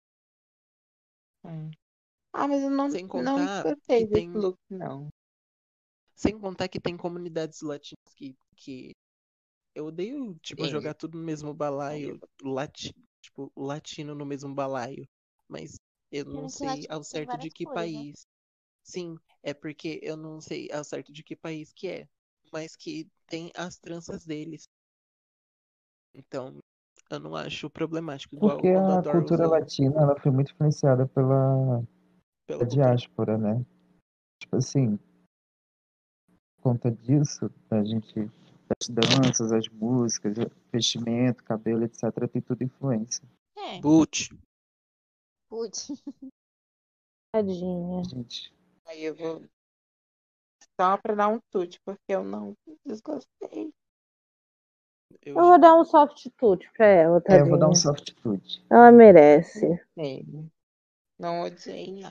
É. Ah, mas eu não,
Sem
não
contar
gostei
que
desse
tem,
look, não.
sem contar que tem comunidades latinas que, que eu odeio, tipo,
Sim.
jogar tudo no mesmo balaio, lati, tipo, latino no mesmo balaio. Mas eu
Sendo
não
que
sei
latino
ao
tem
certo de
várias
que
cores, né?
país. Sim, é porque eu não sei ao certo de que país que é, mas que tem as tranças deles. Então, eu não acho problemático, igual
Porque
quando a
a
Dora
cultura
usou
latina ela foi muito influenciada pela
pela
da
cultura.
diáspora, né? Tipo assim, por conta disso, a gente, as danças, as músicas, o vestimento, cabelo, etc., tem tudo influência.
É,
Boot.
putz.
Tadinha.
Gente,
Aí eu vou só pra dar um tute, porque eu não desgostei.
Eu
Ah,
Eu vou dar um soft touch pra ela,
é, eu vou dar um
tadinha.
softitude.
Ela merece.
Sei. Não odiei, não.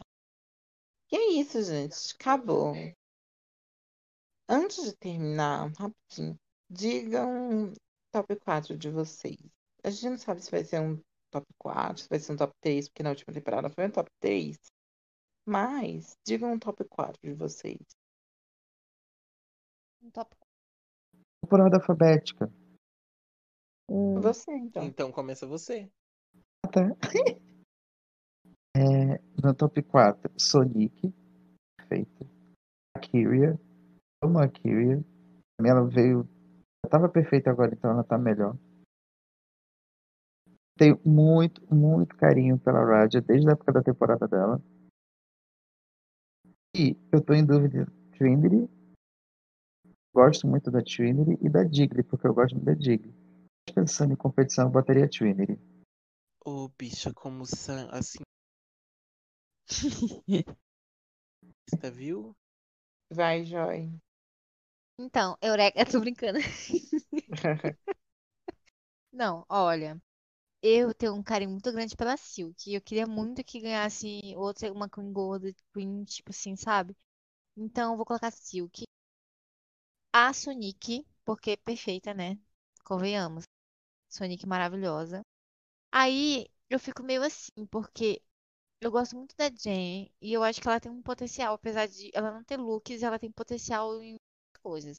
Que é isso, gente. Acabou. Antes de terminar, rapidinho, digam um top 4 de vocês. A gente não sabe se vai ser um top 4, se vai ser um top 3, porque na última temporada foi um top 3. Mas digam um top 4 de vocês.
Um top
Por ordem alfabética.
Hum.
Você,
tá.
então.
Então começa você.
Ah, tá. É, no top 4, Sonic. Perfeito. Akira. Amo a Akira. Pra mim Ela veio. Ela tava perfeita agora, então ela tá melhor. Tenho muito, muito carinho pela Raja desde a época da temporada dela. E eu tô em dúvida de Trinity. Gosto muito da Trinity e da Digley, porque eu gosto muito da Digley. Mas Pensando em competição, eu botaria a Trinity.
Ô, bicha, como san... assim, tá, viu?
Vai, Joy.
Então, Eureka, eu tô brincando. Não, olha, eu tenho um carinho muito grande pela Silk. e Eu queria muito que ganhasse outra, uma Queen Gold, Queen, tipo assim, sabe? Então, eu vou colocar Silk. A Sonic, porque é perfeita, né? Convenhamos. Sonic maravilhosa. Aí, eu fico meio assim, porque eu gosto muito da Jane e eu acho que ela tem um potencial, apesar de ela não ter looks, ela tem potencial em coisas.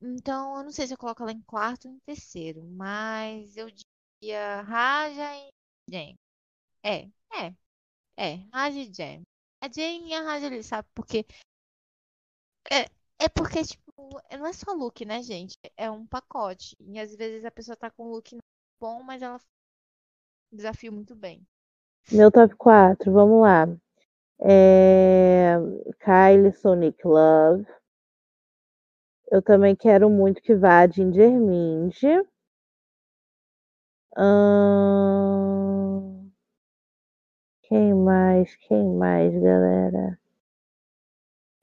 Então, eu não sei se eu coloco ela em quarto ou em terceiro, mas eu diria Raja e Jane. É, é, é, Raja e Jane. A Jane e a Raja ali, sabe? Porque. É, é porque, tipo, não é só look, né, gente? É um pacote. E às vezes a pessoa tá com um look bom, mas ela desafia muito bem.
Meu top 4, vamos lá. É... Kylie Sonic Love. Eu também quero muito que vá a Ginger Mindy. Ahn, Quem mais? Quem mais, galera?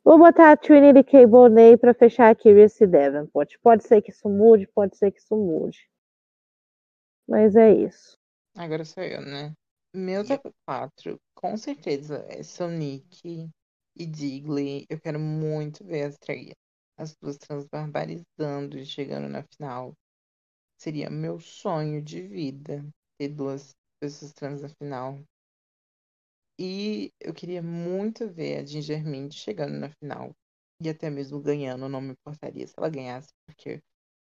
Vou botar a Trinity K. Bonet pra fechar a Curious Davenport. Pode ser que isso mude, pode ser que isso mude. Mas é isso.
Agora sou eu, né? Meu top 4, com certeza, é Sonic e Digley. Eu quero muito ver as, três, as duas transbarbarizando e chegando na final. Seria meu sonho de vida ter duas pessoas trans na final. E eu queria muito ver a Ginger Mint chegando na final. E até mesmo ganhando, eu não me importaria se ela ganhasse, porque eu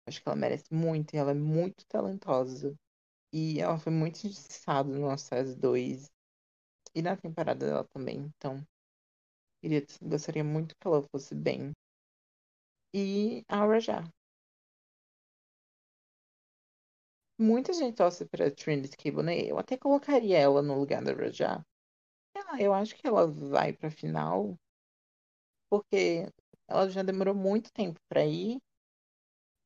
acho que ela merece muito e ela é muito talentosa. E ela foi muito injustiçada no All-Stars 2. E na temporada dela também. Então, queria, gostaria muito que ela fosse bem. E a Rajá. Muita gente torce pra Trinity K. Bonet. Eu até colocaria ela no lugar da Rajá. Ela- Eu acho que ela vai pra final. Porque ela já demorou muito tempo pra ir.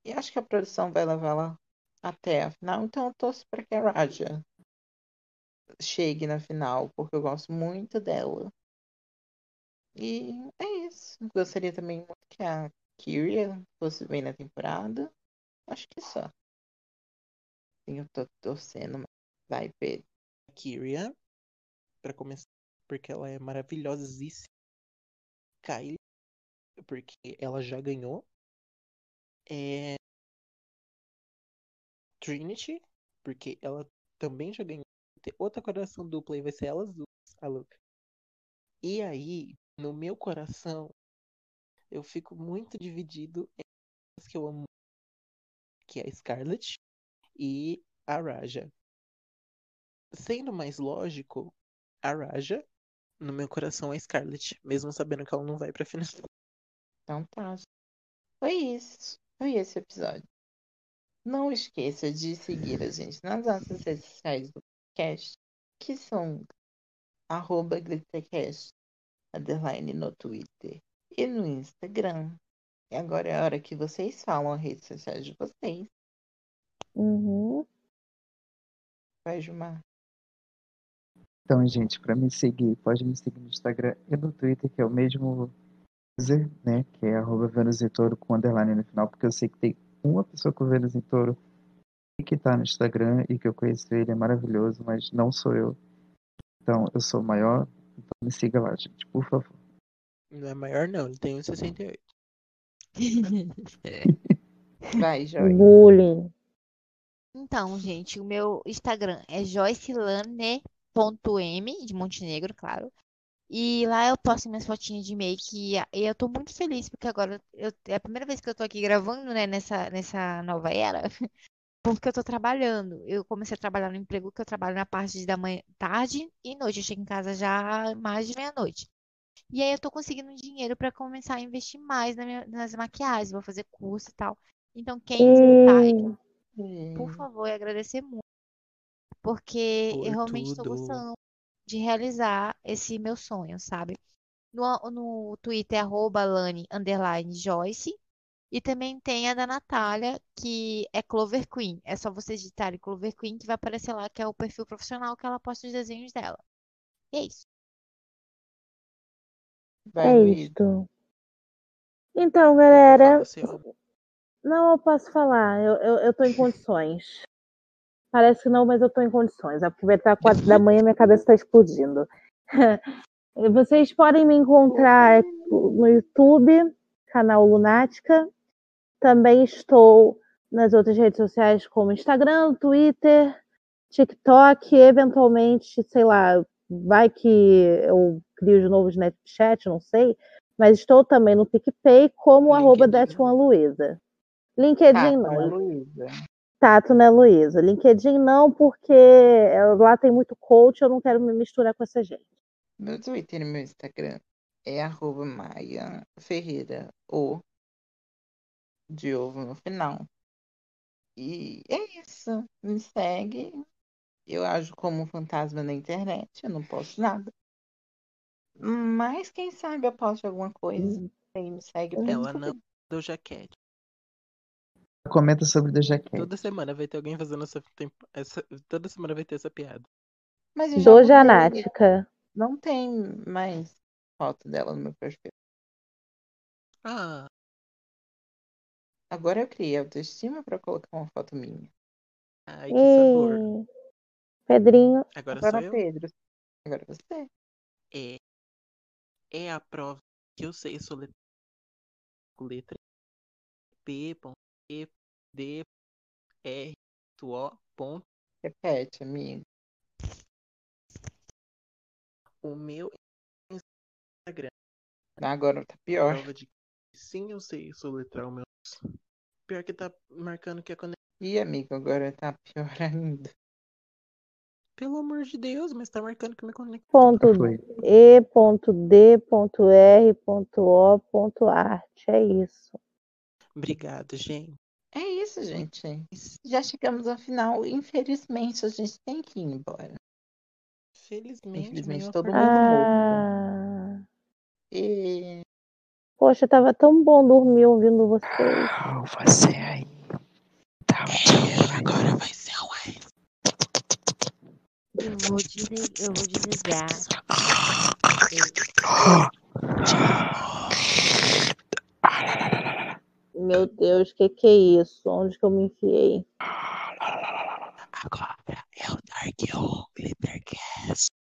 E acho que a produção vai levar ela até a final, então eu torço para que a Raja chegue na final, porque eu gosto muito dela. E é isso. Gostaria também muito que a Kyria fosse bem na temporada. Acho que só. Sim, eu tô torcendo, mas vai, Pedro.
Kyria, pra começar, porque ela é maravilhosíssima. Kylie, porque ela já ganhou. É... Trinity, porque ela também já ganhou. Tem Outra coração dupla e vai ser elas duas, a Luca. E aí, no meu coração, eu fico muito dividido entre as que eu amo, que é a Scarlett e a Raja. Sendo mais lógico, a Raja, no meu coração, é a Scarlett, mesmo sabendo que ela não vai pra final.
Então tá. Foi isso. Foi esse episódio. Não esqueça de seguir a gente nas nossas redes sociais do podcast, que são arroba glittercast, underline no Twitter e no Instagram. E agora é a hora que vocês falam as redes sociais de vocês.
Uhum.
Vai, Gilmar.
Então, gente, para me seguir, pode me seguir no Instagram e no Twitter, que é o mesmo user, né? Que é arroba Vênus em Touro com underline no final, porque eu sei que tem uma pessoa com Vênus em Touro e que tá no Instagram e que eu conheço ele, é maravilhoso, mas não sou eu. Então, eu sou o maior, então me siga lá, gente, por favor.
Não é maior, não, ele tem 1,68.
Vai, Joy.
Bullying.
Então, gente, o meu Instagram é joycelane.m, de Montenegro, claro. E lá eu posto minhas fotinhas de make. E a- e eu tô muito feliz, porque agora eu, é a primeira vez que eu tô aqui gravando, né, nessa, nessa nova era. Porque eu tô trabalhando. Eu comecei a trabalhar no emprego que eu trabalho na parte da manhã, tarde e noite. Eu chego em casa já mais de meia-noite. E aí eu tô conseguindo dinheiro pra começar a investir mais na minha- nas maquiagens. Vou fazer curso e tal. Então, quem escutar, e
E...
por favor, e agradecer muito, porque
Por
eu realmente estou
tudo.
gostando de realizar esse meu sonho, sabe? No, no Twitter, arroba Lani, underline, Joyce. E também tem a da Natália, que é Clover Queen. É só vocês digitarem Clover Queen que vai aparecer lá, que é o perfil profissional que ela posta os desenhos dela. E é isso.
Vai,
É
Luiz.
isto. Então,
Fala
galera,
o seu.
não eu posso falar. Eu, eu, eu tô em condições. Parece que não, mas eu tô em condições. Aproveitar quatro da manhã, minha cabeça tá explodindo. Vocês podem me encontrar no YouTube, canal Lunática. Também estou nas outras redes sociais como Instagram, Twitter, TikTok, eventualmente, sei lá, vai que eu crio de novo o Snapchat, não sei. Mas estou também no PicPay como
LinkedIn.
arroba ThatOneLuiza. LinkedIn É
Tato, né,
não.
Luísa?
Tato, né, Luísa? LinkedIn não, porque eh, lá tem muito coach, eu não quero me misturar com essa gente.
Meu Twitter e meu Instagram é arroba Maia Ferreira, o de ovo no final. E é isso. Me segue. Eu ajo como um fantasma na internet, eu não posto nada. Mas quem sabe eu posto alguma
é.
coisa. Quem me segue pra
Ela
descobrir.
não deu jaquete.
Comenta sobre The Jacket.
Toda semana vai ter alguém fazendo essa, temp- essa- Toda semana vai ter essa piada.
Mas eu já
Do
mudei.
Janática.
Não tem mais foto dela no meu perfil.
Ah,
Agora eu criei autoestima pra colocar uma foto minha.
é
ai, que sabor.
Ih, Pedrinho,
Agora,
Agora,
sou eu?
Pedro. Agora você.
É. É a prova que eu sei soletrar. com Letra P, ponto, E, D, R, ponto, O, ponto.
Repete, amigo.
O meu Instagram.
Agora tá pior.
Prova de que sim, eu sei soletrar o meu. Pior que tá marcando que é conexão.
Ih, amigo, agora tá pior ainda.
Pelo amor de Deus, mas tá marcando que me conecta.
ponto
Foi.
E, ponto D, ponto R, ponto O, ponto arte. É isso.
Obrigado, gente.
É isso, gente. Já chegamos ao final. Infelizmente, a gente tem que ir embora.
Felizmente,
Infelizmente,
meu
todo
Tá
mundo-
apartamento-
Ah,
E
poxa, tava tão bom dormir ouvindo vocês.
Não, você aí. Tá um dinheiro agora.
Agora vai ser o ar.
Eu vou, desli- eu vou desligar.
Meu Deus, que que é isso? Onde que eu me enfiei?
Agora é o Dark Hole Glittercast.